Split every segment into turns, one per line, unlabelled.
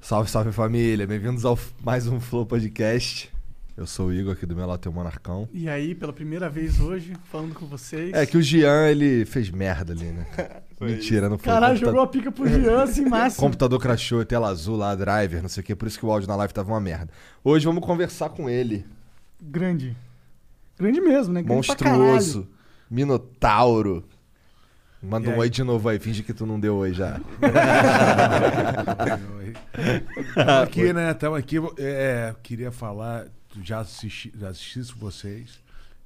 Salve, salve família, bem-vindos ao f- mais um Flow Podcast. Eu sou o Igor, aqui do meu lado tem o Monarcão.
E aí, pela primeira vez hoje, falando com vocês.
É que o Jean, ele fez merda ali, né? Mentira, não foi.
Caralho,
Computa-
jogou a pica pro Jean,
É,
assim, máximo.
Computador crashou, tela azul lá, driver, não sei o que, por isso que o áudio na live tava uma merda. Hoje vamos conversar com ele,
Grande. Grande mesmo, né? Grande
monstruoso, minotauro. Manda
E
um
aí?
oi de novo aí, finge que tu não deu oi já.
Ah,
Tamo aqui, né? Tamo aqui. É, queria falar, já assisti, já assisti isso com vocês.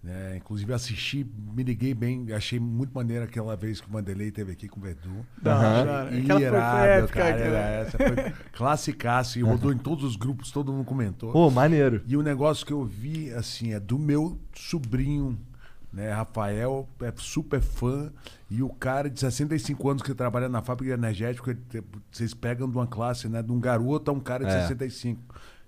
né? Inclusive assisti, me liguei bem, achei muito maneiro aquela vez que o Mandelei teve aqui com o Edu.
Pra
Aham.
caralho. Da hora. Aquela foi- foi
Irado,
épica,
cara, era
cara.
essa. Foi classicaço e rodou em todos os grupos, todo mundo comentou.
Pô, maneiro.
E o negócio que eu vi, assim, é do meu sobrinho, né? Rafael é super fã. E o cara de 65 anos que trabalha na fábrica de energético, ele te- vocês pegam de uma classe, né? De um garoto a um cara de
É.
65.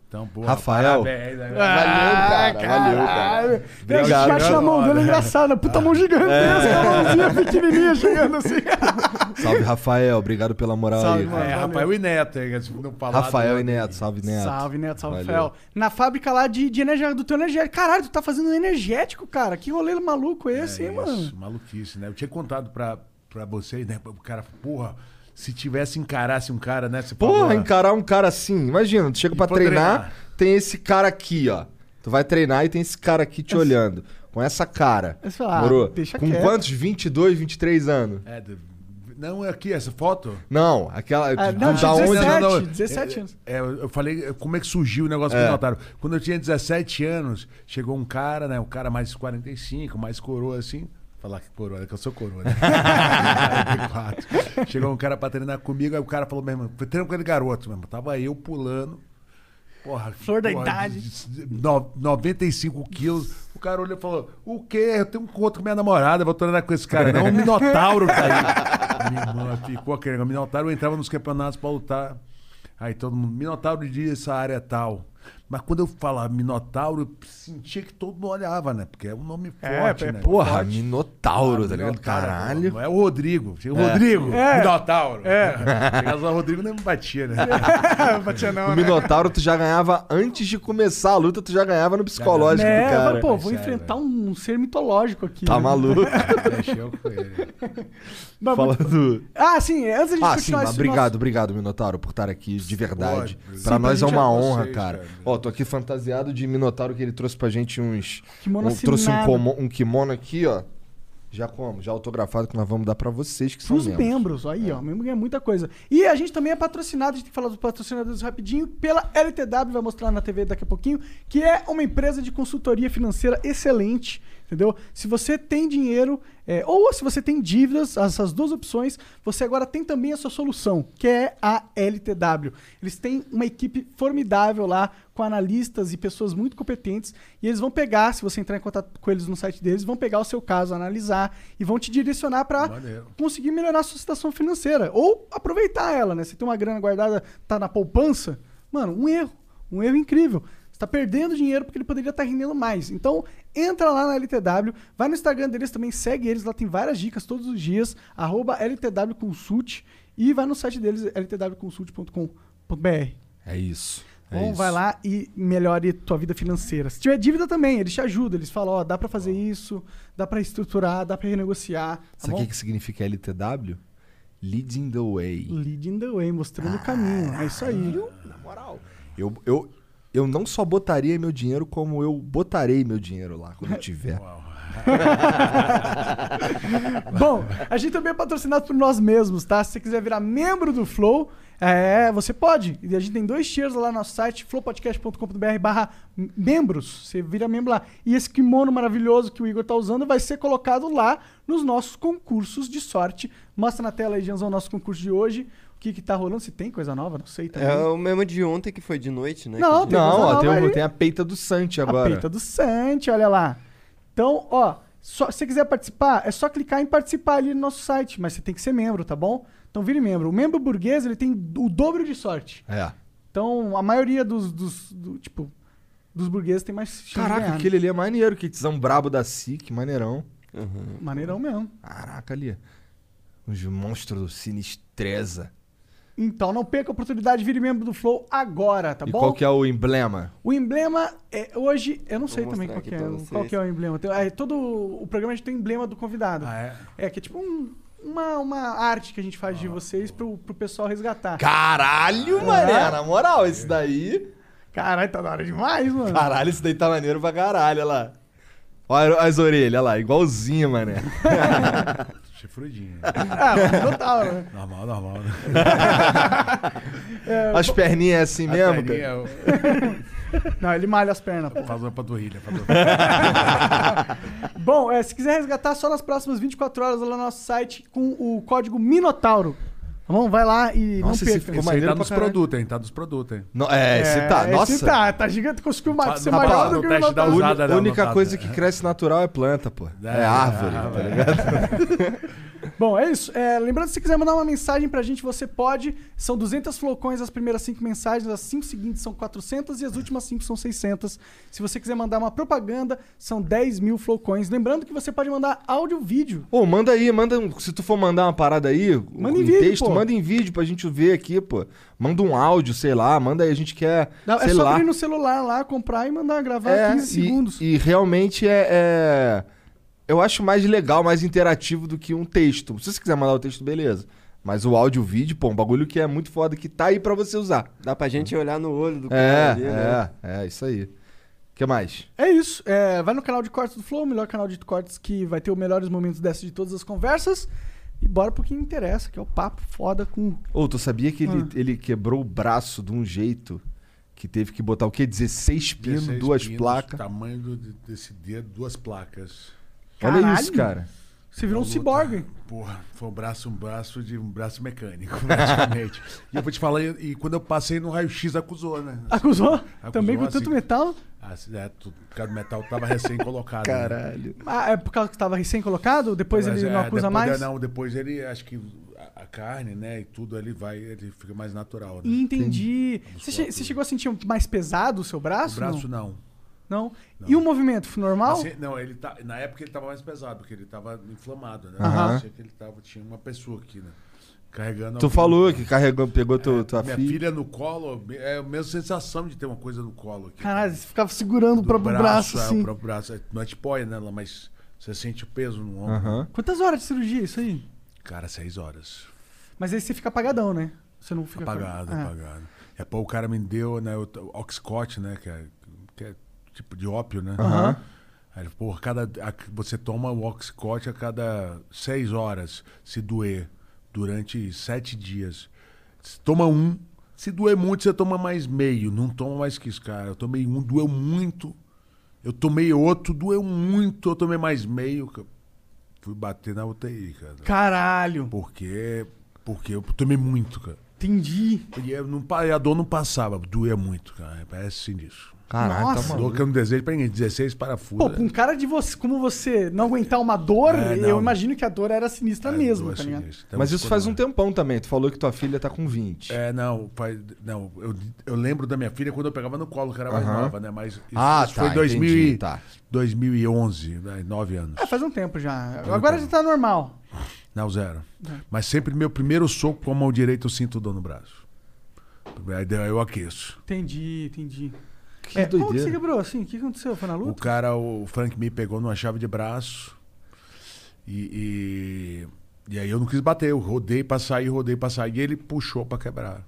Então, pô,
Rafael.
parabéns,
Ah,
né?
Valeu, cara, valeu, cara.
caralho.
Obrigado. Ah. É.
Eu acho a mão dele engraçada. Puta mão gigantesca, a mãozinha pequenininha chegando assim.
Salve, Rafael, obrigado pela moral
Salve,
aí.
mano.
cara.
É, Rafael e Neto, hein? Se não falar
Rafael
do-
e Neto, salve Neto.
Salve, Neto. Salve,
Valeu.
Fel. Na fábrica lá de, de energia, do teu energético. Caralho, tu tá fazendo energético, cara. Que rolê maluco é esse, hein, mano?
Isso, maluquice, né? Eu tinha contado pra, pra vocês, né? O cara, porra, se tivesse encarasse um cara, né? Você falou,
Porra,
né?
encarar um cara assim. Imagina, tu chega
E
pra
pra
treinar,
treinar.
tem esse cara aqui, ó. Tu vai treinar e tem esse cara aqui te olhando. Com essa cara.
Esse fala, ah,
Morou?
deixa
Com
quieto.
quantos? 22, 23 anos?
É, do- não, é aqui, essa foto?
Não, aquela.
Ah,
tu-
não,
tu dá
tinha
onde-
17.
não, não.
17 anos.
É, eu eu falei é, como é que surgiu o negócio que notaram. Quando eu tinha 17 anos, chegou um cara, né? Um cara mais 45, mais coroa assim. Falar que coroa, que eu sou coroa, né? 44. Chegou um cara pra treinar comigo, aí o cara falou, meu irmão, foi treinar com aquele garoto, meu irmão. Tava eu pulando. Porra,
Flor da
porra,
idade.
no- 95 quilos. O cara olhou e falou: O quê? Eu tenho um encontro com minha namorada, vou treinar com esse cara. Não, um Minotauro tá aí. minha irmã ficou querendo. um Minotauro eu entrava nos campeonatos pra lutar. Aí todo mundo, Minotauro diz essa área é tal. Mas quando eu falava Minotauro, eu sentia que todo mundo olhava, né? Porque é um nome
É,
forte,
é
né?
Porra, Minotauro,
Ah,
tá ligado?
Minotauro,
Caralho.
Não é o Rodrigo. Chega o Rodrigo, Minotauro. É. Chegava o Rodrigo não me batia, né?
Batia não,
O Minotauro tu já ganhava antes de começar a luta, tu já ganhava no psicológico do
É, mas,
cara.
pô, vou
Sério, né?
enfrentar um ser mitológico aqui.
Tá
né?
maluco.
Mexeu com ele.
Mas-
Falando.
Ah, sim, antes da gente
Ah, sim,
continuar
mas
esse
obrigado, obrigado, Minotauro, por estar aqui de verdade.
Pode.
pra nós é
Sim, pra gente
uma
é
honra,
vocês,
cara.
cara.
Ó, tô aqui fantasiado de Minotauro que ele trouxe pra gente uns.
Kimono
um- trouxe um,
assinado.
komo- um kimono aqui, ó. Já como? Já autografado que nós vamos dar pra vocês que são
Pros
membros. É.
membros, aí, ó, membro ganha muita coisa. E a gente também é patrocinado, a gente tem que falar dos patrocinadores rapidinho, pela LTW, vai mostrar na TV daqui a pouquinho, que é uma empresa de consultoria financeira excelente, entendeu? Se você tem dinheiro, é, ou se você tem dívidas, essas duas opções, você agora tem também a sua solução, que é a LTW. Eles têm uma equipe formidável lá, com analistas e pessoas muito competentes, e eles vão pegar, se você entrar em contato com eles no site deles, vão pegar o seu caso, analisar, e vão te direcionar para
Maneiro.
conseguir melhorar a sua situação financeira. Ou aproveitar ela, né? Você tem uma grana guardada, tá na poupança. Mano, um erro. Um erro incrível. Você tá perdendo dinheiro porque ele poderia estar rendendo mais. Então, entra lá na LTW, vai no Instagram deles também, segue eles, lá tem várias dicas todos os dias, arroba LTW Consult e vai no site deles, ltwconsult.com.br.
É isso. É
Bom,
isso.
Então, vai lá e melhore tua vida financeira. Se tiver dívida também, eles te ajudam. Eles falam, ó, dá pra fazer isso, dá pra estruturar, dá pra renegociar. Tá
Sabe o
bom?
que, que significa LTW? Leading the Way.
Leading the way, mostrando o caminho. É isso aí.
Na moral. Eu, eu, eu não só botaria meu dinheiro, como eu botarei meu dinheiro lá quando eu tiver.
Bom, a gente também é patrocinado por nós mesmos, tá? Se você quiser virar membro do Flow, é, você pode. E a gente tem dois tiers lá no nosso site, flowpodcast.com.br barra membros. Você vira membro lá. E esse kimono maravilhoso que o Igor tá usando vai ser colocado lá nos nossos concursos de sorte. Mostra na tela aí, Janzão, o nosso concurso de hoje. O que que tá rolando? Se tem coisa nova, não sei também.
É o mesmo de ontem que foi de noite, né?
Não,
Que
tem
Não,
coisa
ó, tem,
nova
o-
aí.
tem a peita do Santi
A
agora.
peita do Santi, olha lá. Então, ó, só, se você quiser participar, é só clicar em participar ali no nosso site, mas você tem que ser membro, tá bom? Então vire membro. O membro burguês, ele tem o dobro de sorte.
É.
Então, a maioria dos, dos do, tipo, dos burgueses tem mais chance de
Caraca,
ganhar, né?
aquele ali é maneiro, kitzão brabo da SIC, maneirão.
Maneirão mesmo.
Caraca, ali. Os monstros do Sinistreza.
Então, não perca a oportunidade de vire membro do Flow agora, tá
e
bom?
qual que é o emblema?
O emblema é hoje, eu não sei
Vou
também
mostrar
qual
aqui
que é,
pra vocês.
qual que é o emblema. Tem- é, todo o programa a gente tem o emblema do convidado.
Ah, é?
É, que é tipo um- uma, uma arte que a gente faz de vocês pro, pro pessoal resgatar. Ah.
Caralho, mané, na moral, esse daí.
Caralho, tá da hora demais, mano.
Caralho, esse daí tá maneiro pra caralho, olha lá. Olha as orelhas, olha lá, igualzinho, mané.
Chifrudinho.
Ah, total, né?
Normal, normal. Né?
As perninhas é assim mesmo,
Perninha,
cara.
Não, ele malha as pernas, pô.
Faz uma panturrilha. Faz uma panturrilha.
Bom, é, se quiser resgatar, só nas próximas 24 horas lá no nosso site com o código Minotauro. Tá bom? Vai lá e
Nossa,
não
esse
perca.
ficou
Esse aí
maneiro
tá
pra
nos
caralho.
produtos, hein? Tá nos produtos, hein?
Não, é, esse tá,
esse
nossa.
tá, tá gigante, conseguiu ma- ser
Rapaz,
maior
no
do que o
teste da
A
Minotauro.
uni-
Usada, né,
única
anotada.
coisa que cresce natural é planta, pô. É,
É,
árvore,
árvore.
tá ligado?
Bom, é isso. É, lembrando, se você quiser mandar uma mensagem pra gente, você pode. São 200 flocões as primeiras 5 mensagens, as 5 seguintes são 400 e as últimas 5 são 600. Se você quiser mandar uma propaganda, são 10 mil flocões. Lembrando que você pode mandar áudio vídeo.
Ô, manda aí, manda. um- Se tu for mandar uma parada aí, manda
em vídeo,
texto,
pô.
manda em vídeo pra gente ver aqui, pô. Manda um áudio, sei lá, manda aí, a gente quer.
Não,
sei
é só
lá.
abrir no celular lá, comprar e mandar gravar
É,
15
e-
segundos.
E realmente é, é- Eu acho mais legal, mais interativo do que um texto. Se você quiser mandar o texto, beleza. Mas o áudio, o vídeo, pô, um bagulho que é muito foda, que tá aí pra você usar.
Dá pra gente olhar no olho do cara
É,
ali, né?
é, é, isso aí. O que mais?
É isso. É, vai no canal de cortes do Flow, o melhor canal de cortes que vai ter os melhores momentos dessa de todas as conversas. E bora pro que interessa, que é o papo foda com
Ô, tu sabia que ele,
Ah.
ele quebrou o braço de um jeito que teve que botar o quê? 16 pinos,
16
duas
pinos,
placas.
Tamanho do- de- desse dedo, duas placas.
Olha
Caralho.
isso, cara.
Você virou um
Luta.
ciborgue.
Porra, foi um braço, um braço de um braço mecânico, praticamente. e eu vou te falar, e, e quando eu passei no raio-x acusou, né?
Acusou? Também com
Acusou,
tanto
assim.
metal?
Assim, é, tu- o cara do metal tava recém-colocado. né?
Ah, é por causa que estava recém-colocado? Depois
Mas,
ele não
é,
acusa
depois,
mais?
é, Não, depois ele, acho que a, a carne, né, e tudo ali vai, ele fica mais natural, né?
Ih, Entendi. Você, che- você chegou a sentir mais pesado o seu braço?
O braço não.
Não? E o movimento foi normal?
Assim, não, ele tá, na época ele tava mais pesado, porque ele tava inflamado, né?
Aham.
Parecia que ele tava, tinha uma pessoa aqui, né? Carregando
Tu
alguém.
falou que tá carregou, pegou tu, tua
Minha
filha.
filha no colo, é a mesma sensação de ter uma coisa no colo aqui.
Caralho, você ficava segurando o
Do
próprio braço,
é,
assim.
O próprio braço. É, Não é tipo olha nela, mas você sente o peso no ombro.
Aham.
Quantas horas de cirurgia é isso aí?
Cara, seis horas.
Mas aí você fica apagadão, né? Você não fica...
Apagado,
Ah.
apagado. É, pô, o cara me deu, né, o t- o Oxcot, né, que é, que é tipo de ópio, né?
Aham.
Aí ele, porra, cada, a- você toma o Oxcot a cada seis horas, se doer, durante sete dias. Se toma um, se doer muito, você toma mais meio, não toma mais que isso, cara. Eu tomei um, doeu muito. Eu tomei outro, doeu muito, eu tomei mais meio. que eu Fui bater na UTI, cara.
Caralho,
Porque, porque eu tomei muito, cara.
entendi.
E eu não, pa- e a dor não passava, doía muito, cara. é, Parece sinistro.
Caralho,
Nossa.
tá maluco.
Dor que eu não desejo pra ninguém. 16
Pô,
parafusos.
pra um cara de você, como você não aguentar uma dor,
É, não.
eu imagino que a dor era sinistra
A dor
mesmo,
é
tá ligado?
sinistra. Então,
Mas isso
quando-
faz um tempão também. Tu falou que tua filha tá com 20.
É, não, faz, não eu, eu lembro da minha filha quando eu pegava no colo, que era mais
Aham.
nova, né? Mas isso,
Ah,
isso
tá,
foi em 2000 e-
entendi, tá.
2011, né? nove anos.
É, faz um tempo já. Agora já tá normal.
Não, zero.
É.
Mas sempre meu primeiro soco com a mão direita eu sinto dor no braço. Aí eu aqueço.
Entendi, entendi.
Que
É, Como que
doideira.
você quebrou assim? O que aconteceu? Foi na
O
luta?
cara, o Frank me pegou numa chave de braço e, E aí eu não quis bater, eu rodei pra sair, rodei pra sair, e ele puxou pra quebrar.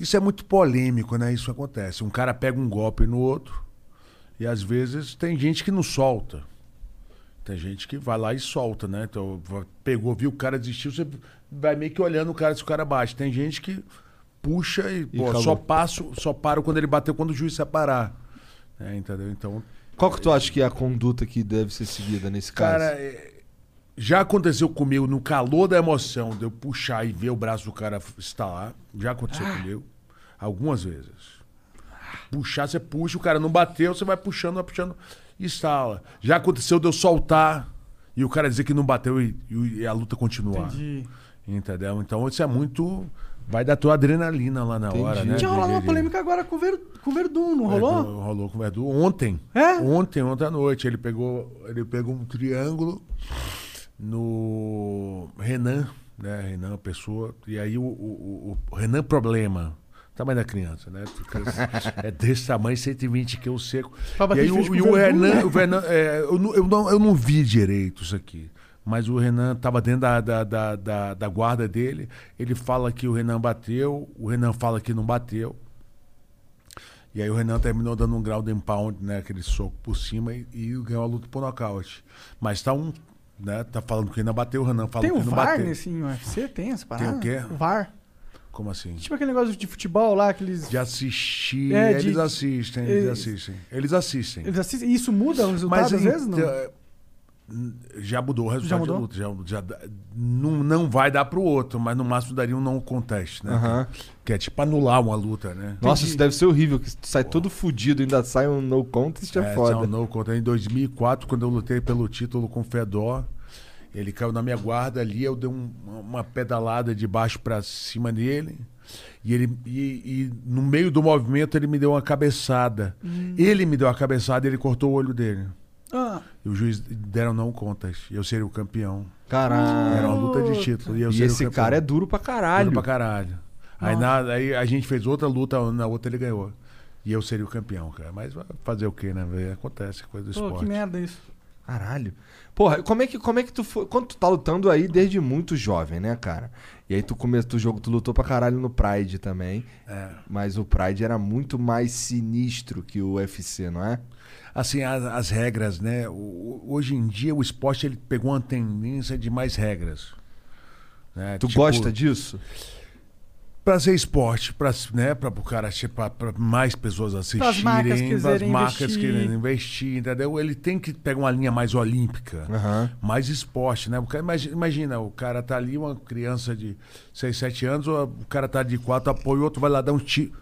Isso é muito polêmico, né? Isso acontece. Um cara pega um golpe no outro, e às vezes tem gente que não solta. Tem gente que vai lá e solta, né? Então, va- pegou, viu o cara desistiu, você vai meio que olhando o cara se o cara bate. Tem gente que puxa e, pô,
acabou.
só passo, só paro quando ele bateu, quando o juiz separar. É, entendeu? Então,
Qual que tu acha que é a conduta que deve ser seguida nesse caso?
Cara, é, já aconteceu comigo no calor da emoção de eu puxar e ver o braço do cara estalar. Já aconteceu comigo. Algumas vezes. Puxar, você puxa, o cara não bateu, você vai puxando, vai puxando e estala. Já aconteceu de eu soltar e o cara dizer que não bateu e, e a luta continuar.
Entendi.
Entendeu? Então isso é muito. Vai dar tua adrenalina lá na hora, né?
Tinha rolado uma
De- de-
polêmica agora com o, Ver, com o Verdun, não rolou?
Verdun- rolou com o Verdun ontem.
É?
Ontem, ontem à noite. Ele pegou, ele pegou um triângulo no Renan, né? Renan, pessoa. E aí o, o- o- o Renan problema. Tamanho da criança, né? Porque É desse tamanho, 120 que eu seco.
Pra
E
bater
aí
de frente
o,
com
e
o
o
Verdun,
Renan,
né?
o Renan é, eu, não, eu, não, eu não vi direito isso aqui. Mas o Renan estava dentro da, da, da, da- da guarda dele. Ele fala que o Renan bateu, o Renan fala que não bateu. E aí o Renan terminou dando um ground and pound, né? Aquele soco por cima e, e ganhou a luta por nocaute. Mas tá um. Né, tá falando que o Renan bateu, o Renan fala
Tem
que
o
não
VAR
bateu.
nesse em UFC? Tem essa parada?
o quê?
O VAR.
Como assim?
Tipo aquele negócio de futebol lá, aqueles...
De assistir.
É,
eles
de-
assistem, eles
eles-
assistem. Eles assistem.
Eles assistem, e isso muda o resultado às vezes, não?
então, Já mudou o
Já
resultado da
mudou?
luta. Já, já dá- não, não vai dar pro outro, mas no máximo daria um não contest, né?
Aham.
Que é tipo anular uma luta, né?
Nossa, isso deve ser horrível, que tu sai todo fudido, ainda sai um no contest, é,
É,
foda.
Tchau, no contra. Em 2004, quando eu lutei pelo título com o Fedor, ele caiu na minha guarda ali, eu dei um- uma pedalada de baixo pra cima nele. E, ele, e, e no meio do movimento ele me deu uma cabeçada. Ele me deu a cabeçada e ele cortou o olho dele.
Ah,
E o juiz deram não contas. E eu seria o campeão. Era
Caralho.
uma luta de título. E, É, eu
E
seria o
esse
campeão.
cara é duro pra caralho.
Duro pra caralho. Aí, na- aí a gente fez outra luta, na outra ele ganhou. E eu seria o campeão, cara. Mas vai fazer o quê, né? velho? Acontece, coisa do
pô,
esporte. É
que merda isso.
Caralho. Porra, como é que, como é que tu foi. Quando tu tá lutando aí desde muito jovem, né, cara? E aí tu começou o jogo, tu lutou pra caralho no Pride também.
É.
Mas o Pride era muito mais sinistro que o UFC, não é?
assim as, as regras né O- o- hoje em dia o esporte ele pegou uma tendência de mais regras né?
Tu
Tipo,
gosta disso?
pra ser esporte para né para o cara para mais pessoas assistirem
Pras marcas
pras
quiserem
marcas
investir.
querendo investir entendeu ele tem que pegar uma linha mais olímpica
Aham.
mais esporte né o cara, imagi- imagina o cara tá ali uma criança de 6, 7 anos ou o cara tá de 4 apoio o outro vai lá dar um tiro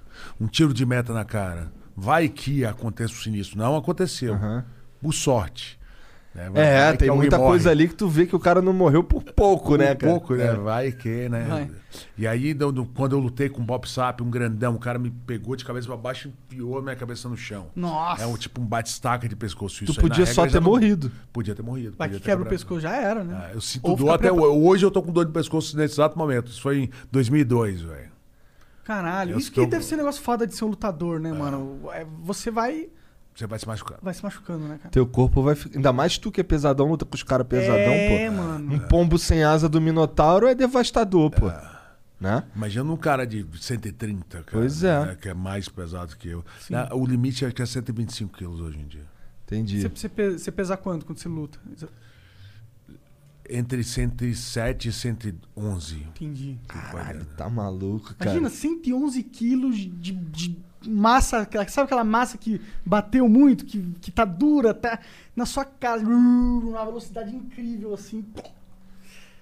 um tiro de meta na cara vai que aconteça o sinistro não aconteceu
Aham.
por sorte. né? Vai-
É,
vai que
tem
alguém
muita
morre.
coisa ali que tu vê que o cara não morreu por pouco, né,
Por
cara?
pouco, né? Vai que, né?
Vai.
E aí, do- do- quando eu lutei com o Bob Sap, um grandão, o cara me pegou de cabeça pra baixo e enfiou a minha cabeça no chão.
Nossa.
É um, tipo um bate-staca de pescoço.
Tu
Isso aí, na
podia
regra,
só
já
ter
não-
morrido.
Podia ter morrido.
Vai
podia
que
ter
quebra o
quebrado.
pescoço, já era, né?
Ah, eu sinto
Ou
dor
fica
até
prepa-
ho- hoje. eu tô com dor de pescoço nesse exato momento. Isso foi em 2002, velho.
Caralho,
Eu
isso
estou-
que deve ser um negócio foda de ser um lutador, né, mano? É, Você vai,
Você vai se machucar.
vai se machucando, né, cara?
Teu corpo vai. fi- Ainda mais tu que é pesadão, luta com os caras pesadão,
é,
pô.
mano.
Um pombo sem asa do Minotauro é devastador, pô.
É.
Né?
Imagina um cara de 130, cara.
Pois é.
né, Que é mais pesado que eu. Na- O limite é que é 125 quilos hoje em dia.
Entendi.
Você, você pe- você pesa quanto quando você luta?
entre 107 e 111.
Entendi.
Caralho, tá maluco, cara.
Imagina, 111 quilos de, de massa, aquela- sabe aquela massa que bateu muito, que, que tá dura, tá na sua cara, uh, uma velocidade incrível, assim.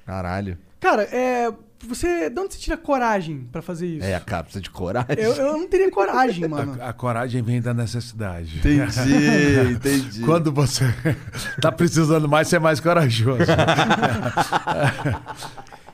Caralho.
Cara, é, você, de onde você tira coragem pra fazer isso?
É, cara, precisa de coragem.
Eu, eu não teria coragem, mano.
A, a coragem vem da necessidade.
Entendi, entendi.
Quando você tá precisando mais, você é mais corajoso.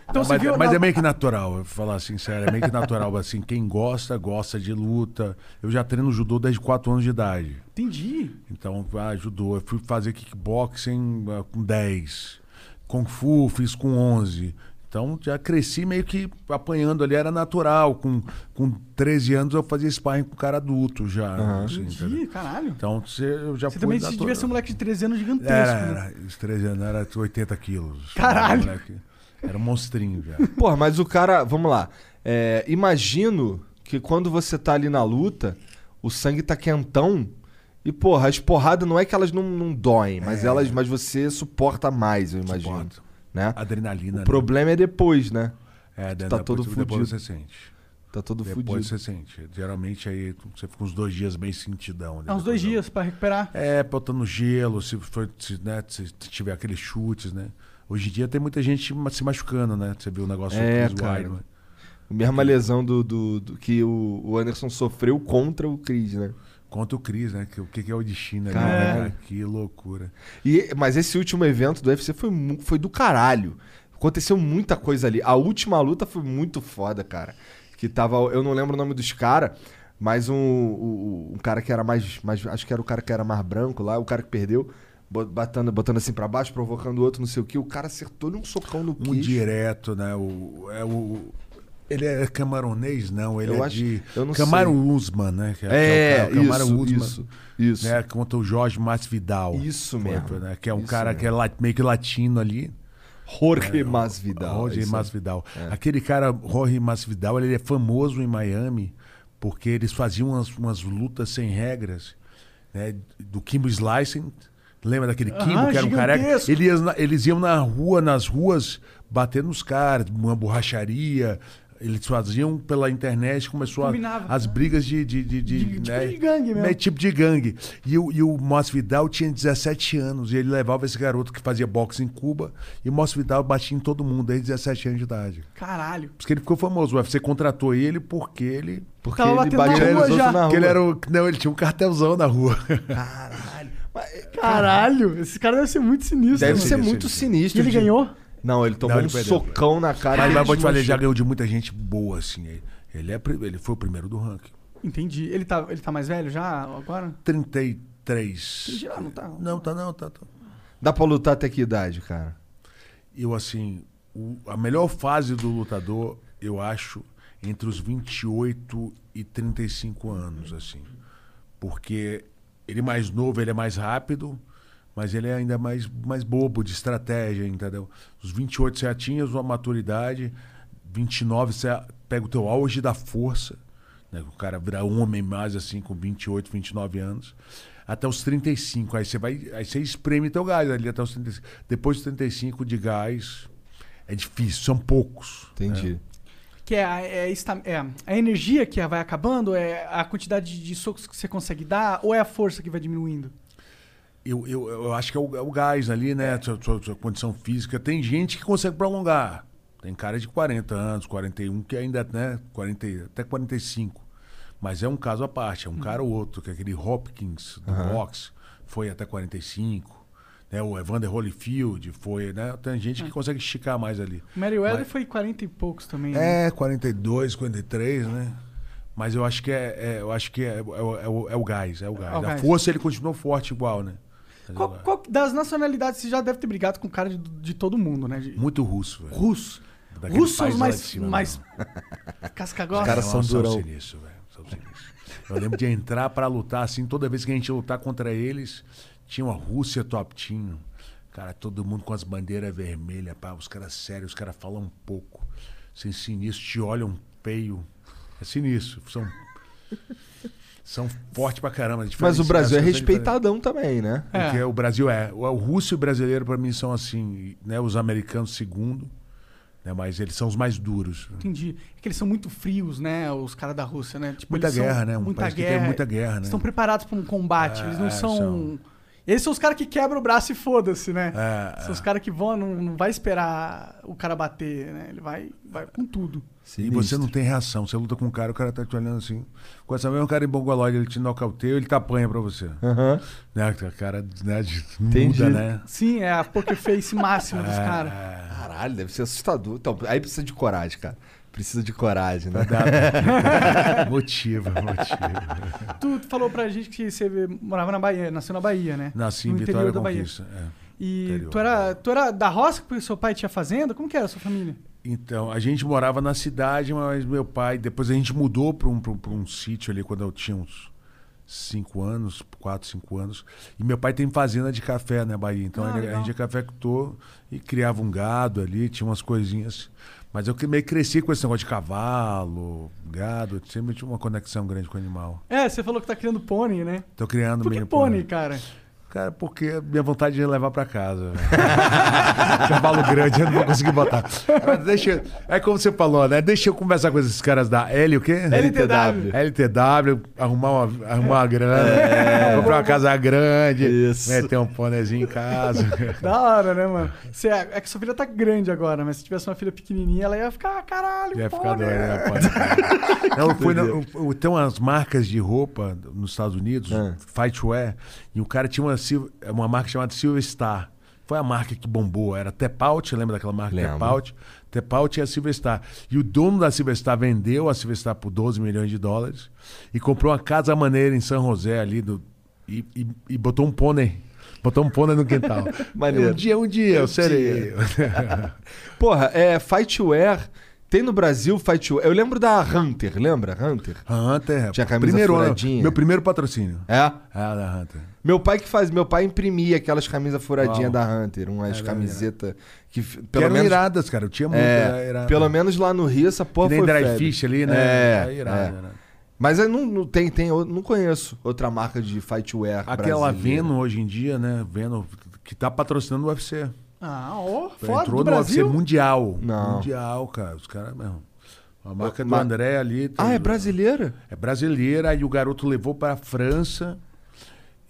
Então você
mas,
viu...
mas
na-
é meio que natural, eu vou falar assim, sério, é meio que natural. Assim, quem gosta, gosta de luta. Eu já treino judô desde 4 anos de idade.
Entendi.
Então, ajudou. Eu fui fazer kickboxing ah, com 10. Kung Fu fiz com 11. Então, já cresci meio que apanhando ali, era natural. Com, com 13 anos eu fazia sparring com cara adulto já. assim, entendeu?
Entendi, caralho.
então, você, eu já
Você
fui É,
também devia ser um moleque de 13 anos gigantesco,
Era,
né?
era. Os 13 anos era 80 quilos.
Caralho.
Moleque. Era um monstrinho já.
Pô, mas o cara, vamos lá. É, imagino que quando você tá ali na luta, o sangue tá quentão. E, porra, as porradas não é que elas não, não doem, mas elas. Mas você suporta mais, eu imagino.
Suporto.
Né? O
Adrenalina. né?
problema é depois, né?
É,
tu
né,
tá
depois-
todo fudido.
Depois você sente.
Tá todo fudido.
Depois você sente. Geralmente aí tu- você fica uns dois dias bem sentidão. né?
É uns dois
Depois eu-
dias pra recuperar.
É, botando gelo, se, for, se, né, se tiver aqueles chutes, né? Hoje em dia tem muita gente ma- se machucando, né? Você viu o né. negócio
É,
do Chris
cara.
Weidman.
A mesma lesão do, do, do- que o, o Anderson sofreu contra o Cris, né?
Contra o Cris, né? Que, o que, que é o destino ali, né,
Caralho.
cara? Que loucura.
E, mas esse último evento do UFC foi, mu- foi do caralho. Aconteceu muita coisa ali. A última luta foi muito foda, cara. Que tava. Eu não lembro o nome dos caras, mas um, um, um cara que era mais, mais. Acho que era o cara que era mais branco lá, o cara que perdeu. bo- Batando, botando assim pra baixo, provocando o outro, não sei o que. O cara acertou-lhe um socão no
Um
queixo.
direto, né? O, é o, ele é camaronês, não. Ele
Eu
é
acho-
de.
eu não
Camaro Usman, né? Que
É,
que o Camaro
isso,
Usman,
isso, isso.
Né? Contra o Jorge Masvidal.
Isso
Foi,
mesmo,
né, Que é um
isso
cara que é la- meio que latino ali.
Jorge
É,
Masvidal. é
Roger
isso.
Masvidal. Aquele cara, Roger Masvidal, ele é famoso em Miami porque eles faziam umas, umas lutas sem regras, né? Do Kimbo Slicing. Lembra daquele Kimbo
Aham,
que era um
Ah, gigantesco.
careca? Ele ia na- eles iam na rua, nas ruas, batendo nos caras, uma borracharia. Eles faziam pela internet, começou a-
Combinava.
as brigas de... de, de, de,
De- tipo de gangue mesmo.
né, tipo de gangue. E o, e o Masvidal tinha 17 anos e ele levava esse garoto que fazia boxe em Cuba e o Masvidal batia em todo mundo desde 17 anos de idade.
Caralho.
Por isso que ele ficou famoso. O UFC contratou ele porque ele...
Porque
Tava
ele
batendo na
bateu
rua
nos
já.
outros na
Porque
rua.
ele era o... Não, ele tinha um cartelzão na rua.
Caralho. Esse cara deve ser muito sinistro.
é, Deve
mano.
ser
sim,
muito
sim.
sinistro.
E ele
de-
ganhou?
Não, ele tomou
Não, ele
um
perdeu.
socão na cara.
Mas,
que
mas vou te falar, ele já
desmanchou.
ganhou de muita gente boa, assim. Ele- Ele, é, pri- ele foi o primeiro do ranking.
Entendi. Ele tá, ele tá mais velho já agora?
33.
Já, não tá.
Não, tá não, tá... tá.
Dá pra lutar até que idade, cara?
eu assim, o- a melhor fase do lutador, eu acho, entre os 28 e 35 anos, assim. Porque ele é mais novo, ele é mais rápido, mas ele é ainda mais, mais bobo de estratégia, entendeu? Os 28 você atinge a sua maturidade, 29 você pega o teu auge da força, né? O cara vira homem mais assim com 28, 29 anos. Até os 35, aí você vai, aí você espreme teu gás ali até os 35. Depois dos 35 de gás é difícil, são poucos.
Entendi.
Que é a, é, esta- é a energia que vai acabando? É a quantidade de socos que você consegue dar? Ou é a força que vai diminuindo?
Eu, eu, eu acho que é o, é o gás ali, né?
É.
Sua, sua- sua condição física. Tem gente que consegue prolongar. Tem cara de 40 anos, 41, que ainda, né? 40, e- até 45. Mas é um caso à parte, é
Hum.
um cara ou outro, que é aquele Hopkins do boxe, foi até 45. Né? O Evander Holyfield foi, né? Tem gente que
Hum.
consegue esticar mais ali.
O Meriwether
Mas-
foi 40 e poucos também. né?
É, 42, 43, né? Mas eu acho que é, é- eu acho que é, é o- é o, é o gás, é o gás.
É o
A
gás.
força ele continuou forte igual, né? Mas é o
Qual-
gás.
qual- das nacionalidades, você já deve ter brigado com cara de, de todo mundo, né? De-
Muito russo, velho.
Russo.
Daquele
Russos
país lá
mais-
de cima,
mais-
né?
Cascagosta.
caras são
Nossa, são
durão.
sinistro, velho. São sinistros. Eu lembro de entrar pra lutar, assim, toda vez que a gente ia lutar contra eles, tinha uma Rússia top team. Cara, todo mundo com as bandeiras vermelhas, pá, os caras sérios, os caras falam um pouco. Sem sinistro, te olham feio. É sinistro. São, são fortes pra caramba.
Mas o Brasil é
respeitado
respeitadão também, né?
É.
Porque o Brasil é. O, o russo e o brasileiro, pra mim, são assim, né? Os americanos, segundo. Né, mas eles são os mais duros.
Entendi. É que eles são muito frios, né? Os caras da Rússia, né? Tipo,
Muita
eles são-
guerra, né? Um
muita
país que tem
guerra.
muita guerra, né?
Eles estão preparados para um combate. eles não
É,
são...
são.
Eles são os caras que quebram o braço e foda-se, né?
É,
são os caras que vão, não, não vai esperar o cara bater, né? Ele vai, vai com tudo.
E você não tem reação. Você luta com um cara, o cara tá te olhando assim. Com essa mesma cara em bongolóide, ele te nocauteia, ele te apanha pra você.
Aham.
Né? A cara né, de-
É. Entendi.
muda, né?
Sim, é a poker face máxima
É,
dos caras.
Caralho, deve ser assustador. Então, aí precisa de coragem, cara. Precisa de coragem, né?
Dá- motiva, motiva.
Tu falou pra gente que você morava na Bahia, nasceu na Bahia, né?
Nasci em
No interior
assim, Vitória
da Bahia.
Conquista. é.
E
Interior
tu
da
era,
Bahia.
tu era da roça porque seu pai tinha fazenda? Como que era a sua família?
Então, a gente morava na cidade, mas meu pai. Depois a gente mudou para um, pra um, pra um sítio ali quando eu tinha uns cinco anos, quatro, cinco anos. E meu pai tem fazenda de café na Bahia. Então
Ah,
ele- a
legal.
gente cafectou e criava um gado ali, tinha umas coisinhas. Mas eu que- meio que cresci com esse negócio de cavalo, gado. eu Sempre tinha uma conexão grande com o animal.
É, você falou que tá criando pônei, né?
Tô criando
Por que
mini
pônei, cara?
Cara, porque minha vontade é levar pra casa. velho. Cavalo grande, eu não vou conseguir botar. Mas deixa eu- É como você falou, né? Deixa eu conversar com esses caras da L, o quê?
LTW.
LTW, arrumar uma, arrumar uma grana, comprar uma casa grande,
Isso.
meter um pônezinho em casa.
Da hora, né, mano? Você, é que sua filha tá grande agora, mas se tivesse uma filha pequenininha, ela ia ficar, "Ah, caralho,
Ia ficar
pônei".
doido, né? pônei? Não, eu fui na- eu- eu- tem umas marcas de roupa nos Estados Unidos,
Ah.
Fightwear, e o cara tinha uma, Sil- uma marca chamada Silver Star. Foi a marca que bombou, era Tepaut, lembra daquela marca
Lembro.
Tepaut? Tepaut é a Silver Star. E o dono da Silver Star vendeu a Silver Star por 12 milhões de dólares e comprou uma casa maneira em San José ali do, e, e- e botou um pônei. Botou um pônei no quintal.
Maneiro.
Um dia, um dia, eu serei.
Porra, é Fightwear. Tem no Brasil Fightwear. Eu lembro da Hunter, lembra? Hunter?
Hunter.
Tinha camisa
primeiro, ano-
furadinha.
Meu primeiro patrocínio.
É.
Ah, da Hunter.
Meu pai que faz, meu pai imprimia aquelas camisas furadinhas
Uau.
da Hunter, umas camisetas que f-
Que
pelo
eram
menos
iradas, cara. Eu tinha muito. era-
é,
era-
pelo menos lá no Rio essa porra
Que nem
foi
dry
febre.
fish ali, né? Era
É,
irado,
é.
era.
Mas eu não, não tem, tem, eu não conheço outra marca de fightwear
Aquela
brasileira.
Venom hoje em dia, né? Venom que tá patrocinando o UFC.
Ah, ó, foda
Então Entrou
do
no UFC
Brasil.
mundial.
Não.
Mundial, cara. Os caras, mesmo. A marca do
Ma-
André ali. tem-
Ah, é brasileira?
É brasileira e o garoto levou para a França.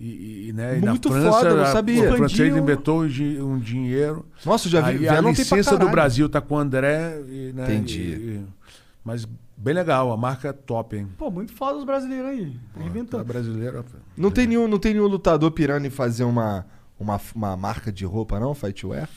E, e, né, e
Muito
na França,
foda, eu não
a-
sabia.
O francês
Expandiu.
inventou um di- um dinheiro.
Nossa, eu já vi.
Aí a
Venom tem pra
licença do
caralho.
Brasil tá com o André. E, né,
Entendi.
e- e- mas bem legal, a marca é top, hein?
Pô, muito foda os brasileiros aí.
Tá
Então.
Inventando.
brasileiro.
Não tem nenhum, não tem nenhum lutador pirando em fazer uma, uma, uma marca de roupa não, fightwear?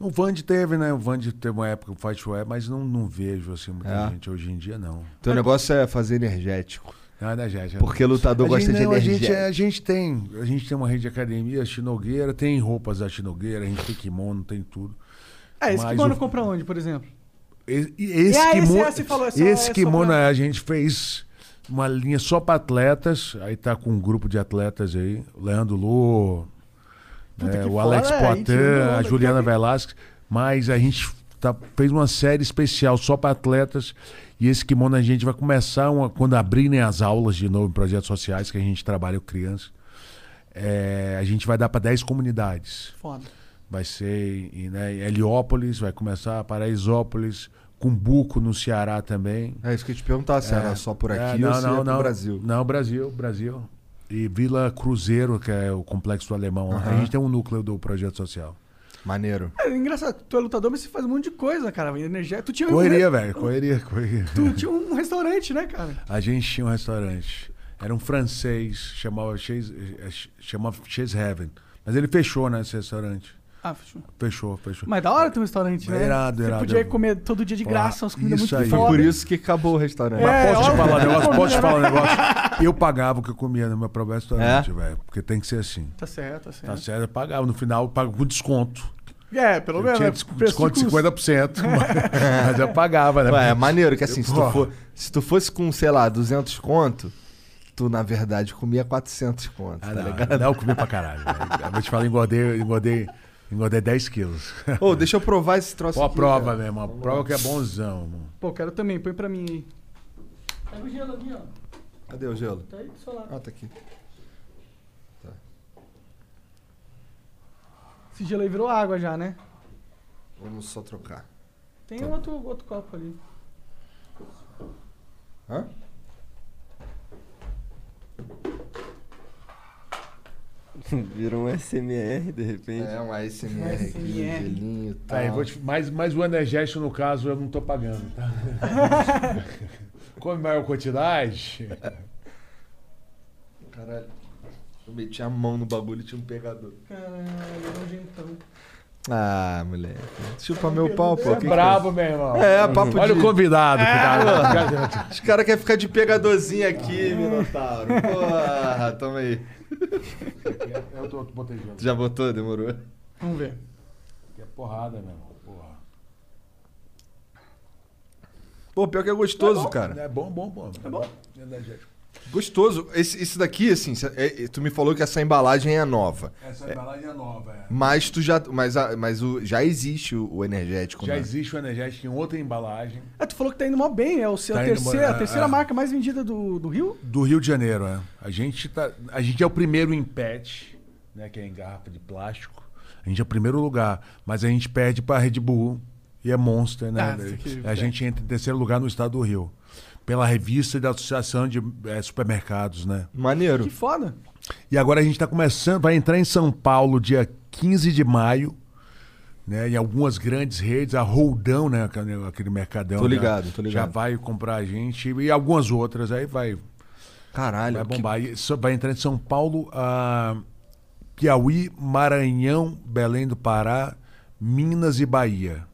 O Vand teve, né? O Vand teve uma época o Fightwear, mas não, não vejo assim muita
É.
gente hoje em dia, não.
Teu negócio é fazer energético,
Não, né, gente?
porque lutador
a
gosta
gente,
de
não, a gente, é,
energético.
a gente tem, a gente tem uma rede de academia, a Shinogueira, tem roupas da Shinogueira, a gente tem kimono, tem tudo.
É, esse
Mas
kimono
o-
compra onde, por exemplo?
E- e Esse
É, esse-
kimono,
esse falou, é só-
esse
é só
kimono
pra-
a gente fez uma linha só para atletas. Aí tá com um grupo de atletas aí, Leandro Lô,
Puta
né,
que
o
foda,
Alex
é, aí tirando
Poitin,
onda,
a Juliana Velasquez. Mas a gente tá- fez uma série especial só para atletas. E esse kimono a gente vai começar uma- quando abrirem as aulas de novo em projetos sociais que a gente trabalha com crianças. é, a gente vai dar para 10 comunidades.
Foda.
Vai ser em, né, em Heliópolis, vai começar Paraisópolis, Cumbuco no Ceará também.
É isso que eu te perguntar, se era só por
É,
aqui ou se era pro Brasil.
Não, Brasil, Brasil. E Vila Cruzeiro, que é o complexo do alemão. A gente tem um núcleo do projeto social.
Maneiro.
É engraçado, tu é lutador, mas você faz um monte de coisa, cara. Energia... Tu tinha um
Correria,
re-
velho, correria, correria.
Tu tinha um restaurante, né, cara?
A gente tinha um restaurante. Era um francês, chamava Chase, eh, eh, chamava Chase Heaven. Mas ele fechou, né, esse restaurante.
Ah, fechou.
Fechou, fechou.
Mas da hora ter um restaurante, né?
Irado,
Você
irado.
podia comer todo dia de
Porra,
graça, umas comidas
isso
muito
aí.
Foi
foda.
por isso que acabou o restaurante.
É.
Posso te
óbvio.
falar um negócio? Posso te falar um negócio? Eu pagava o que eu comia no meu próprio restaurante,
É?
velho. Porque tem que ser assim.
Tá certo, tá
Tá
certo.
certo? Eu pagava. No final, eu pago com desconto.
É, pelo
Eu
menos.
tinha
né?
des-
Preço
desconto de
custo.
50%. mas, mas eu pagava, né?
Ué, é maneiro que assim, se tu,
Porra.
for, se tu fosse com, sei lá, 200 conto, tu na verdade comia 400 conto, tá
Ah, não,
ligado?
não, eu comi pra caralho. velho. Eu vou te falar, engordei, engordei, engordei 10 quilos.
Ô, deixa eu provar esse troço
Ó, a
aqui,
prova,
cara.
meu irmão. Prova que é bonzão, mano.
Pô, quero também, põe pra mim aí. Pega o gelo aqui, ó.
Cadê o gelo?
Tá aí do seu lado.
Ah, tá aqui.
Esse gelo aí virou água já, né?
Vamos só trocar.
Tem outro, outro copo ali.
Hã?
Virou um SMR de repente.
É, um ASMR aqui, um
ASMR.
gelinho e tal.
Aí, Tá, vou te- mas, mas o energético, no caso, eu não tô pagando, tá? Come maior quantidade.
Caralho. Eu meti a mão no bagulho e tinha um pegador.
Caralho, nojentão.
Ah, moleque. Chupa meu pau, pô.
Você é
que que
brabo, meu irmão.
É, papo
Olha
de...
É.
o convidado, cuidado.
Os caras querem ficar de pegadorzinho aqui, Minotauro. Porra, toma aí.
Eu tô, botei gelo.
Tu já botou? Demorou?
Vamos ver.
É porrada, meu irmão. Porra.
Pô, pior que é gostoso, cara.
É bom, bom, bom. É bom. Energético.
Gostoso. Esse, esse daqui, assim, cê- é- é- tu me falou que essa embalagem é nova.
Essa embalagem é nova, é.
Mas tu já. Mas, a- mas o, já existe o, o energético,
Já
né?
existe o energético em outra embalagem.
Ah, tu falou que tá indo mal bem, é o seu,
Tá
a,
indo
terceira,
mal,
a
é,
terceira
é.
marca mais vendida do, do Rio?
Do Rio de Janeiro, é. A gente, tá, a gente é o primeiro em PET, né, que é em garrafa de plástico. A gente é o primeiro lugar, mas a gente perde pra Red Bull e é Monster, né?
Ah, isso aqui,
a
é.
gente entra em terceiro lugar no estado do Rio. Pela revista da Associação de eh, Supermercados, né?
Maneiro.
Que foda.
E agora a gente está começando, vai entrar em São Paulo dia 15 de maio, né? Em algumas grandes redes, a Roldão, né? aquele- Aquele mercadão.
Tô
já-
ligado, tô ligado.
Já vai comprar a gente e algumas outras, aí vai,
Caralho.
vai
que-
é bombar. E só vai entrar em São Paulo, a Piauí, Maranhão, Belém do Pará, Minas e Bahia.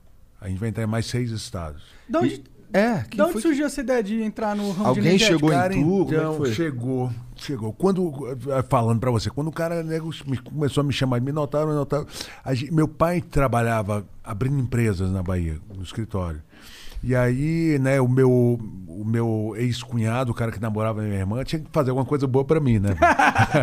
A gente vai entrar em mais seis estados.
Da onde,
É, quem
da onde
foi que-
surgiu essa ideia de entrar no ramo de
Alguém
energético?
chegou em
Cara,
tu? Como é
então,
que foi?
chegou, chegou. Quando, eh, falando pra você, quando o cara nego, me- começou a me chamar, me notaram, me notaram. A gen- meu pai trabalhava abrindo empresas na Bahia, no escritório. E aí, né, o meu, o meu ex-cunhado, o cara que namorava minha irmã, tinha que fazer alguma coisa boa pra mim, né?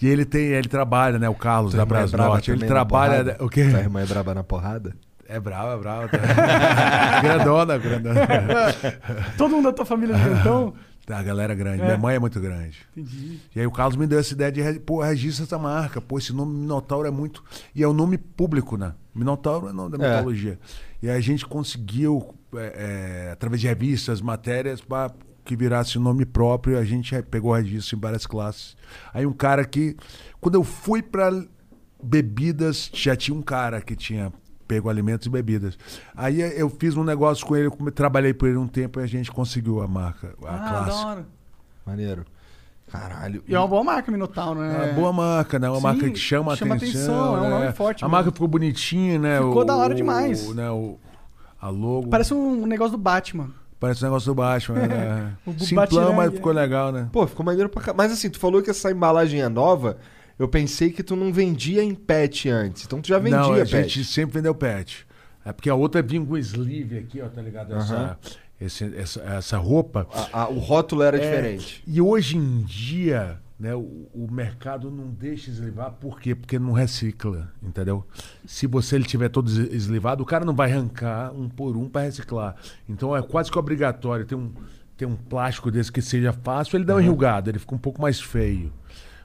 e ele tem, ele trabalha, né, o Carlos
Tua
da
irmã é
Brás
braba
Norte, ele
também na
trabalha, né?
porrada?
o quê?
Tua irmã é braba na porrada?
É brava, é brava. tá? grandona, grandona.
Todo mundo da tua família é de Cantão?
Tá, a galera grande. Minha mãe é muito grande.
Entendi.
E aí o Carlos me deu essa ideia de, re- pô, registra essa marca. Pô, esse nome Minotauro é muito... E é um nome público, né? Minotauro é nome da
É.
mitologia. E aí a gente conseguiu, é, é, através de revistas, matérias, pra que virasse um nome próprio. A gente é, pegou registro em várias classes. Aí um cara que... Quando eu fui pra bebidas, já tinha um cara que tinha pego alimentos e bebidas. Aí eu fiz um negócio com ele, eu trabalhei por ele um tempo e a gente conseguiu a marca, a
Ah,
classe.
da hora.
Maneiro. Caralho.
E é uma boa marca, Minotauro,
É uma
né?
boa marca, né? Uma
Sim,
marca que chama,
chama
atenção.
atenção, é um nome
né?
forte
A
mesmo.
marca ficou bonitinha, né?
Ficou
O-
da hora demais.
o- né? o- a logo. Parece,
Parece um negócio do Batman.
um negócio do baixo, né?
O é. bu-
Simplão, mas
Batirang,
ficou legal, né?
Pô, ficou maneiro pra caralho. Mas assim, tu falou que essa embalagem é nova. Eu pensei que tu não vendia em pet antes. Então tu já vendia
Não, a
pet.
gente sempre vendeu pet. É porque a outra vinha com sleeve aqui, ó, tá ligado? Essa, esse- essa, essa roupa.
Ah.
A- a- o rótulo era
É,
diferente.
E hoje em dia, né, o, o mercado não deixa eslivar, por quê? Porque não recicla, entendeu? Se você ele tiver todo es- eslivado, o cara não vai arrancar um por um para reciclar. Então é quase que obrigatório ter um, ter um plástico desse que seja fácil, ele dá uma enrugada, ele fica um pouco mais feio.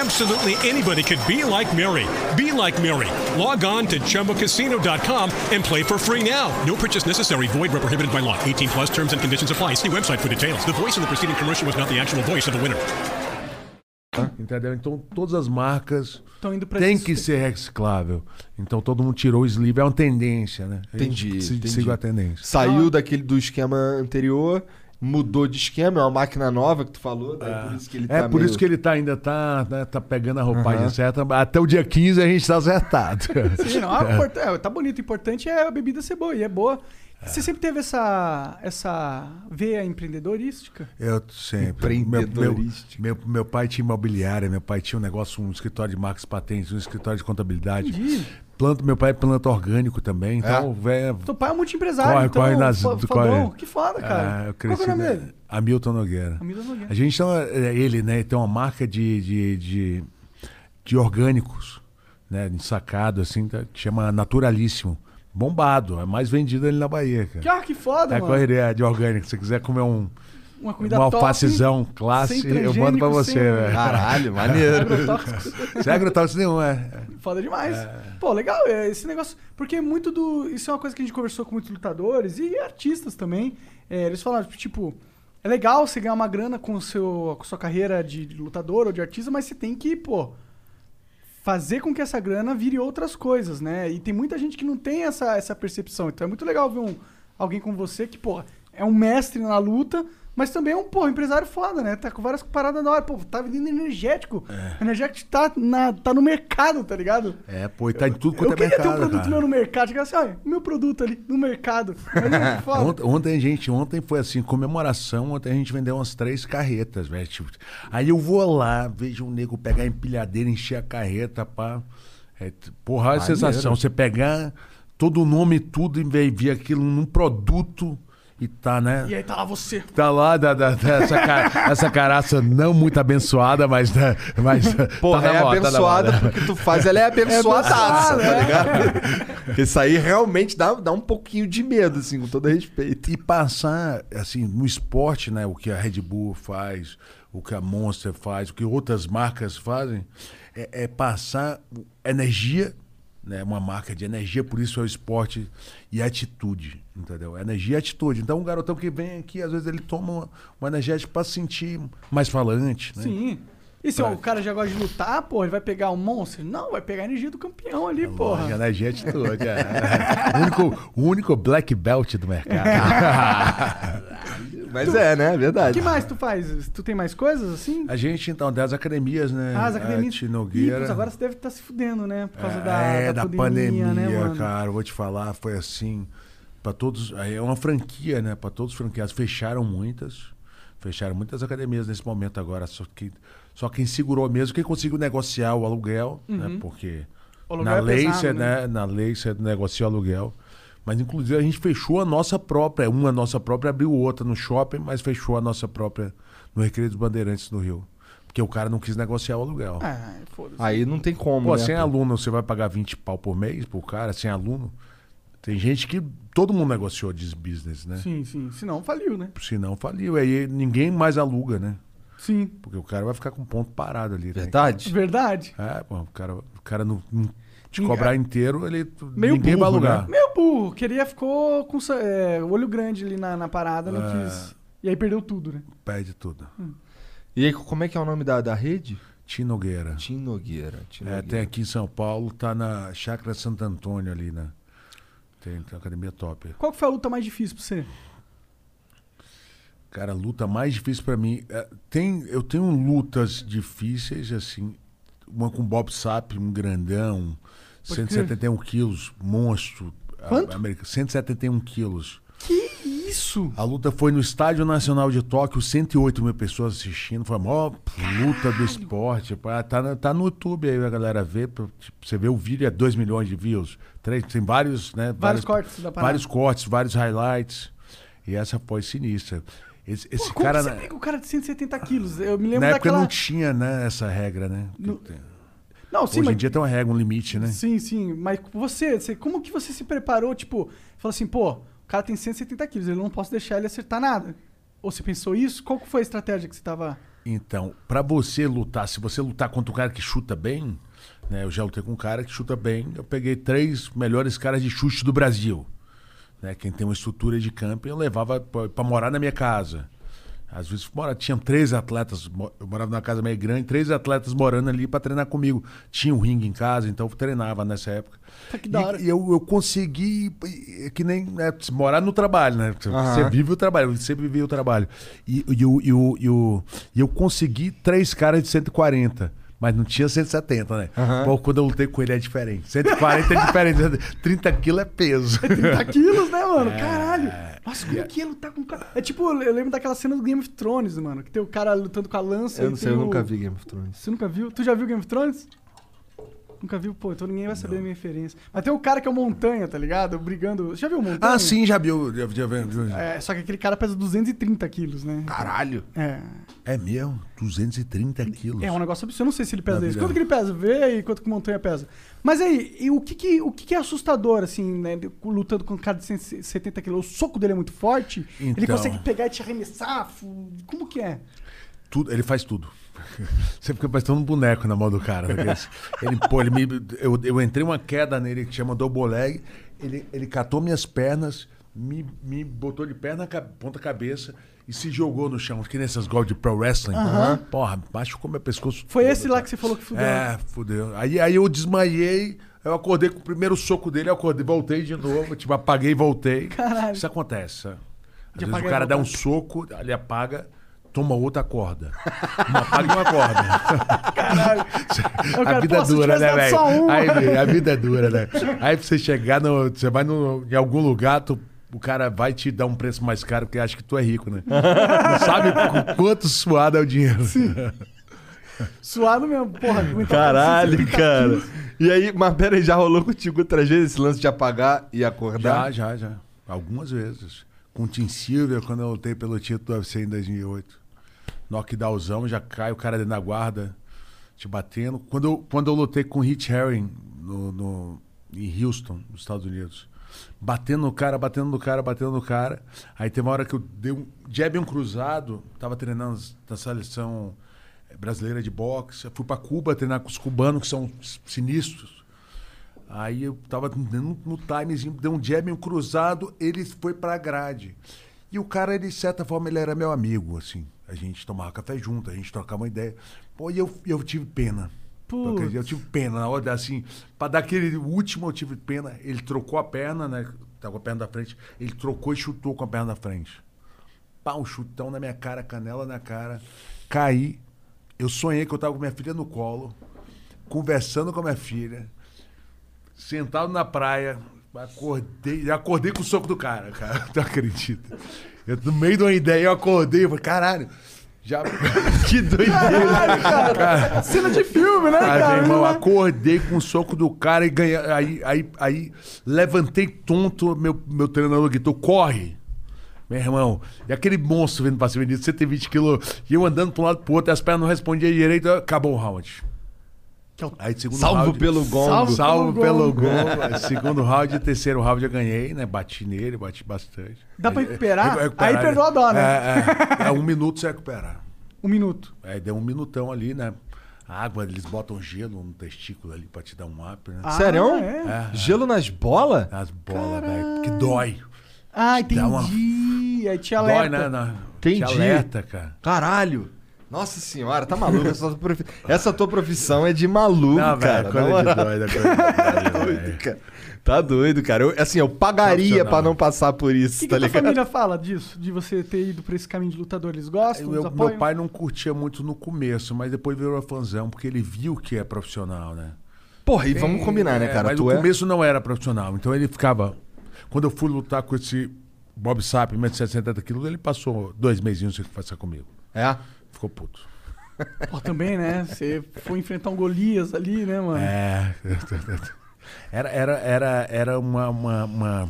Absolutely anybody could be like Mary. Be like Mary. Log on to chumbacasino.com and play for free now. No purchase necessary. Void where prohibited by law. 18 plus terms and conditions apply. See website for details. The voice in the preceding commercial was not the actual voice of the winner.
Entendeu? Então todas as marcas
Estão indo pra
têm
esses-
que ser reciclável. Então todo mundo tirou o sleeve, é uma tendência, né? A gente
Entendi,
se-
entendi.
Siga a tendência.
Saiu daquele do esquema anterior, mudou de esquema, é uma máquina nova que tu falou, daí por isso que ele
É
tá
por
meio-
isso que ele tá, ainda tá, né, tá pegando a roupagem certa. Até o dia 15 a gente tá acertado.
Sim, não, é import- é, tá bonito. O importante é a bebida ser boa, e é boa. Você sempre teve essa, essa veia empreendedorística?
Eu sempre. Meu, meu,
Empreendedorístico.
meu, meu pai tinha imobiliária, meu pai tinha um negócio, um escritório de marcas e patentes, um escritório de contabilidade. Planta, meu pai é planta orgânico também, então, velho.
Teu pai é um multiempresário,
Corre,
então,
corre nas-
fa-
corre.
fodão. Que foda, cara.
Ah, eu
Qual que
cresci
é o nome
na-
dele?
Hamilton Nogueira.
Hamilton Nogueira.
A gente tem uma- ele, né, tem uma marca de, de, de, de orgânicos, né, de sacado, assim, tá, que chama Naturalíssimo. Bombado, é a mais vendida ali na Bahia, cara.
Que, ah, que foda,
É
mano.
correria de orgânico. Se você quiser comer um,
Uma comida
um
top.
alfacezão classe,
sem
eu mando
transgênico,
pra você,
sem-
velho.
Caralho, maneiro.
agrotóxicos.
Você é agrotóxico nenhum, é.
Foda demais. Pô, legal é, esse negócio. Porque muito do. Isso é uma coisa que a gente conversou com muitos lutadores e artistas também. É, eles falaram, tipo, é legal você ganhar uma grana com, o seu, com sua carreira de lutador ou de artista, mas você tem que, pô, fazer com que essa grana vire outras coisas, né? E tem muita gente que não tem essa, essa percepção. Então é muito legal ver um, alguém como você que, pô, é um mestre na luta, mas também é um, pô, empresário foda, né? Tá com várias paradas na hora. Pô, tá vendendo energético. Energético tá, na, tá no mercado, tá ligado?
É, pô, e tá em tudo
Eu
quanto é
queria ter um
mercado,
produto
cara.
meu no mercado. Chegar assim, olha, meu produto ali no mercado. Mas é foda.
Ont- Ontem, gente, ontem foi assim, comemoração, ontem a gente vendeu umas três carretas, velho. tipo, aí eu vou lá, vejo um nego pegar a empilhadeira, encher a carreta, pá. É, t- porra, olha a sensação, você pegar todo o nome e tudo e ver ver aquilo num produto e tá, né?
E aí tá lá você.
Tá lá da, da- da- essa, ca- essa caraça não muito abençoada, mas. né, mas
Porra,
tá na
é
moda, tá na
abençoada
moda.
porque tu faz, ela é abençoadaça,
abençoada,
tá
é.
ligado? Isso aí realmente dá, dá um pouquinho de medo, assim, com todo respeito.
E passar, assim, no esporte, né? O que a Red Bull faz, o que a Monster faz, o que outras marcas fazem, é, é passar energia, né? Uma marca de energia, por isso é o esporte e atitude, entendeu? Energia e atitude. Então, um garotão que vem aqui, às vezes ele toma uma, uma energética para se sentir mais falante, né?
Sim. E se ó, o cara já gosta de lutar, pô, ele vai pegar o monstro? Não, vai pegar a energia do campeão ali,
É Lógico,
porra.
energia e atitude, é. o, único, o único black belt do mercado.
Mas é, né? É
O que
verdade.
mais tu faz? Tu tem mais coisas assim?
A gente, então, das academias, né?
Ah, as academias.
Arte
Ih,
Nogueira.
putz, agora você deve estar se fudendo, né? Por causa da,
é,
da
da,
pandemia,
pandemia,
né, mano?
cara. Vou te falar, foi assim. Pra todos. aí É uma franquia, né? Pra todos os franqueados. Fecharam muitas. Fecharam muitas academias nesse momento agora. Só, que, só quem segurou mesmo, quem conseguiu negociar o aluguel, né? Porque
Uhum. O aluguel
na
é
lei,
pesado,
você,
né?
né? Na lei você negocia o aluguel. Mas inclusive a gente fechou a nossa própria, é uma nossa própria, abriu outra no shopping, mas fechou a nossa própria no Recreio dos Bandeirantes no Rio. Porque o cara não quis negociar o aluguel.
Ah, foda-se.
Aí não tem como,
Pô,
né?
sem
pô?
aluno você vai pagar 20 pau por mês pro cara, sem aluno? Tem gente que todo mundo negociou de business, né?
Sim, sim. Senão faliu, né?
Se não, faliu. Aí ninguém mais aluga, né?
Sim.
Porque o cara vai ficar com o ponto parado ali. né?
É Verdade?
Verdade.
É, pô, o cara, o cara não, não te cobrar inteiro, ele
Meio
ninguém vai
burro,
alugar.
né? Meio burro. Queria, ficou com sa- é, o olho grande ali na, na parada, não
É.
quis. E aí perdeu tudo, né?
Perde tudo.
E aí, como é que é o nome da, da rede?
Tim Nogueira.
Tim Nogueira. Tim
É,
Nogueira.
tem aqui em São Paulo, tá na Chácara Santo Antônio ali, né? Tem, tem uma academia top.
Qual que foi a luta mais difícil pra você?
Cara, a luta mais difícil pra mim. é, tem, eu tenho lutas difíceis, assim. Uma com Bob Sapp, um grandão,
Pode crer.
171 quilos, monstro. a-
Quanto?
América, 171 quilos.
Que isso?
A luta foi no Estádio Nacional de Tóquio, 108 mil pessoas assistindo. Foi a maior luta do esporte. pá. Tá, na- tá no YouTube aí, a galera vê. pra- tipo, você vê o vídeo, é 2 milhões de views. Três, tem vários, né?
Vários cortes da parada.
Vários cortes, vários highlights. E essa foi sinistra. Esse, esse
Como
cara.
que você
na- Ah,
pega o cara de 170 quilos? Eu me lembro
na época
daquela.
não tinha, né, essa regra, né?
Não,
Hoje
sim, mas.
em dia tem uma regra, um limite, né?
Sim, sim. Mas você, você, como que você se preparou? Tipo, falou assim, pô, o cara tem 170 quilos, eu não posso deixar ele acertar nada. Ou você pensou isso? Qual que foi a estratégia que você tava.
Então, pra você lutar, se você lutar contra um cara que chuta bem, né? Eu já lutei com um cara que chuta bem. Eu peguei três melhores caras de chute do Brasil. Né? Quem tem uma estrutura de campo, eu levava pra pra morar na minha casa. Às vezes mora, tinha três atletas, mo- eu morava numa casa meio grande, três atletas morando ali pra treinar comigo. Tinha um ringue em casa, então eu treinava nessa época.
Tá que da
E-
hora.
E eu, eu consegui, é que nem né, morar no trabalho, né? Você vive o trabalho, eu sempre vivi o trabalho. E, e, o- e, o- e, o- e eu consegui três caras de 140. Mas não tinha 170, né? Pô, quando eu lutei com ele é diferente. 140 é diferente. 30 quilos é peso.
30 quilos, né, mano?
É.
Caralho. Nossa, como que é lutar com o cara? É tipo, eu lembro daquela cena do Game of Thrones, mano, que tem o cara lutando com a lança.
Eu
e
não sei, eu
tem o-
nunca vi Game of Thrones.
Você nunca viu? Tu já viu Game of Thrones? Nunca viu? Pô, então ninguém vai saber a minha referência. Mas tem o cara que é o Montanha, tá ligado? Brigando. Você já viu o Montanha?
ah, sim, já viu. Já, já viu. É.
É, só que aquele cara pesa 230 quilos, né?
Ah.
Caralho!
É.
mesmo? 230 quilos.
É um negócio absurdo. Eu não sei se ele pesa
Maravilha.
isso. Quanto que ele pesa? Vê aí quanto que o Montanha pesa. Mas aí, e o que que, o que que é assustador, assim, né? de- Lutando com um cara de 170 quilos. O soco dele é muito forte. Ele
Então.
consegue pegar e te arremessar. fu- Como que é?
Tudo, ele faz tudo. Você fica parecendo um boneco na mão do cara. né? Ele, pô, ele me, eu, eu entrei uma queda nele que chama double leg. Ele, ele catou minhas pernas, me, me botou de perna, ca- ponta cabeça e se jogou no chão, que nessas gols de pro wrestling. Porra, machucou meu pescoço.
Foi
todo,
esse lá que você falou que fudeu.
É, fudeu. Aí, aí eu desmaiei, eu acordei com o primeiro soco dele, eu acordei, voltei de novo, tipo, apaguei e voltei.
Caralho.
Isso acontece. é. Às vezes
apagar
o
e
cara dá um
voltar.
soco, ele apaga, toma outra corda. Uma apaga e uma corda.
Eu
A
quero-
vida é
pô, se
dura,
tivesse
né,
dado
velho?
só um.
Aí, velho, a vida é dura, né? Aí pra você chegar, no, você vai no- em algum lugar, tu- o cara vai te dar um preço mais caro porque acha que tu é rico, né? Não sabe com quanto suado é o dinheiro.
Suado mesmo, porra. aguentar
Caralho,
450
cara.
quilos.
E aí, mas peraí, já rolou contigo outras vezes esse lance de apagar e acordar?
Já, já, já. Algumas vezes. Com o Tim Silvia, quando eu lutei pelo título do UFC em 2008. Knockdownzão, já cai o cara dentro da guarda, te batendo. Quando eu, quando eu lutei com o Hit Herring no, no- em Houston, nos Estados Unidos. Batendo no cara, batendo no cara, batendo no cara. Aí teve uma hora que eu dei um jab e um cruzado. Tava treinando na seleção eh, brasileira de boxe. Eu fui pra Cuba treinar com os cubanos, que são sinistros. Aí eu tava no, no timezinho, deu um jab, e um cruzado, ele foi pra grade. E o cara, ele, de certa forma, ele era meu amigo, assim. A gente tomava café junto, a gente trocava uma ideia. Pô, e eu, eu tive pena.
Putz.
Porque Eu tive pena, na hora assim, pra dar aquele último eu tive pena. Ele trocou a perna, né? Tava com a perna da frente. Ele trocou e chutou com a perna da frente. Pá, um chutão na minha cara, canela na cara. Caí. Eu sonhei que eu tava com minha filha no colo, conversando com a minha filha, sentado na praia. Acordei, acordei com o soco do cara, cara. Tu acredita? Eu, no meio de uma ideia, eu acordei, eu falei, caralho. Já... que doideira. cara,
Cena de filme, né,
Aí,
cara?
Ah, meu irmão,
Não é?
acordei com o soco do cara e ganhei. Aí, aí, aí levantei tonto, meu, meu treinador gritou: corre! Meu irmão, e aquele monstro vindo pra cima de mim, 120 quilos, e eu andando pra um lado e pro outro, e as pernas não respondiam direito, acabou o round. Aí, segundo
Salvo
round,
pelo gongo.
Salvo,
é Salvo pelo
pelo gol. Segundo round e terceiro round eu ganhei, né? Bati nele, bati bastante.
Dá pra
Aí-
recuperar?
recu-
Aí perdeu a dó, né?
É, é, é um minuto você recupera.
Um minuto.
Aí deu um minutão ali, né? A água, eles botam gelo no testículo ali pra te dar um up, né?
Sério?
Ah, é?
Gelo nas bolas?
As bolas, velho, que dói.
Ah,
Dá uma-
entendi. Aí te alerta.
Dói, né? Na...
Entendi.
Te alerta, cara.
Caralho. Nossa senhora, tá maluco? Essa tua, profi- essa tua profissão é de maluco, cara.
Não, velho,
na
coisa de
moral.
dói, né? Coisa de dói, velho.
Doido, cara. Tá doido, cara. Eu- assim, eu pagaria
Profissional.
pra não passar por
O
isso,
que, que
tá
a tua
ligado?
família fala disso? De você ter ido pra esse caminho de lutador? Eles gostam?
Eu-
Eles
eu-
apoiam?
meu pai não curtia muito no começo, mas depois virou fãzão, porque ele viu que é profissional, né?
Porra, e vamos combinar, né,
É,
cara?
Mas
tu
no
é.
começo não era profissional. Então ele ficava. Quando eu fui lutar com esse Bob Sapp, 170 quilos, ele passou dois mesinhos sem conversar comigo.
É.
Ficou puto.
Pô, também, né? Você foi enfrentar um Golias ali, né, mano?
É. Era, era, era, era uma, uma, uma-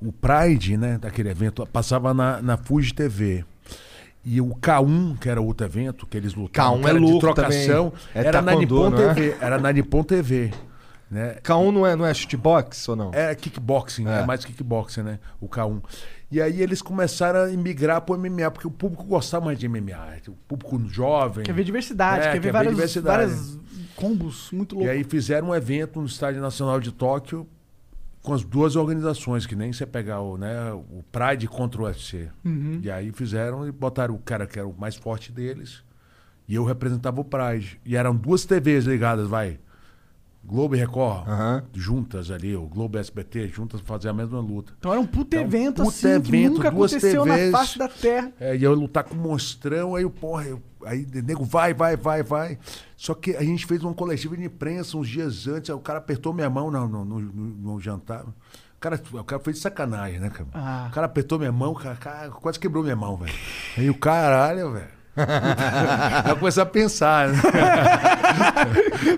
O Pride, né, daquele evento, passava na, na Fuji TV. E o K1, que era outro evento, que eles lutavam,
K1
que era
é louco
de trocação,
também. É
era, na
taekwondo,
Nippon
não é?
TV, era na Nippon TV. Né?
K1 não é, não é shootbox ou não?
É kickboxing, é.
É.
mais kickboxing, né? O K1. E aí eles começaram a migrar pro MMA, porque o público gostava mais de MMA. O público jovem.
Quer ver diversidade,
É,
quer ver
quer ver
várias,
diversidade.
várias combos muito
E
loucos.
aí fizeram um evento no Estádio Nacional de Tóquio com as duas organizações, que nem você pegar o, né, o Pride contra o UFC. E aí fizeram e botaram o cara que era o mais forte deles. E eu representava o Pride. E eram duas TVs ligadas, vai. Globo e Record,
Aham.
juntas ali, o Globo e SBT, juntas fazer a mesma luta.
Então era um puto
Então,
evento,
puta
assim, que
evento,
nunca
duas
aconteceu
TVs.
na face da Terra.
É, e eu lutar com o monstrão, aí o porra, eu- aí o nego vai, vai, vai, vai. Só que a gente fez uma coletiva de imprensa uns dias antes, aí o cara apertou minha mão no, no, no- no- no jantar. O cara, o cara foi de sacanagem, né, cara?
Ah.
O cara apertou minha mão, cara, cara, quase quebrou minha mão, velho. Aí o caralho, velho. Vai começar a pensar, né?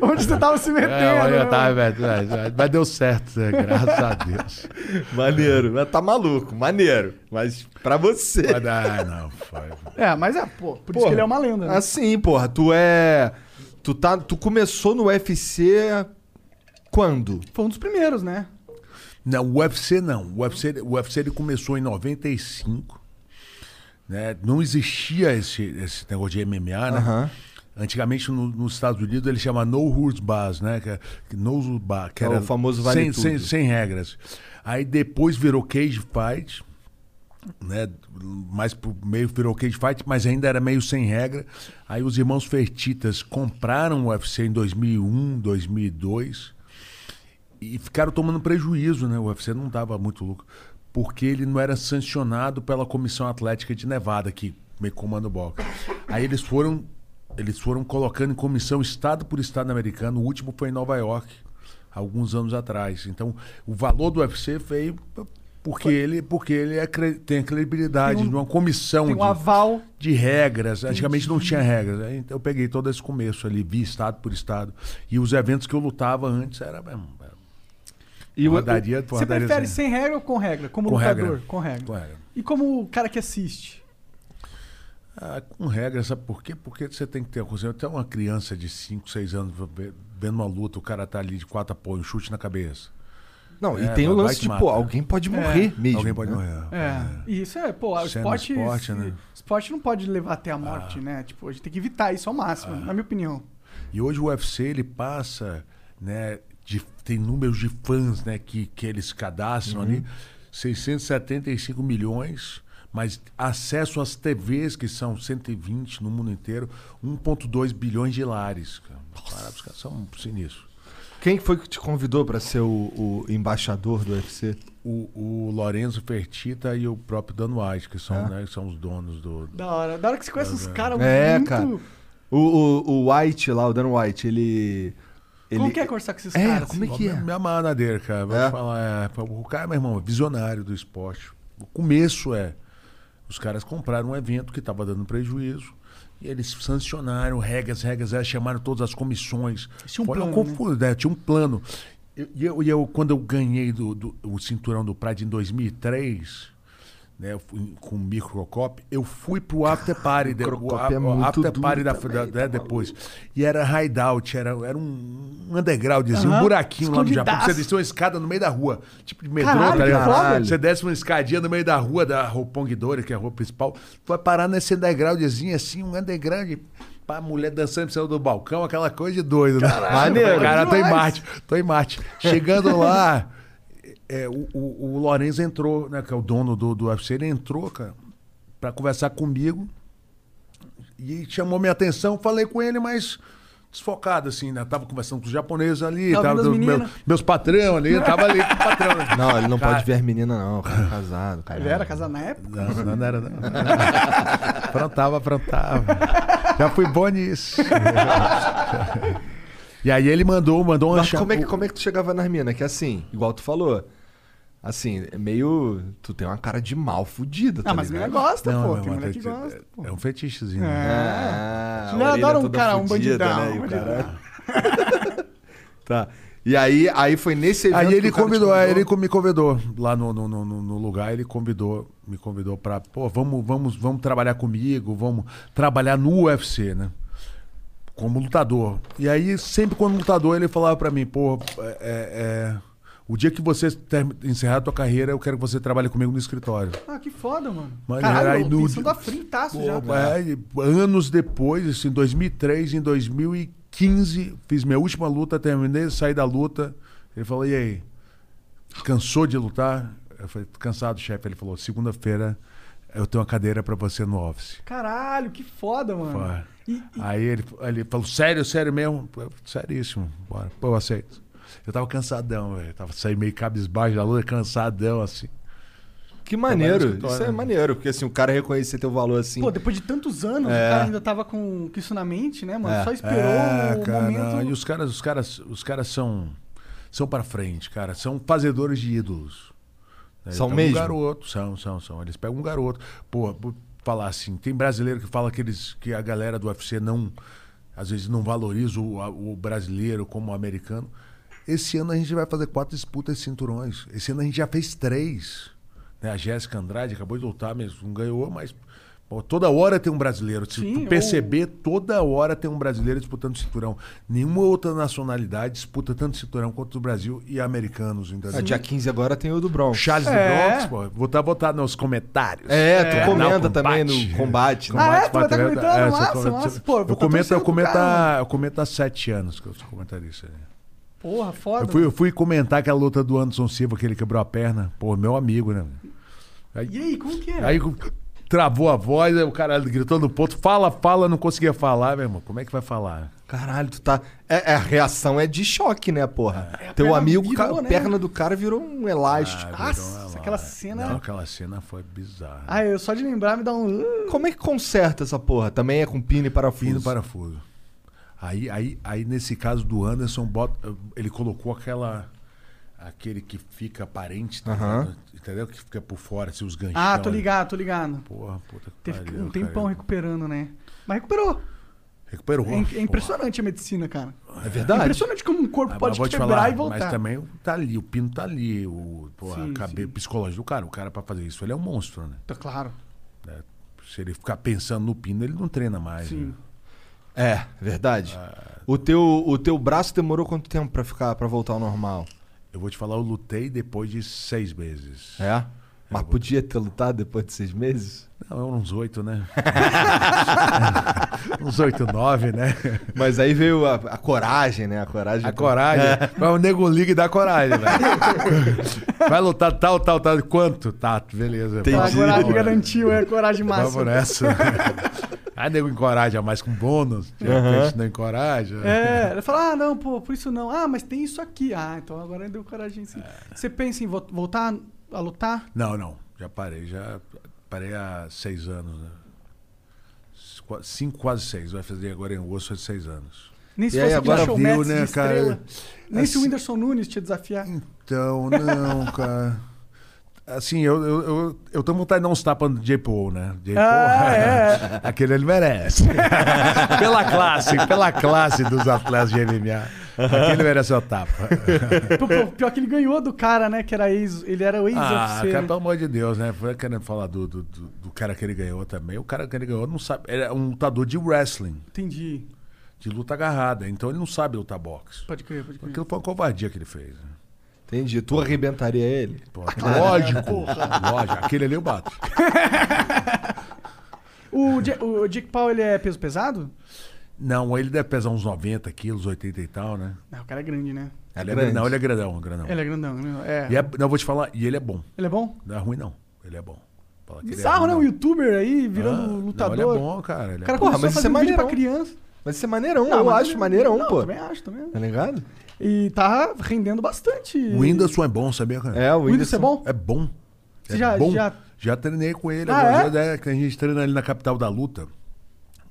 Onde você tava se metendo,
É,
né,
olha, tá,
mano?
velho, mas- mas deu certo, né? graças a Deus.
Maneiro. Mas tá maluco, maneiro. Mas pra você.
Mas, ah, não, foi.
É, mas é, pô, por isso
Porra,
que ele é uma lenda, né?
Assim, porra, tu é. Tu, tá, tu começou no UFC quando?
Foi um dos primeiros, né?
Não, o UFC não. O UFC, o UFC ele começou em 95. Né? Não existia esse, esse negócio de MMA, né?
Aham.
Antigamente no- nos Estados Unidos ele chama No Rules Bars, né? Que, é- que no Rules Bar, que
É o
era
famoso vale
sem,
tudo.
Sem, sem regras. Aí depois virou Cage Fight. né? Mais pro meio virou cage fight, mas ainda era meio sem regra. Aí os irmãos Fertitas compraram o UFC em 2001, 2002 e ficaram tomando prejuízo, né? O UFC não dava muito lucro, porque ele não era sancionado pela Comissão Atlética de Nevada, que me comanda o boxe. Aí eles foram, eles foram colocando em comissão estado por estado americano. O último foi em Nova York, alguns anos atrás. Então, o valor do UFC veio porque ele, porque ele é cre- tem a credibilidade
Tem um-
de uma comissão
Tem um
de,
aval.
de regras. Antigamente não tinha regras. Aí, então, eu peguei todo esse começo ali, vi estado por estado. E os eventos que eu lutava antes era. era
E o,
Rodaria,
Você
rodaria
prefere
sem-
sem regra ou com regra? Como
Com
lutador?
regra.
Com regra.
Com regra.
E como o cara que assiste?
Ah, com regra, sabe por quê? Porque você tem que ter você até uma criança de 5, 6 anos ve- vendo uma luta, o cara tá ali de quatro apoios, chute na cabeça.
não, e
É,
tem o
vai
lance
que
de,
mata.
pô, alguém pode morrer mesmo.
Alguém pode
né?
morrer.
É. E isso é, pô, o
Isso é no
esporte.
esporte,
se-
né? Ah.
esporte não pode levar até a morte, né? Tipo, a gente tem que evitar isso ao máximo, na minha opinião.
E hoje o UFC ele passa, né? de- tem números de fãs, né? Que, que eles cadastram
Uhum.
ali, 675 milhões, mas acesso às TVs que são 120 no mundo inteiro, 1,2 bilhões de lares. Cara. Para, os caras são sinistros.
Quem foi que te convidou pra ser o, o embaixador do UFC?
o, o Lorenzo Fertita e o próprio Dan White, que são, né, que são os donos do.
Da hora. Da hora que você conhece uns caras
É,
muito.
cara. O, o, o White lá, o Dan White, ele. ele
Como que é conversar com esses
É,
caras?
como é
assim?
que é?
Me amarra na dele, cara. Vou
É?
falar, é, o cara, meu irmão, é visionário do esporte. O começo é. Os caras compraram um evento que estava dando prejuízo. E eles sancionaram regras, regras, é, chamaram todas as comissões.
Tinha um
Foi uma
plano, né?
confusão, é, tinha um plano. E e eu, e eu, quando eu ganhei do, do- o cinturão do Pride em 2003, né, eu fui com o Microcop, eu fui pro after party. de- o,
Microcop é
a- o
muito
after
duro
party da,
tá
também,
da- né, depois. E era hideout, era, era um undergroundzinho, um buraquinho lá no Japão. que Você
Escondidaço.
descia uma escada no meio da rua, tipo de metrô,
Caralho,
tá ligado?
que foda.
Você desce uma escadinha no meio da rua da Roppongi Dori, que é a rua principal, vai parar nesse undergroundzinho assim, um underground. Pá, mulher dançando em cima do balcão, aquela coisa de doido, né?
maneiro.
Cara, tô em
Demais.
Marte, tô em Marte. Chegando lá, é, o, o, o Lorenzo entrou, né? Que é o dono do, do UFC, ele entrou, cara, pra conversar comigo. E chamou minha atenção, falei com ele, mas desfocado, assim, né? Tava conversando com os japoneses ali,
Tava
tava,
vendo as
do- meu-
meninas.
meus patrão ali, tava ali com o patrão. né?
Não, ele não pode ver as meninas, não. Cara é casado, cara.
Ele era casado na época?
Não, não, não era, não. Aprontava, aprontava. Já fui bom nisso. e aí ele mandou, mandou uma
Mas
cha-
como é, que, como é que tu chegava nas minas? Que assim, igual tu falou. Assim, é meio. Tu tem uma cara de mal fudida, tá
Ah, mas
ligado?
mulher gosta,
Não,
pô.
não,
Tem
é um
mulher que
feti-
gosta, pô.
É um fetichezinho. né?
Ah, a
Não,
orelha
adora um
toda
cara, um
fudida,
bandidão,
né, e o
um
cara-
bandidão.
Tá. E aí, aí foi nesse evento.
Aí
que
ele
o cara te
convidou, aí ele co- me convidou lá no, no, no, no- no lugar, ele convidou, me convidou pra, pô, vamos, vamos, vamos trabalhar comigo, vamos trabalhar no UFC, né? Como lutador. E aí, sempre quando lutador, ele falava pra mim, pô, é, é, o dia que você ter- encerrar a tua carreira, eu quero que você trabalhe comigo no escritório.
Ah, que foda, mano.
Mano,
Caralho,
era
eu
inútil.
pensando a frintaço tá, já.
Pô, é, e anos depois, assim, em 2003, em 2015, fiz minha última luta, terminei, saí da luta. Ele falou: e aí? Cansou de lutar? Eu falei: "Tô cansado, chefe. Ele falou: segunda-feira eu tenho uma cadeira pra você no office.
Caralho, que foda, mano.
Bora.
E- e-
Aí ele, ele falou: sério, sério mesmo? Eu, Seríssimo, bora. Pô, eu aceito. Eu tava cansadão, velho. Tava saindo meio cabisbaixo da luta, cansadão, assim.
Que maneiro.
escritório,
Isso é
né?
maneiro, porque assim, o cara reconhecer teu valor assim.
Pô, depois de tantos anos, o cara ainda tava com isso na mente, né, mano? Só esperou
É,
o
cara, não,
momento.
E os caras, os caras, os caras são são para frente, cara, são fazedores de ídolos. né?
São
Então,
mesmo?
Um garoto, são, são, são. Eles pegam um garoto. Pô, por falar assim, tem brasileiro que fala que eles que a galera do UFC não às vezes não valoriza o, a- o brasileiro como o americano. Esse ano a gente vai fazer quatro disputas de cinturões. Esse ano a gente já fez três. né? A Jéssica Andrade acabou de lutar mesmo, não ganhou, mas pô, toda hora tem um brasileiro. Se
Sim,
tu perceber, toda hora tem um brasileiro disputando cinturão. Nenhuma outra nacionalidade disputa tanto cinturão quanto o Brasil e americanos,
Ah,
entendeu?
dia 15 agora tem o do Bronx.
Charles
É.
do Bronx, pô. Vou tá botar nos comentários.
É, tu comenta
Não, combate.
também no combate, né?
Ah, é? Tu vai tá
batalha-
comentando?
é, só
Massa,
comento-
massa. Pô, eu vou
eu
tá
comento,
torcendo
eu
pro
comento,
cara,
há, eu comento há sete anos que eu sou comentarista. né?
Porra, foda.
Eu fui, eu fui comentar aquela luta do Anderson Silva, que ele quebrou a perna. Pô, meu amigo, né? Aí,
E aí, como que é?
aí travou a voz, aí o cara gritou no ponto, fala, fala, não conseguia falar, meu irmão. Como é que vai falar?
Caralho, tu tá. É, é, a reação é de choque, né, porra? Teu
É, perna
amigo,
virou,
ca- a
né? Ah.
perna do cara virou um elástico.
Nossa,
Então,
aquela
ela-
cena- é
Não, aquela cena foi bizarra.
Ah, eu só de lembrar me dá um. uh,
Como é que conserta essa porra? Também é com pino e parafuso.
Pino e parafuso. Aí, aí, aí, nesse caso do Anderson, bota- ele colocou aquela. Aquele que fica aparente, tá ligado? entendeu? Que fica por fora, assim, os ganchos.
Ah, tô ligado, tô ligado.
Porra, puta que
Teve
pariu,
um tempão
cara.
recuperando, né? Mas recuperou.
Recuperou.
É, in- é
porra.
impressionante a medicina, cara.
É verdade?
Impressionante como um corpo
Ah, Mas
pode
vou te
quebrar
falar,
e voltar.
Mas também o- tá ali, o pino tá ali, o porra,
Sim,
a cabeça psicológica do cara. O cara, pra fazer isso, ele é um monstro, né?
Tá claro.
É, Se ele ficar pensando no pino, ele não treina mais.
Sim.
né?
É, verdade.
Ah.
O, teu, o teu braço demorou quanto tempo pra ficar para voltar ao normal?
Eu vou te falar, eu lutei depois de seis meses.
É? Mas podia ter lutado depois de seis meses?
Não, é uns oito, né? uns oito, nove, né?
Mas aí veio a, a coragem, né? A coragem.
A coragem. Mas o nego liga e dá coragem, velho. Vai lutar tal, tal, tal. Quanto? Tá, beleza.
Entendi.
Tá,
Vamos,
a coragem
vamos,
garantiu, é a coragem
Vamos
máxima.
nessa. Aí nego encoraja mais com bônus. De repente não encoraja.
É, ele fala, ah, não, pô, por isso não. Ah, mas tem isso aqui. Ah, então agora deu coragem sim.
É.
Você pensa em vo- voltar a lutar?
Não, não. Já parei. Já parei há seis anos, né? Qua- Cinco, quase seis. Vai fazer agora em agosto, faz seis anos.
Nem se
E aí,
fosse
agora
aquele
viu,
showmatch
né,
de estrela.
cara?
Nem se o
Assim-
Whindersson Nunes te desafiar.
Então, não, cara. Assim, eu, eu, eu, eu tô com vontade de dar uns tapas no J. Paul, né? J. Paul,
Ah,
aquele ele merece. é. pela classe, pela classe dos atletas de MMA. Aquele merece o tapa.
Pô, pô, Pior que ele ganhou do cara, né? Que era ex. Ele era o
ah,
ex-UFC. né?
cara, pelo amor de Deus, né? Foi querendo falar do, do, do- do cara que ele ganhou também. O cara que ele ganhou não sabe. Ele é um lutador de wrestling,
Entendi.
de luta agarrada. Então ele não sabe lutar boxe.
Pode crer, pode crer.
Aquilo foi uma covardia que ele fez. né?
Entendi. Tu arrebentaria ele?
Pô, lógico, lógico. Aquele ali eu bato.
O, Ja- o Jake Paul, ele é peso pesado?
Não, ele deve pesar uns 90 quilos, 80 e tal, né?
Não, o cara é grande, né?
É
ele
grande.
É, não, ele é grandão, grandão.
Ele é grandão, né?
E
É.
é- não, eu vou te falar, e ele é bom.
Ele é bom?
Não é ruim, não. Ele é bom. Fala que ele é
Bizarro,
ruim,
né?
não.
Um youtuber aí virando
Ah,
lutador.
Não, ele é bom, cara.
O
Ele é
cara assim?
bom.
Porra,
começou a
mas isso
fazer
é
vídeo pra
maneirão.
criança.
Mas isso é maneirão, eu
mas
acho
também-
maneirão,
não,
pô.
Também acho, também acho.
Tá ligado?
E tá rendendo bastante.
O Whindersson é bom, sabia, cara?
É, o
O Whindersson
Whindersson.
é bom?
É bom.
Você
É
já-
bom.
já-
treinei com ele.
Ah,
agora,
é?
já- é, que a gente treina ali na capital da luta.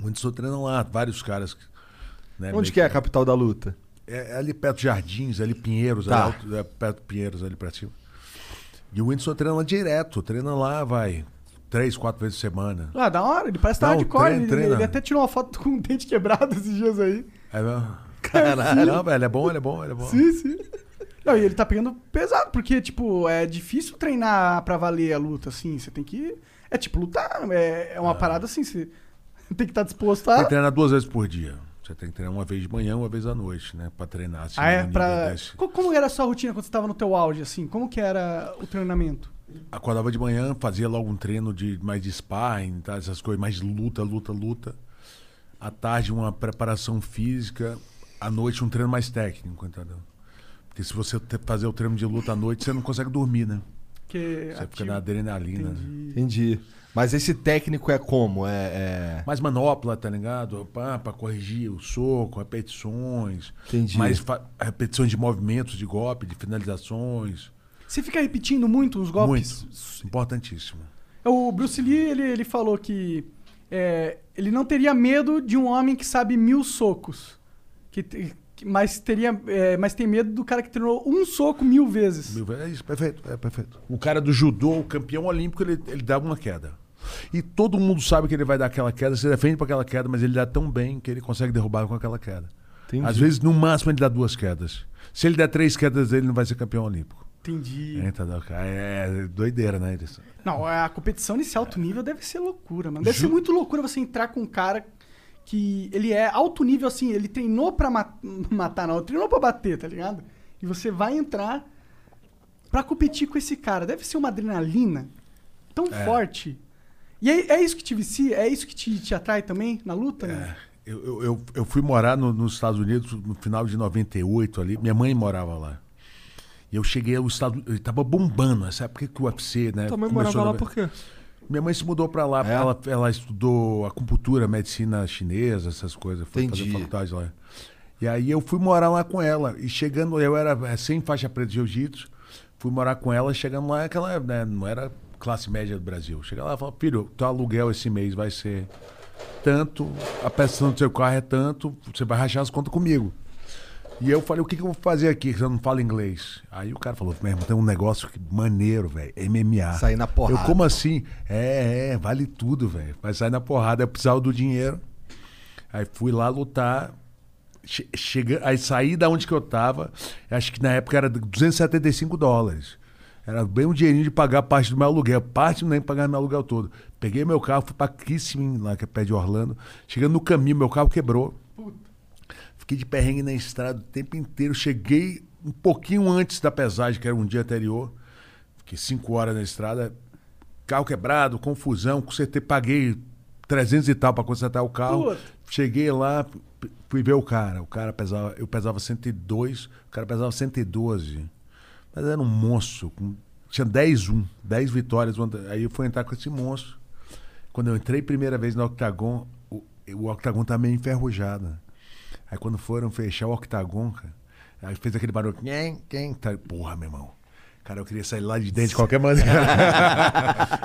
O Whindersson treina lá, vários caras. né, meio
Onde que é a capital da luta?
É, é ali perto de Jardins, ali Pinheiros,
Tá.
ali alto- é, perto de Pinheiros, ali pra cima. E o Whindersson treina lá direto, treina lá, vai, três, quatro vezes por semana.
Ah, da hora, ele parece estar
Não,
hardcore.
treina,
Ele,
um treina.
ele até tirou uma foto com o dente quebrado esses dias aí.
É mesmo? Caralho. Não, velho, é bom, ele é bom, ele é bom.
Sim, sim. Não, e ele tá pegando pesado, porque, tipo, é difícil treinar pra valer a luta, assim. Você tem que. É tipo, lutar. É, é uma parada assim, você tem que estar disposto
Tem
a.
que Ah. treinar duas vezes por dia. Você tem que treinar uma vez de manhã, uma vez à noite, né? Pra treinar. Assim,
Ah, é?
no nível
Pra...
desse.
Co- Como era a sua rotina quando você tava no teu auge, assim? Como que era o treinamento?
Acordava de manhã, fazia logo um treino de mais de sparring, tá? essas coisas, mais luta, luta, luta. À tarde, uma preparação física. À noite, um treino mais técnico, entendeu? Porque se você te- fazer o treino de luta à noite, você não consegue dormir, né?
Que
Você fica
ativo-
na adrenalina. né?
Entendi. Mas esse técnico é como? É. é-
Mais manopla, tá ligado? Pá, pra corrigir o soco, repetições.
Entendi.
Mais fa- repetições de movimentos, de golpe, de finalizações.
Você fica repetindo muito os golpes?
Muito. Importantíssimo.
O Bruce Lee, ele, ele falou que é, ele não teria medo de um homem que sabe mil socos. Que, te- que- mas, teria, é, mas tem medo do cara que treinou um soco mil vezes.
Mil vezes. É isso, perfeito, é perfeito. O cara do judô, o campeão olímpico, ele, ele dá uma queda. E todo mundo sabe que ele vai dar aquela queda, se defende para aquela queda, mas ele dá tão bem que ele consegue derrubar com aquela queda.
Entendi.
Às vezes, no máximo, ele dá duas quedas. Se ele der três quedas, ele não vai ser campeão olímpico.
Entendi.
É, tá, tá, é doideira, né, Edson?
Não, é, a competição nesse
É.
alto nível deve ser loucura, mano. Deve ser muito loucura você entrar com um cara que ele é alto nível, assim, ele treinou pra ma- matar, não, ele treinou pra bater, tá ligado? E você vai entrar pra competir com esse cara. Deve ser uma adrenalina tão
É.
forte. E é, é isso que te vicia? É isso que te, te atrai também na luta,
É.
né?
Eu, eu, eu, eu fui morar no- nos Estados Unidos no final de 98 ali. Minha mãe morava lá. E eu cheguei aos Estados Unidos. Tava bombando essa época que o UFC, né?
Tua mãe
começou
morava
a-
lá por quê?
Minha mãe se mudou pra lá, porque ela, ela estudou acupuntura, medicina chinesa, essas coisas. Foi
Entendi.
fazer faculdade lá. E aí eu fui morar lá com ela. E chegando, eu era é, sem faixa preta de jiu-jitsu. Fui morar com ela, chegando lá, aquela, né, não era classe média do Brasil. Chega lá e fala, filho, teu aluguel esse mês vai ser tanto, a prestação do seu carro é tanto, você vai rachar as contas comigo. E eu falei, o que, que eu vou fazer aqui se eu não falo inglês? Aí o cara falou, meu irmão, tem um negócio que- maneiro, velho, MMA.
Sair na porrada.
Eu, como assim? É, é, vale tudo, velho. Vai sair na porrada, eu precisava do dinheiro. Aí fui lá lutar. Che- Chega, aí saí da onde que eu tava. Acho que na época era 275 dólares. Era bem um dinheirinho de pagar parte do meu aluguel. Parte nem pagar meu aluguel todo. Peguei meu carro, fui pra Kissimmee, lá que é pé de Orlando. Chegando no caminho, meu carro quebrou. Fiquei de perrengue na estrada o tempo inteiro. Cheguei um pouquinho antes da pesagem, que era um dia anterior. Fiquei cinco horas na estrada. Carro quebrado, confusão, com CT. Paguei 300 e tal pra consertar o carro.
Puta.
Cheguei lá, p- fui ver o cara. O cara pesava... Eu pesava 102, o cara pesava 112. Mas era um monstro. com- Tinha 10-1, 10 vitórias. Aí eu fui entrar com esse monstro. Quando eu entrei primeira vez no Octagon, o, o Octagon tá meio enferrujado. Aí quando foram fechar o Octagon, cara, aí fez aquele barulho. Quem, quem? Tá, porra, meu irmão. Cara, eu queria sair lá de dentro de qualquer maneira.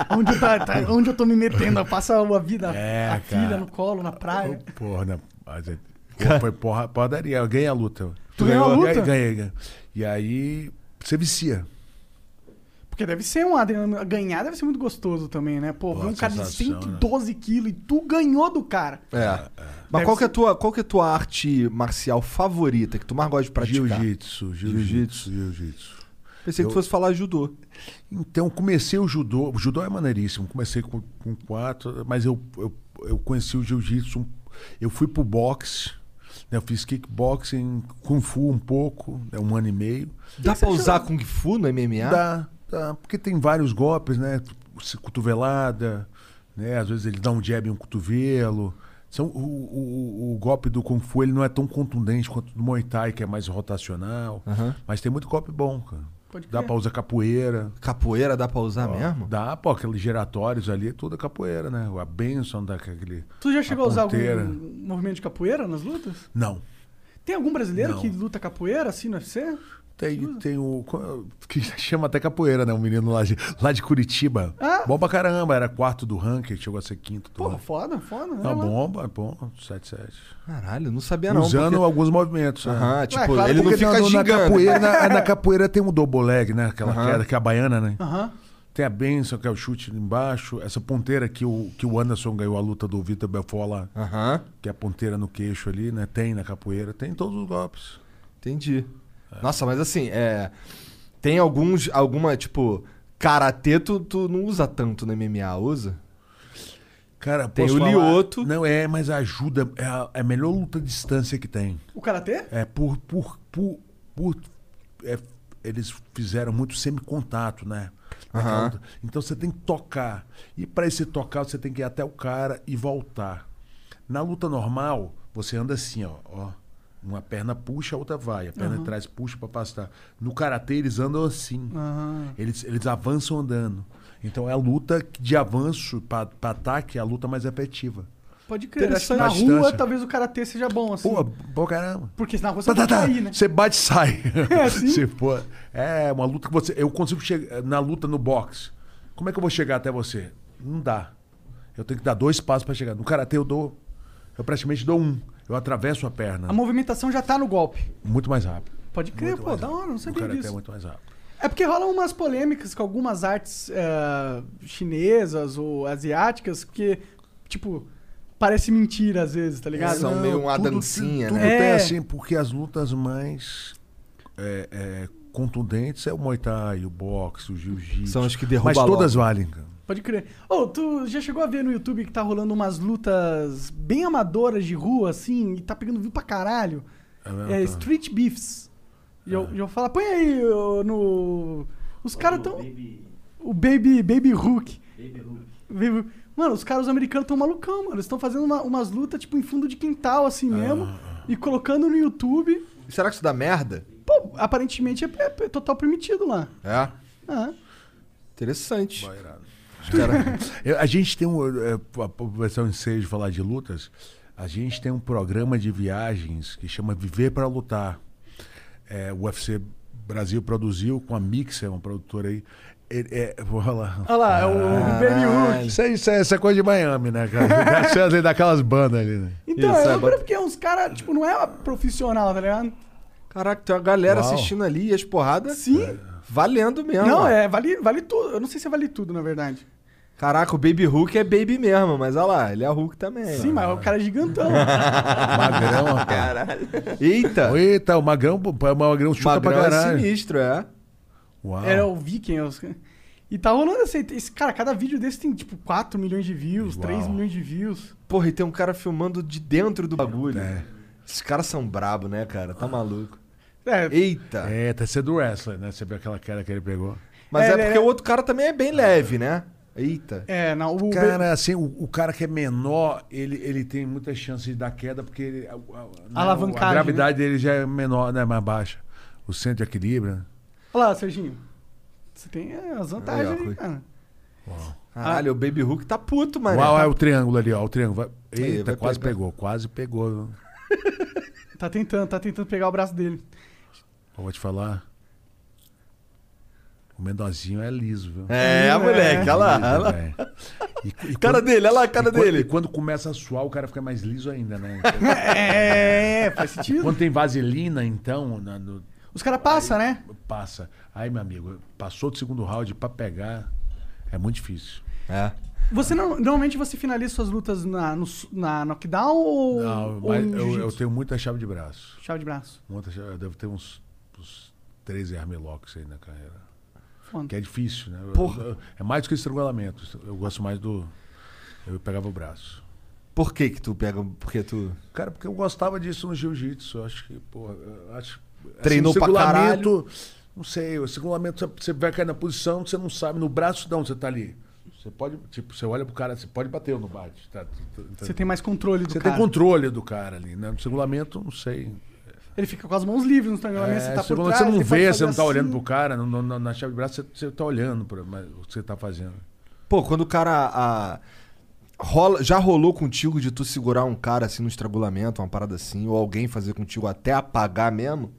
Onde eu, tá- tá- onde eu tô me metendo? Eu passo a vida,
É,
a
cara.
filha no colo, na praia.
porra, né? Mas é- Porra, foi porra, padaria. Eu ganhei a luta.
Tu ganhou a luta?
Ganhei, ganhei, ganhei. E aí, você vicia.
Porque deve ser um adrenalina. Ganhar deve ser muito gostoso também, né? Pô, ver um cara de
sensação,
112 quilos e tu ganhou do cara.
É. Mas
Deve
qual que, é a
ser-
tua, qual que é a tua arte marcial favorita que tu mais gosta de praticar?
Jiu-jitsu, jiu-jitsu, jiu-jitsu.
Pensei que tu
Eu-
fosse falar judô.
Então, comecei o judô. O judô é maneiríssimo. Comecei com, com quatro, mas eu, eu, eu conheci o jiu-jitsu. um, Eu fui pro boxe. né? Eu fiz kickboxing, kung fu um pouco, né? um ano e meio.
Dá pra usar Kung Fu no MMA?
Dá, dá, porque tem vários golpes, né? Se- Cotovelada, né? Às vezes ele dá um jab em um cotovelo. São, o, o, o- o golpe do Kung Fu ele não é tão contundente quanto do Muay Thai, que é mais rotacional. Mas tem muito golpe bom, cara.
Pode
dá
crer.
pra usar capoeira.
Capoeira dá pra usar mesmo?
Dá, pô, aqueles giratórios ali, tudo é capoeira, né? A benção daquele.
Tu já chegou a, usar
ponteira.
algum movimento de capoeira nas lutas?
Não.
Tem algum brasileiro
Não.
que luta capoeira assim no UFC?
Tem, tem o. que chama até capoeira, né? Um menino lá de, lá de Curitiba.
Ah.
Bom pra caramba, era quarto do ranking, chegou a ser quinto do
Pô,
ranking.
foda, foda. né?
Tá
Lá-
bom, é bom, 7-7.
Caralho, não sabia não.
Usando
porque-
alguns movimentos. né?
Aham, tipo,
claro,
ele não
Porque
fica
na- na,
gigante. né?
capoeira, na, na capoeira tem o double leg, né? Aquela queda que é a baiana, né?
Aham.
Tem a benção, que é o chute embaixo. Essa ponteira que o, que o Anderson ganhou a luta do Vitor Belfort lá.
Aham,
que é a ponteira no queixo ali, né? Tem na capoeira, tem em todos os golpes.
entendi. Nossa, mas assim, é... Tem alguns, alguma, tipo... Karatê tu, tu não usa tanto no MMA, usa?
Cara,
Tem
posso
o
falar-
Lioto.
Não, é, mas ajuda. É a, é a melhor luta à distância que tem.
O karatê?
É por. por, por, por é, eles fizeram muito semicontato, né? Naquela luta. Então você tem que tocar. E para esse tocar, você tem que ir até o cara e voltar. Na luta normal, você anda assim, ó. ó. Uma perna puxa, a outra vai. A perna de trás puxa para afastar. No karatê, eles andam assim. Eles, eles avançam andando. Então é a luta de avanço para ataque, é a luta mais efetiva.
Pode crer. Acho que na
Interessante.
rua
Bastante.
talvez o karatê seja bom assim.
Pô, bom caramba.
Porque na rua você
Tá, tá,
pode
tá.
cair, né?
Você bate e sai.
É assim?
Se for- é uma luta que você. Eu consigo chegar na luta no boxe. Como é que eu vou chegar até você? Não dá. Eu tenho que dar dois passos pra chegar. No karatê eu dou. Eu praticamente dou um. Eu atravesso a perna.
A movimentação já tá no golpe.
Muito mais rápido.
Pode crer,
Muito
pô,
mais
da
rápido.
hora, não sabia
no karatê
disso.
é muito mais rápido.
É porque rolam umas polêmicas com algumas artes eh, chinesas ou asiáticas, porque, tipo, parece mentira às vezes, tá ligado?
São
Não,
meio uma
tudo-
dancinha,
tudo
né?
tem
É.
assim, porque as lutas mais é, é, contundentes é o Muay Thai, o boxe, o jiu-jitsu.
São as que derrubam
Mas todas
logo.
valem, cara.
Pode crer. Ô, tu já chegou a ver no YouTube que tá rolando umas lutas bem amadoras de rua, assim, e tá pegando view pra caralho?
É mesmo,
É,
tá.
Street Beefs. E eu, e eu falo, põe aí ô, no... Os caras tão... O Baby, Baby Hook. Baby Hook. Mano, os caras americanos tão malucão, mano. Eles estão fazendo uma- umas Ah. lutas, tipo, em fundo de quintal, assim mesmo. E colocando no YouTube.
Será que isso dá merda?
Pô, Pô, aparentemente é, é- é total permitido lá.
É?
Ah,
Interessante.
Eu- a gente tem um. eh, pra- pra começar o ensejo de falar de lutas, a gente tem um programa de viagens que chama Viver para Lutar. É, o UFC Brasil produziu com a Mixer, uma produtora aí. Ele- é, olha lá.
Olha lá, é o Baby Hood.
Isso, aí, isso, aí, isso é coisa de Miami, né, cara? Isso é daquelas bandas ali, né?
Então,
Isso,
é
é,
loucura
bota-
porque uns caras, tipo, não é uma profissional, tá ligado?
Caraca, tem uma galera
Uau.
assistindo ali e as porradas.
Sim.
Valendo mesmo.
Não,
mano.
é, vale, vale tudo. Eu não sei se é vale tudo, na verdade.
Caraca, o Baby Hulk é Baby mesmo, mas olha lá, ele é Hulk também.
Sim, mas o cara é gigantão.
Então,
Magrão, rapaz.
Caralho.
Eita!
Eita, o Magrão, o Magrão chuta
Magrão
pra
é
caralho.
sinistro, é.
Uau.
Era o Viking. é os- E tá rolando assim. Esse, cara, cada vídeo desse tem, tipo, 4 milhões de views,
Uau.
3 milhões de views.
Porra, e tem um cara filmando de dentro do bagulho.
É.
Esses caras são brabo, né, cara? Tá maluco.
É,
Eita!
É, tá sendo wrestler, né? Você viu aquela cara que ele pegou?
Mas
É,
é,
ele-
porque o outro cara também é bem leve, né? Eita.
é não, o...
Cara, assim, o, o cara que é menor, ele, ele tem muita chance de dar queda, porque ele, a, a-
Alavancagem,
né?
a gravidade dele já é menor, né? Mais baixa. O centro de equilíbrio, né?
Olha lá, Serginho. Você tem as vantagens
Aí, ó,
aí, cara.
Caralho, o Baby Hulk tá puto, mano.
Uau,
Tá-
é o triângulo ali, ó. O triângulo. Vai...
Aí,
Eita,
vai
quase
pegar.
pegou, quase pegou. viu?
Tá tentando, tá tentando pegar o braço dele.
Eu vou te falar. O menorzinho é liso, viu?
É, moleque, olha lá. Olha lá.
É. E, e
Cara
quando-
dele, olha lá a cara
e quando-
dele.
E quando começa a suar, o cara fica mais liso ainda, né?
É, faz sentido.
quando tem vaselina, então, na- no-
Os caras passam, né?
passa. Aí, meu amigo, passou do segundo round pra pegar, é muito difícil.
É.
Você não- normalmente você finaliza suas lutas na, no, na knockdown ou,
Não,
ou
mas
no
eu, eu
Um- jiu-jitsu?
tenho muita chave de braço.
Chave de braço.
Muita chave, eu devo ter uns, uns 13 armlocks aí na carreira.
Foda.
Que é difícil, né? Eu-
Porra.
eu- é mais do que estrangulamento. Eu gosto mais do. Eu pegava o braço.
Por que que tu pega... Porque tu...
Cara, porque eu gostava disso no jiu-jitsu. Eu acho que, porra, eu acho. assim,
Treinou
no
pra
estrangulamento, Não sei, o estrangulamento você- você vai cair na posição, você não sabe. No braço não, você tá ali. Você pode, tipo, você olha pro cara, você pode bater ou não bate. tá- tá- tá-
Você tem mais controle do
você tem
cara.
controle do cara ali, né? No estrangulamento, não sei.
Ele fica com as mãos livres no estrangulamento,
É,
você tá por
segundo,
trás.
você não
ele pode
vê, você
fazer
não tá
assim.
olhando pro cara, no- no- na chave de braço você, você tá olhando pra, mas, o que você tá fazendo.
Pô, quando o cara... a- Rola, já rolou contigo de tu segurar um cara assim no estrangulamento, uma parada assim, ou alguém fazer contigo até apagar mesmo?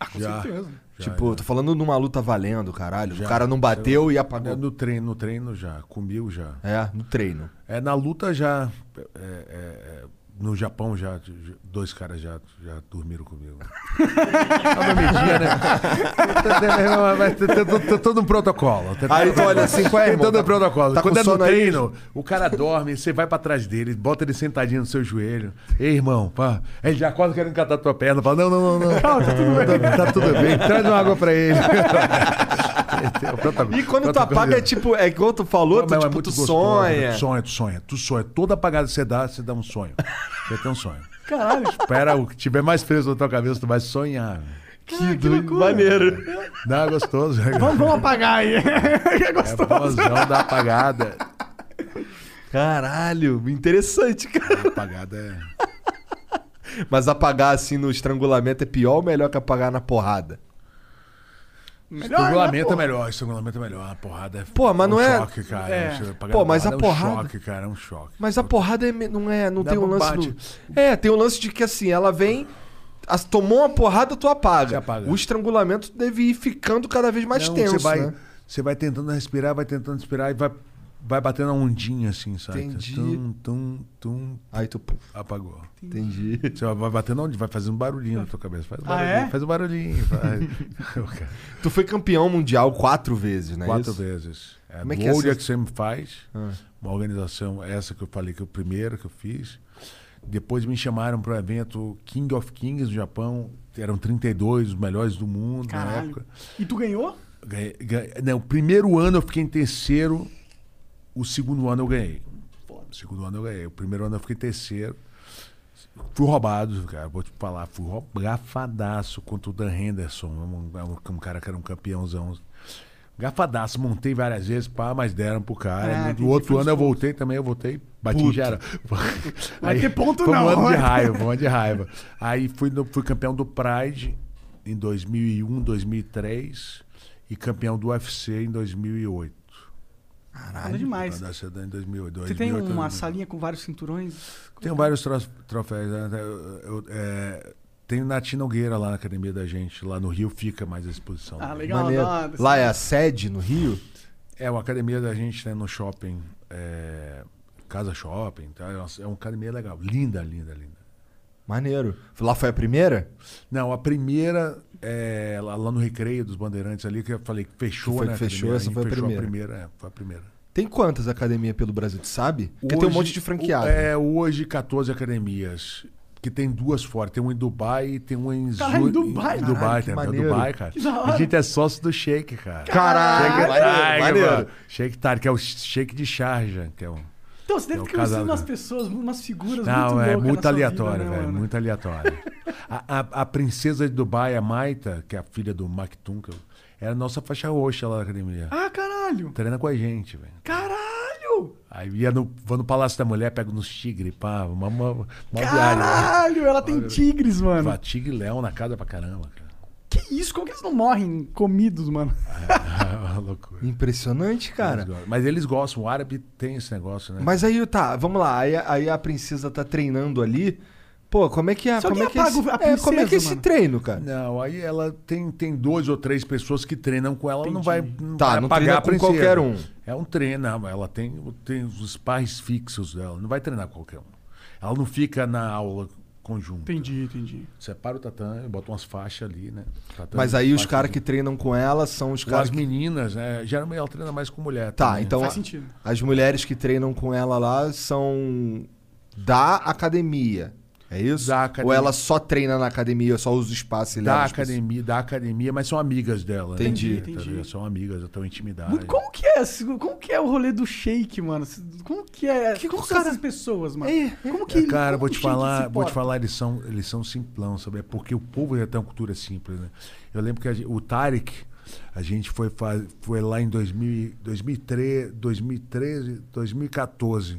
Ah, com
Já.
certeza.
Já,
tipo,
já.
tô falando numa luta valendo, caralho.
Já.
o cara não bateu e
É,
apagou.
no treino, no treino já, comigo já.
É, no treino.
É, na luta já. é, é, é, no Japão já, já- dois caras já, já dormiram comigo.
Tá
Tava medinha, né? Mas tem- tem- tem- tem todo um protocolo. Tem-
né? Aí tu olha assim, qual é,
Tem
irmão?
todo um
Tá-
protocolo.
tá com
Quando é no
sono aí?
treino, o cara dorme, você vai pra trás dele, bota ele sentadinho no seu joelho. Ei, irmão, pá. Aí Ele já quase querendo catar tua perna. Fala, não, não, não, não. Tá tudo bem. Tá, tudo bem. Traz uma água pra ele. É o protocolo.
E quando tu
Protocolo.
apaga, é tipo, é né? igual tu falou,
Não,
tu,
mas é
tipo,
muito
tu
gostoso,
sonha.
Tu sonha, tu sonha, tu sonha. Toda apagada que você dá, você dá um sonho. Você tem um sonho.
Caralho,
Espera, o que tiver mais preso na tua cabeça, tu vai sonhar.
que, que loucura.
Maneiro.
Dá é gostoso. né, cara?
Vamos, vamos apagar aí. é
É
gostoso.
famosão da apagada.
Caralho, interessante, cara.
Apagada é.
Mas apagar assim no estrangulamento é pior ou melhor que apagar na porrada?
Estrangulamento é melhor, estrangulamento é melhor. A porrada é.
né, Pô, mas
um
não é-
choque, cara.
É.
um choque. Apagada
Pô, mas a
é um
porrada-
choque, cara, é um choque.
Mas a porrada é me- não é, não
Dá
tem um
um
lance
bate.
do- É, tem um lance de que assim, ela vem, as- tomou uma porrada, tu apaga.
Você apaga.
O estrangulamento deve ir ficando cada vez mais
Não,
tenso,
você vai,
né?
Você vai tentando respirar, vai tentando respirar e vai, vai batendo a ondinha assim, sabe?
Entendi.
Tum, tum, tum,
Aí tu,
apagou.
entendi.
Você vai batendo onde? Vai fazendo um barulhinho na tua cabeça. Faz um
Ah,
barulhinho.
é?
Faz um barulhinho. Faz.
Tu foi campeão mundial quatro vezes, né?
Quatro
isso?
vezes. É,
Como é Ah.
é
que
que
é
World
essa-
Exam faz. Uma organização, essa que eu falei que é o primeiro que eu fiz. Depois me chamaram para o evento King of Kings no Japão. Eram 32 os melhores do mundo na
Caralho.
época.
E tu ganhou?
Ganhei- ganhei- não, o primeiro ano eu fiquei em terceiro, o segundo ano eu ganhei. O segundo ano eu ganhei. O primeiro ano eu fiquei em terceiro. Fui roubado, cara. Vou te falar, fui roubado, gafadaço contra o Dan Henderson. Um, um- um cara que era um campeãozão. Gafadaço, montei várias vezes, pá, mas deram pro
Ah,
cara. No-
entendi,
no outro
foi
ano eu voltei também, eu voltei, bati em
Puto.
geral.
Vai ter ponto
foi
não,
Um ano de
vai.
raiva, um ano de raiva. Aí fui, no- fui campeão do Pride em 2001, 2003 e campeão do UFC em 2008.
Nada Ah, Tá é demais.
Da cidade em 2008.
Você tem
2008,
uma
2009.
salinha com vários cinturões?
Tem vários tro- troféus. Né? Eu- eu- é, tem Natina Nogueira lá na academia da gente, lá no Rio fica mais a exposição.
Ah, legal.
Maneiro.
dá uma-
Lá é a sede, no Rio?
É, uma academia da gente né, no shopping, é, Casa Shopping, tá? É uma- é uma academia legal, linda, linda, linda.
Maneiro. Lá foi a primeira?
Não, a primeira, é, lá, lá no Recreio dos Bandeirantes ali, que eu falei que fechou,
Que foi
né?
que fechou,
academia,
essa
gente
foi a
fechou
primeira.
é, foi a primeira.
Tem quantas academias pelo Brasil, tu sabe? Porque tem um monte de franqueado.
o- É, hoje 14 academias. Que tem duas fora. Tem uma em Dubai e tem uma em
Caralho,
Zú-
em Dubai?
em Dubai,
Caralho, que
tem uma em
maneiro.
Dubai, cara.
da hora.
A gente é sócio do Shake, cara.
Caralho,
Tiger,
maneiro,
mano. Shake Tar, que é o shake de charja, que é um.
Então, você deve
É o
ter conhecido
casal,
umas
né?
pessoas, umas figuras muito
Não,
loucas.
é
na
muito
sua
aleatório,
vida, né,
velho.
mano?
Muito aleatório. a, a- a princesa de Dubai, a Maita, que é a filha do Mactunkel, era a nossa faixa roxa lá na academia.
Ah, caralho!
Treina com a gente, velho.
Caralho!
Aí ia no, vou no Palácio da Mulher, pego nos tigre, pá, uma, uma, uma viagem.
Caralho! Ela tem tigres, mano.
Pá, Tigre e leão na casa pra caramba,
Que isso? Como que eles não morrem comidos, mano?
cara. É Uma loucura.
Impressionante, cara.
Eles gostam. Mas eles gostam, o árabe tem esse negócio, né?
Mas aí, tá, vamos lá. Aí, aí a princesa tá treinando ali. Pô, como é que é,
Se
como
alguém
é, que é,
apaga
esse,
a
é, como é que é
princesa,
esse
mano.
treino, cara?
Não, aí ela tem, tem dois ou três pessoas que treinam com ela, ela não vai não
Tá,
vai
não
pagar
treina
a
com
princesa.
qualquer um.
É um treino, não, ela tem, tem os pais fixos dela, não vai treinar com qualquer um. Ela não fica na aula conjunta.
Entendi, entendi.
Separa o tatame, bota umas faixas ali, né? Tatame,
Mas aí os
faixa
caras
de-
que treinam com ela são os
Com as
caras que...
meninas, né? Geralmente ela treina mais com mulher.
Tá,
também.
então
Faz
a-
sentido.
as mulheres que treinam com ela lá são da academia. É isso?
Da academia.
Ou ela só treina na academia, só usa o espaço e leva
Da
as pessoas?
academia, da academia, mas são amigas dela. né?
Entendi.
Tá
Entendi.
ligado? São amigas, estão intimidadas.
Mano, como que é? esse- Como que é o rolê do shake, mano? Como que é? como são essas pessoas, mano? Como que
É, Cara,
como
vou
o
te
shake
falar,
se
vou te
porta?
falar, eles são, eles são simplão, sabe? É porque o povo já tem uma cultura simples, né? Eu lembro que a gen- o Tarek, a gente foi, fa- foi lá em 2000, 2013, 2013, 2014.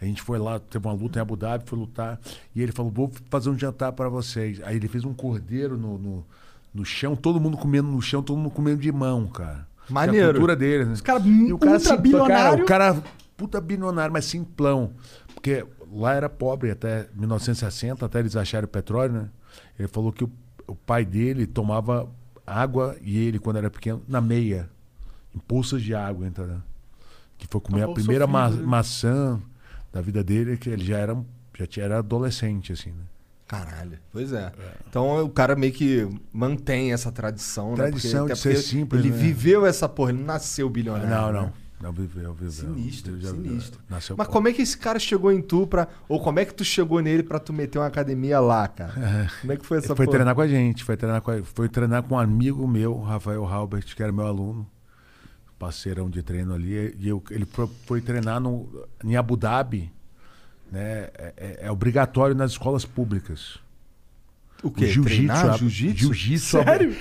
A gente foi lá, teve uma luta em Abu Dhabi, foi lutar. E ele falou: vou fazer um jantar pra vocês. Aí ele fez um cordeiro no, no, no chão, todo mundo comendo no chão, todo mundo comendo de mão, cara. Que é
Maneiro.
A cultura dele, né?
Os caras
E o cara
ultra
simplão, cara,
bilionário.
o cara puta bilionário, mas simplão. Porque lá era pobre até 1960, até eles acharem o petróleo, né? Ele falou que o, o pai dele tomava água e ele, quando era pequeno, na meia. Em poças de água, entendeu? Que foi comer a
bom
primeira ma-
sofrido, né?
maçã da vida dele, que ele já era, um- já tinha- era adolescente, assim, né?
Caralho. Pois é. Então o cara meio que mantém essa tradição,
Tradição
né?
de
até
ser simples,
Ele
né?
viveu essa porra, ele nasceu bilionário.
Não,
né?
não. Não viveu, viveu.
Sinistro,
Viveu, viveu.
sinistro.
Nasceu
Mas
pobre.
como é que esse cara chegou em tu pra. Ou como é que tu chegou nele pra tu meter uma academia lá, cara? Como é que foi essa
foi
porra?
treinar com a gente, foi treinar com, a- foi treinar com um amigo meu, Rafael Halbert, que era meu aluno, parceirão de treino ali. E eu- ele pro- foi treinar no, em Abu Dhabi. Né? É, é- é obrigatório nas escolas públicas.
O
O
quê?
Jiu-jitsu.
Treinar
a-
Jiu-jitsu?
Jiu-jitsu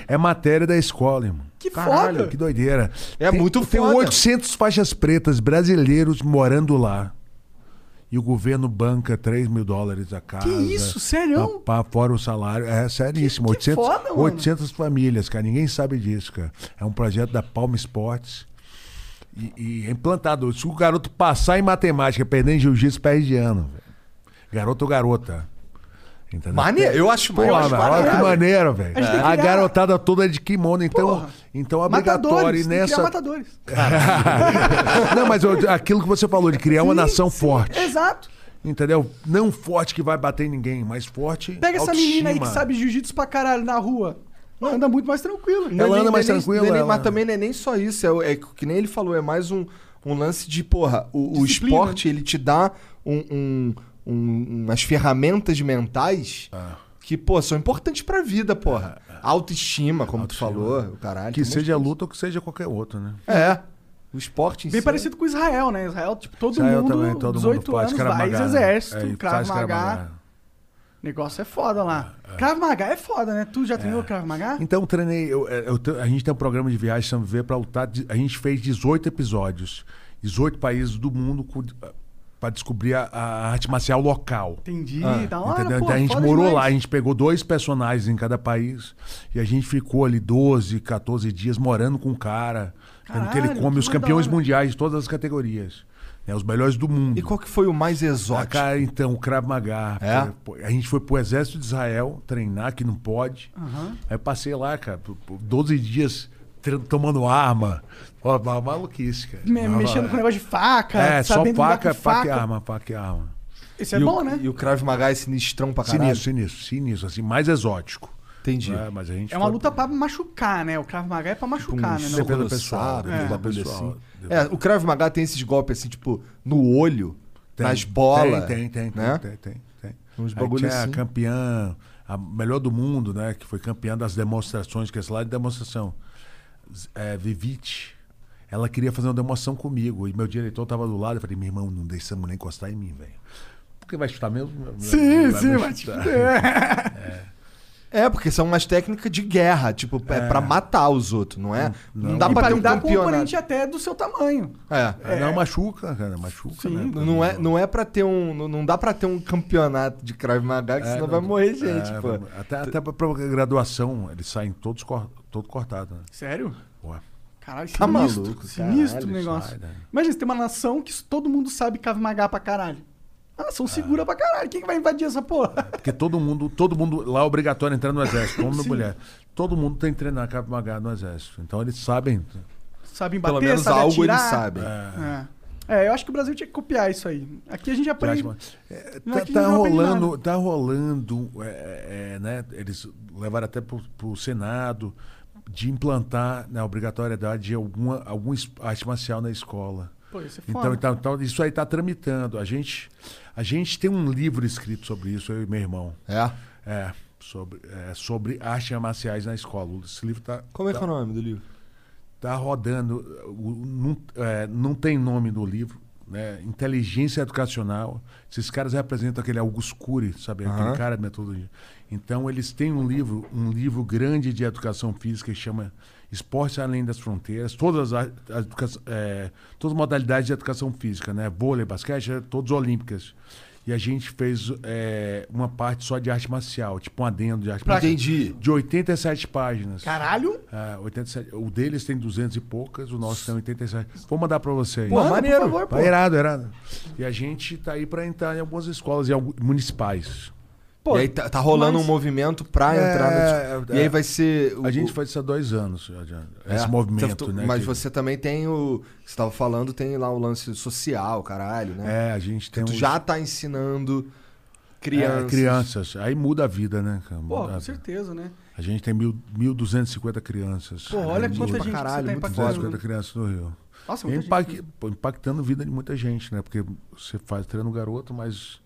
é matéria da escola, irmão.
Que
Caralho,
foda!
Que doideira.
É muito
Tem
foda.
800 faixas pretas brasileiros morando lá. E o governo banca 3 mil dólares a casa.
isso? Sério?
Pá, pá, fora o salário. É seríssimo.
Que- que
800,
foda, mano.
800 famílias, cara. Ninguém sabe disso, cara. É um projeto da Palma Esportes. E, e é implantado. Se o garoto passar em matemática, perder em jiu-jitsu, perde de ano. velho. Garoto ou garota. Entendeu?
Maneiro, eu acho
Pô,
eu acho
velho, olha que
maneiro.
maneiro, velho.
A gente tem que
A
criar-
garotada toda é de kimono, então,
Porra.
então é obrigatório
Matadores,
e
tem que criar
nessa.
matadores.
Não, mas eu- aquilo que você falou, de criar uma
Sim,
nação
sim,
forte.
Exato.
Entendeu? Não forte que vai bater em ninguém, mas forte.
Pega essa
autoestima.
menina aí que sabe jiu-jitsu pra caralho na rua. Anda muito mais tranquilo.
Não é
Ela
nem-
anda mais
não é nem-
tranquila,
não é nem-
ela-
Mas também não é nem só isso. É, o- é que nem ele falou, é mais um, um lance de, porra, o, o
Disciplina.
esporte ele te dá um, um- um- umas ferramentas mentais que, pô, são importantes pra vida, porra. Autoestima, como tu falou, o caralho.
Que
tem um
seja luta ou que seja qualquer outro, né?
monte- É. O esporte em
Bem
si.
parecido com Israel, né? Israel, tipo, todo
Israel
mundo,
também, todo
18
mundo faz
anos,
Krav
vai
Maga, né?
exército,
É,
Krav
faz Krav
Maga.
Maga.
Negócio é foda lá. Krav Maga é foda, né? Tu já treinou Krav Maga?
Então eu treinei. eu- eu te- a gente tem um programa de viagem São Viver pra lutar. de- A gente fez 18 episódios. 18 países do mundo. com- eh, pra descobrir a, a arte marcial local.
Entendi, da hora,
Entendeu?
pô,
Então a gente
foda
morou
demais.
lá, a gente pegou dois personagens em cada país e a gente ficou ali 12, 14 dias morando com o cara, vendo que ele
Caralho,
come
que
os campeões
da hora.
mundiais de todas as categorias, né? os melhores do mundo.
E qual que foi o mais
Ah,
exótico?
cara, então, o Krav Maga.
É?
Foi- A gente foi pro exército de Israel treinar, que não pode. Aí eu passei lá, cara, por, por 12 dias tre- tomando arma. Ó, uma maluquice, cara.
Me-
Uma-
mexendo com negócio de faca,
É, só
sabendo lidar
faca,
com
faca e arma, faca e arma.
Isso é
e
bom,
o,
né?
E o Krav Maga é sinistrão pra caralho.
Sinistro, sinistro, sinistro, assim, mais exótico.
Entendi.
né? Mas a gente
É uma
foi-
luta pra machucar, né? O Krav Maga é pra machucar, né?
Um
não?
soco
pelo
no
pessoal,
saco,
é.
um bagulho
Pelo pessoal.
assim. É, o Krav Maga tem esses golpes assim, tipo, no olho, nas bolas.
Tem, tem, tem,
né?
tem, tem, tem.
Uns
Aí
bagulho
tinha
assim.
a é campeã, a melhor do mundo, né? Que foi campeã das demonstrações, que é esse lá de demonstração. Z- É, Vivite. Ela queria fazer uma demonstração comigo. E meu diretor tava do lado. Eu falei, meu irmão, não deixa essa mulher encostar em mim, velho. Porque vai chutar mesmo?
Sim, tipo, sim,
me
vai te
chutar.
É, porque são umas técnicas de guerra, tipo, é, pra matar os outros, não é? Não, dá
E
pra
pra
ter um
lidar com o
campeonato.
oponente até do seu tamanho.
É.
Não, machuca, cara, machuca.
Sim.
né?
Não é, não é pra ter um. Não, não dá pra ter um campeonato de Krav Maga, que senão vai morrer gente,
É,
pô.
Até, até pra pra graduação, eles saem todos cor, todo cortado, né?
Sério?
Porra.
Caralho, sinistro.
Tá maluco,
sinistro
caralho,
o negócio.
sai, né?
Imagina, você tem uma nação que todo mundo sabe Krav Maga pra caralho. A nação
Ah.
segura pra caralho. Quem que vai invadir essa porra?
Porque todo mundo, todo mundo lá é obrigatório entrar no exército, homem e mulher. Todo mundo tem que treinar Krav Maga no exército. Então eles sabem.
Sabem bater,
Pelo menos
sabem
algo
atirar.
eles sabem.
É. É, eu acho que o Brasil tinha que copiar isso aí. Aqui a gente aprende.
É,
Não
tá,
é que
tá
não aprende
rolando, tá rolando, é, é, né? Eles levaram até pro, pro Senado de implantar na obrigatoriedade de alguma algum es- arte marcial na escola.
Pô, isso é foda.
Então, então, então, isso aí está tramitando. A gente, a gente tem um livro escrito sobre isso, eu e meu irmão.
É.
É, sobre, é, sobre artes marciais na escola. Esse livro tá, está
Como é que é o nome do livro?
tá rodando, o- não, é, não tem nome do livro, né? Inteligência Educacional. Esses caras representam aquele Augusto Cury, sabe? Aquele cara de metodologia. Então, eles têm um livro, um livro grande de educação física que chama Esporte Além das Fronteiras, todas as, as educa- é, todas as modalidades de educação física, né? Vôlei, basquete, todas olímpicas. E a gente fez é, uma parte só de arte marcial, tipo um adendo de arte marcial.
Entendi.
De 87 páginas.
Caralho,
Ah, 87. O deles tem 200 e poucas, o nosso tem 87. Vou mandar pra você aí.
Pô, é
Manda, por
maneiro.
favor, pô.
Tá irado, irado. E a gente tá aí pra entrar em algumas escolas em algum- municipais.
pô.
e aí tá, tá rolando
mas-
um movimento pra
É,
entrar na disco-
é,
E aí
é.
vai ser. o-
A gente faz isso há dois anos, já, já.
É,
esse movimento,
tanto-
né?
Mas
que-
você também tem o. Você tava falando, tem lá o lance social, caralho, né?
É, a gente tem
tu
uns-
já tá ensinando
é,
crianças.
crianças. Aí muda a vida, né? cara? Muda
Pô,
a
com
vida.
certeza, né?
A gente tem mil- 1.250 crianças.
Pô, olha
Mil-
quanta
pra
gente
caralho,
que você
muito
tá impactando.
250 crianças no Rio.
Nossa,
E
muita
impact-
gente.
pô, impactando a vida de muita gente, né? Porque você faz treino garoto, mas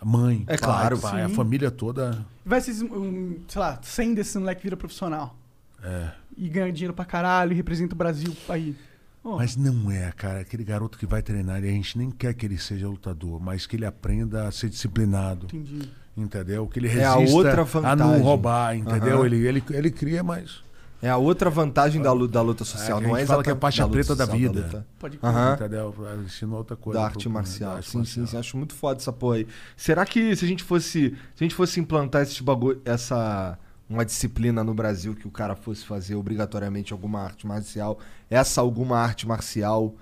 a mãe,
É
pai,
claro.
pai, a
Sim.
família toda.
Vai ser, um, sei lá, 100 desses moleque vira profissional.
É.
E ganha dinheiro pra caralho e representa o Brasil aí. Pô,
Mas não é, cara. Aquele garoto que vai treinar, e a gente nem quer que ele seja lutador, mas que ele aprenda a ser disciplinado.
entendi.
Entendeu? Que ele
É a
resista
outra
a
vantagem.
não roubar, entendeu?
Aham.
Ele, ele, ele cria, mas.
É a outra vantagem da luta, da luta social,
É, que a
não é
gente fala que é a
exatamente
faixa
luta
preta da
social,
vida.
luta-
Pode crer.
Aham.
Entendeu? Ensinou outra coisa.
Da
pro-
arte
pro-
marcial.
da arte
sim, sim,
marcial.
sim. Acho muito foda essa porra aí. Será que se a gente fosse. Se a gente fosse implantar esse bagulho. Essa. Uma disciplina no Brasil que o cara fosse fazer obrigatoriamente alguma arte marcial. Essa alguma arte marcial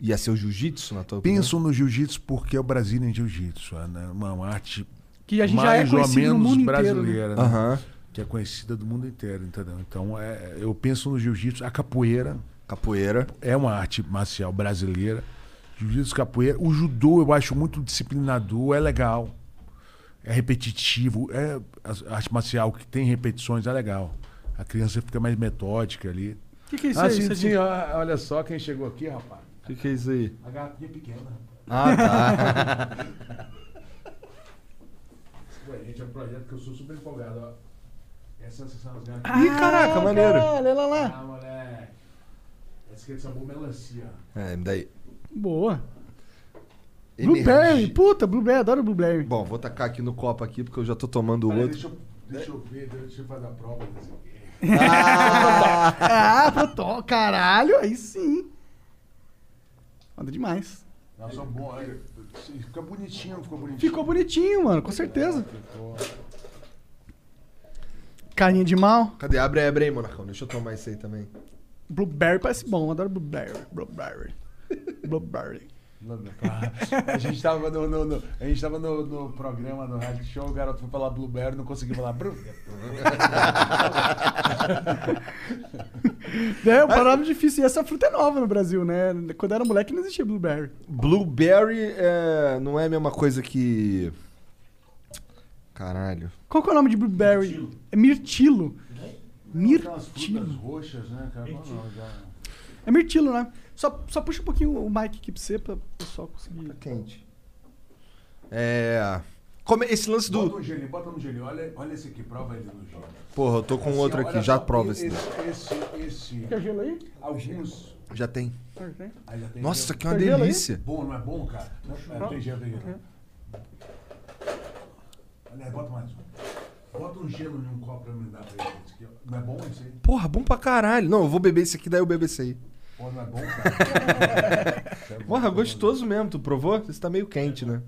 ia ser o jiu-jitsu, na tua opinião?
Pensam no jiu-jitsu porque é o Brasil em jiu-jitsu. É né? uma uma arte
Que a gente já
mais
é conhecido
ou
no
menos
mundo inteiro. né?
brasileira. né?
Aham.
Que é conhecida do mundo inteiro, entendeu? Então, é, eu penso no jiu-jitsu. A capoeira
Capoeira.
é uma arte marcial brasileira. Jiu-jitsu, capoeira. O judô eu acho muito disciplinador, é legal. É repetitivo. É a a arte marcial que tem repetições, é legal. A criança fica mais metódica ali.
O que, que é isso
Ah,
aí?
sim,
Isso é
sim,
de-
ó, olha só quem chegou aqui, rapaz.
O que, que é isso aí?
A garrafinha pequena.
Ah, tá.
Ué, gente, é um projeto que eu sou super empolgado, ó. Essas são as garrafinhas.
Ih, caraca, maneiro.
Caralho, olha lá.
Ah, moleque. Essa aqui é de sabor melancia.
É, me daí.
Boa. Blueberry,
Energia.
puta, Blueberry, adoro Blueberry.
Bom, vou tacar aqui no copo aqui, porque eu já tô tomando o
Peraí,
outro.
deixa, eu, deixa eu ver, deixa eu fazer a prova desse aqui.
Ah, proto... caralho, aí sim. Foda demais.
Nós somos bons. olha, Fica bonitinho, não ficou bonitinho.
Ficou bonitinho, mano, com certeza. Carinha de mal.
Cadê? Abre aí, abre aí, Monarcão. Deixa eu tomar isso aí também.
Blueberry parece bom, eu adoro blueberry. Blueberry. Blueberry.
tá. A gente tava no, no- no- a gente tava no, no programa do reality show, o garoto foi falar Blueberry não conseguiu falar Blueberry.
É, o palavra difícil. E essa fruta é nova no Brasil, né? Quando eu era moleque não existia blueberry.
Blueberry é, não é a mesma coisa que. Caralho.
Qual que é o nome de blueberry? É mirtilo.
Aquelas
Mirtilo.
frutas roxas, né, cara? Não, não, já.
É mirtilo, né? Só, só puxa um pouquinho o mic aqui pra você, pra o pessoal conseguir.
Quente. É. Como esse lance
Bota
do.
um gelinho, bota um gelinho. Olha, olha esse aqui, prova ele no gelo.
Porra, eu tô com um outro
Assim,
aqui,
olha
já
só,
prova esse.
esse.
daí.
Esse, esse.
Quer gelo aí?
Alguns.
Já tem.
Ah, tem.
Aí já tem
Nossa, isso
gelo.
aqui é uma
Tem gelo aí?
delícia.
Bom, não é bom, cara? Não, é, tem gelo, tem gelo. Olha aí, bota mais um. Bota um gelo em um copo pra me dar pra ele. Esse aqui, ó. Não é bom esse aí?
Porra, bom pra caralho. Não, eu vou beber esse aqui, daí eu bebo esse aí.
Pô, não é bom, cara? É
Porra, gostoso mesmo. Tu provou? Esse tá meio quente, né?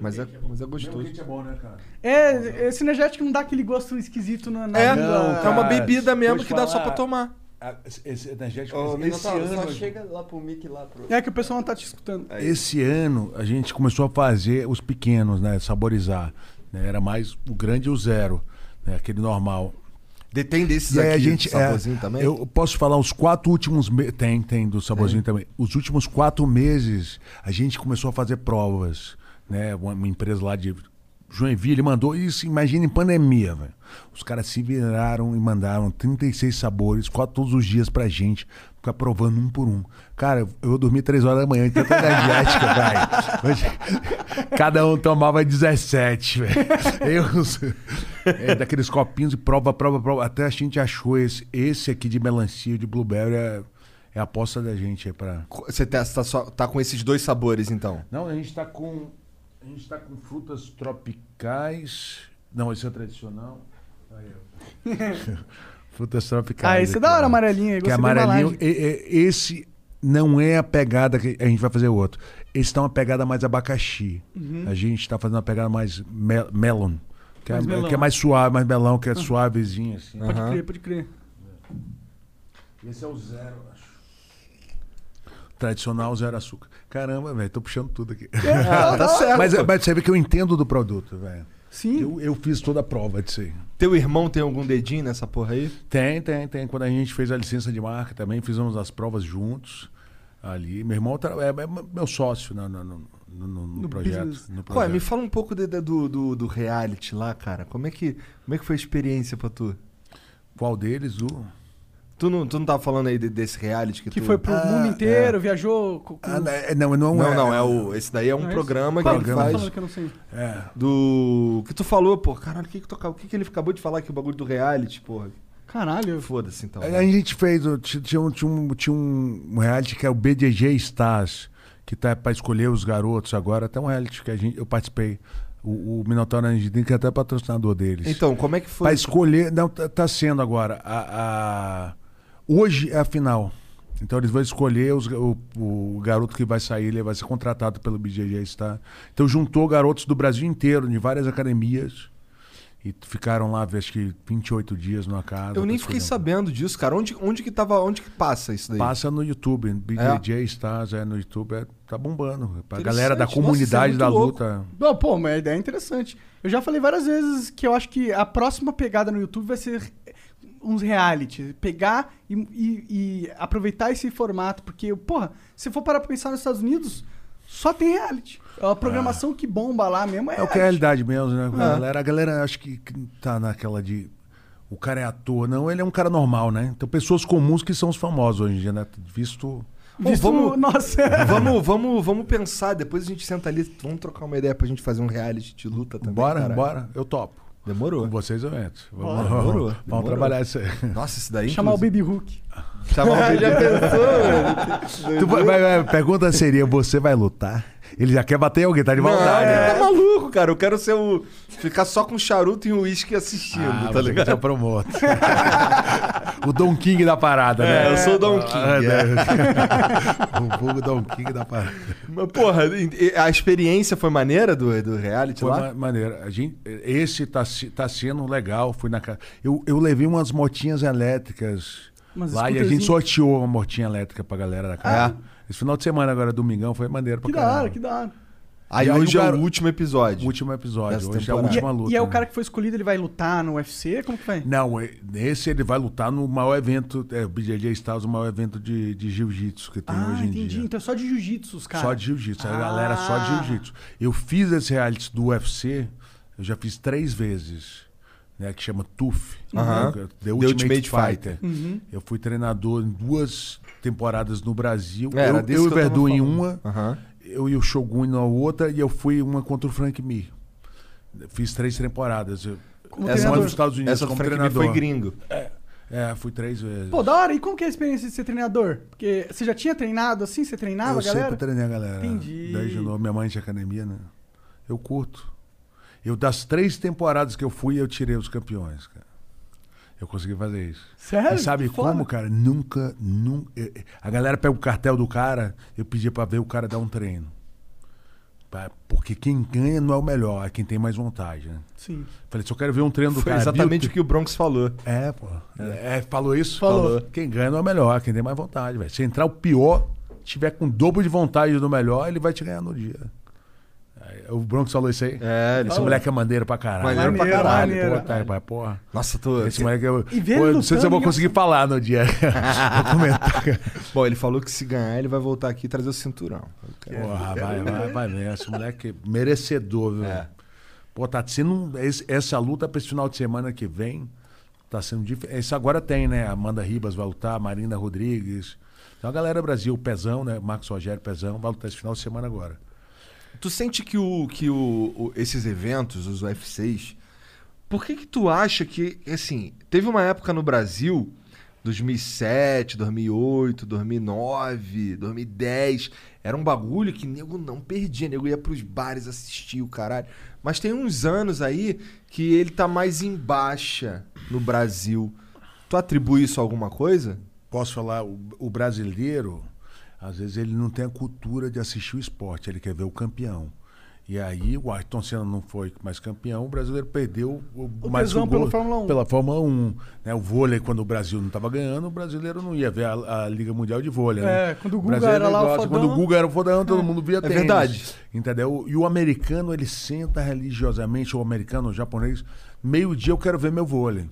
Mas é, mas é
Mesmo
gostoso.
quente é bom, né, cara?
É, esse energético não dá aquele gosto esquisito na. na
É,
língua.
é uma bebida
vou
mesmo
te
que dá só
falar.
pra tomar.
Ah, esse- Esse energético.
Ô,
esse- esse
Minotauro, só
ano-
chega lá pro Mickey lá pro.
É que o pessoal não tá te escutando.
Esse ano a gente começou a fazer os pequenos, né? Saborizar. né? Era mais o grande e o zero, né? Aquele normal.
Detém desses
E aí
aqui,
a gente.
saborzinho
é,
também?
Eu posso falar os quatro últimos meses. Tem, tem, do saborzinho também. Os últimos quatro meses a gente começou a fazer provas. Né? Uma, uma empresa lá de Joinville mandou isso, imagina em pandemia, velho. Os caras se viraram e mandaram 36 sabores, quatro todos os dias pra gente, ficar provando um por um. Cara, eu dormi três horas da manhã de tanta energética, velho. Cada um tomava 17, velho. Eu. É, daqueles copinhos e prova, prova, prova. Até a gente achou esse, esse aqui de melancia, de blueberry, é, é a aposta da gente. É pra...
Você tá, tá só- tá com esses dois sabores, então.
Não, a gente tá com. A gente tá com frutas tropicais. Não, esse é o tradicional. Aí, ó. frutas tropicais.
Ah, esse é
aqui,
da hora,
ó.
amarelinho. eu
Que é
gostei da
amarelinho.
embalagem.
e- e- esse não é a pegada que a gente vai fazer outro. Esse tá uma pegada mais abacaxi. A gente tá fazendo uma pegada mais mel melon. Que,
Uhum. Mais
é,
melão.
que é mais suave, mais melão, que é suavezinho assim.
Pode crer, pode crer.
Esse é o zero, acho. Tradicional zero açúcar. Caramba, velho, tô puxando tudo aqui.
É,
tá certo.
Mas, é,
pô.
mas você vê que eu entendo do produto, velho.
Sim.
Eu, eu fiz toda a prova disso aí.
Teu irmão tem algum dedinho nessa porra aí?
Tem, tem, tem. Quando a gente fez a licença de marca também, fizemos as provas juntos ali. Meu irmão tra- é, é meu sócio na- na- no, no, no- no é? projeto.
business.
No
Ué,
projeto.
me fala um pouco de- de- do, do, do reality lá, cara. Como é que, como é que foi a experiência pra tu?
Qual deles? O...
Tu não, tu não tava falando aí de- desse reality que,
Que
tu...
foi pro
Ah,
mundo inteiro, viajou. Co,
Ah, não, é- não, não,
Não,
é,
não, é o... Esse daí é um
Não é
programa que
Qual
ele
programa?
faz
falando que eu não sei.
é.
do... Que tu falou, pô, caralho, o que que, tu acabou- o que que ele acabou de falar aqui, o bagulho do reality, porra?
Caralho.
Foda-se, então.
É, A gente fez, o- ti- tinha um, tinha, um, tinha um reality que é o BDG Stars, que tá pra escolher os garotos agora. Até um reality que a gente, eu participei. O, o Minotauro Angelim, que é até patrocinador deles.
Então, como é que
Pra
foi?
escolher. Não, tá, tá sendo agora. A, a- Hoje é a final. Então eles vão escolher os ga- o, o garoto que vai sair, ele vai ser contratado pelo BJJ Star. Então juntou garotos do Brasil inteiro, de várias academias. E ficaram lá, acho que 28 dias numa casa.
Eu nem
pra
fiquei
escolher um.
sabendo disso, cara. Onde, onde que tava... Onde que passa isso daí?
Passa no
É.
YouTube, BJJ Stars, é no YouTube, é- tá bombando. Pra
Interessante.
galera da
Nossa, isso é
comunidade
muito
da
louco.
luta.
Não, pô, mas a ideia é interessante. Eu já falei várias vezes que eu acho que a próxima pegada no YouTube vai ser uns reality. Pegar e, e- e aproveitar esse formato. Porque, porra, se for parar pra pensar nos Estados Unidos, só tem reality. A programação que bomba lá mesmo é.
Ah. É o que é a realidade mesmo, né? A galera, a galera acho que, que tá naquela de. O cara é ator. Não, ele é um cara normal, né? Então, pessoas comuns que são os famosos hoje em dia, né? Visto.
Bom,
Visto,
vamos-
Nossa.
Vamos, vamos, vamos pensar, depois a gente senta ali, vamos trocar uma ideia pra gente fazer um reality de luta também.
bora,
caralho.
bora. Eu topo. Com
Demorou.
vocês eu entro. Vamos,
Bora.
vamos-
Demorou,
vamos
demorou.
trabalhar isso aí.
Nossa, isso daí.
Chamar o
inclusive-
Baby Hook.
Ah,
Chamar o Baby.
Tu vai- vai- vai- a pergunta seria: você vai lutar? Ele já quer bater em alguém, tá de
Não,
maldade.
ele
né?
tá maluco, louco, cara. Eu quero ser o. ficar só com charuto e um uísque assistindo,
Ah,
tá
você quer ser
ligado?
o promotor. o Don King da parada, né?
É, eu sou o Don
Ah,
King. é.
né? o vulgo Don King da parada.
Mas, porra, e- e a experiência foi maneira do, do reality
Foi
lá?
ma- maneiro. A gente, esse tá, se- tá sendo legal. Fui na casa. Eu, eu levei umas motinhas elétricas
Umas
lá e a
scooterzinho.
gente sorteou uma motinha elétrica pra galera da casa. Esse final de semana agora, domingão, foi maneiro pra
Que da
caralho.
hora, que da hora.
Aí
E aí
hoje
o
é
garo-
o último episódio.
Último episódio.
Dessa
hoje é a
temporada.
última
E-
luta.
e é o
né?
cara que foi escolhido, ele vai lutar no UFC? Como que vai?
Não, é- nesse ele vai lutar no maior evento, é, o BJJ Styles, o maior evento de, de jiu-jitsu que tem
Ah,
hoje em
entendi.
dia.
Então é só de jiu-jitsu, os caras.
Só de jiu-jitsu, é a
Ah.
galera só de jiu-jitsu. Eu fiz esse reality do UFC, eu já fiz três vezes, né? Que chama TUF,
Aham.
né, que é The
Ultimate
Ultimate, Fighter.
Uhum.
Eu fui treinador em duas temporadas no Brasil.
É, era
eu
desse
eu e
que eu
o
tava
Verdun em
falando.
uma,
Aham.
eu e o Shogun na outra, e eu fui uma contra o Frank Mir. Fiz três temporadas. Eu, uma
Essa,
nos Estados Unidos
essa do
como
Frank Mir
treinador.
foi gringo.
É, fui três vezes.
Pô, da hora. E como que é a experiência de ser treinador? Porque você já tinha treinado assim? Você treinava,
eu
galera?
sempre treinei a galera.
Entendi.
Desde novo, minha mãe tinha academia, né? Eu curto. Eu, das três temporadas que eu fui, eu tirei os campeões, cara. Eu consegui fazer isso.
Sério?
E sabe
Que foda.
como, cara? Nunca, nunca. eh, eh, A galera pega o cartel do cara, eu pedia pra ver o cara dar um treino. Pra- Porque quem ganha não é o melhor, é quem tem mais vontade, né?
Sim.
Falei, se eu quero ver um treino do
Foi
cara. viu?
exatamente o que o Bronx falou.
É, pô. É, falou isso? Falou. Quem ganha não é o melhor, quem tem mais vontade, velho. Se entrar o pior, tiver com o dobro de vontade do melhor, ele vai te ganhar no dia. Aí, O Bronx falou isso aí?
É, ele
Esse
falou.
moleque é maneiro pra caralho.
Maneiro pra
Maneiro,
caralho,
Maneiro, assim,
maneiro.
pô, tá, vai, porra.
Nossa, tô.
Esse moleque eu.
E ver ele
Pô, eu não sei se eu
lutando,
vou conseguir falar no dia. vou comentar. cara.
Bom, ele falou que se ganhar, ele vai voltar aqui e trazer o cinturão.
Porra, vai, vai, vai ver. Esse moleque é merecedor, viu?
É.
Pô, tá sendo. um- esse- essa luta pra esse final de semana que vem tá sendo diferente. Isso agora tem, né? Amanda Ribas vai lutar, Marina Rodrigues. Então a galera Brasil, Pezão, né? Marcos Rogério Pezão, vai lutar esse final de semana agora.
Tu sente que, o, que o, o- esses eventos, os UFCs, por que que tu acha que, assim, teve uma época no Brasil, 2007, 2008, 2009, 2010, era um bagulho que nego não perdia, nego ia pros bares assistir o caralho. Mas tem uns anos aí que ele tá mais em baixa no Brasil. Tu atribui isso a alguma coisa?
Posso falar, o, o brasileiro, às vezes ele não tem a cultura de assistir o esporte, ele quer ver o campeão. E aí o Ayrton Senna não foi mais campeão, o brasileiro perdeu o,
O
mais
tesão
o gol-
pela Fórmula 1.
Pela Fórmula 1 né? O vôlei, quando o Brasil não estava ganhando, o brasileiro não ia ver a, a Liga Mundial de Vôlei. né?
É, quando o Guga
brasileiro
era lá o
gosta, Quando
fodão. É.
o Guga era o fodão, todo mundo via tênis.
verdade.
Entendeu? E o americano, ele senta religiosamente, o americano, o japonês, meio-dia eu quero ver meu vôlei.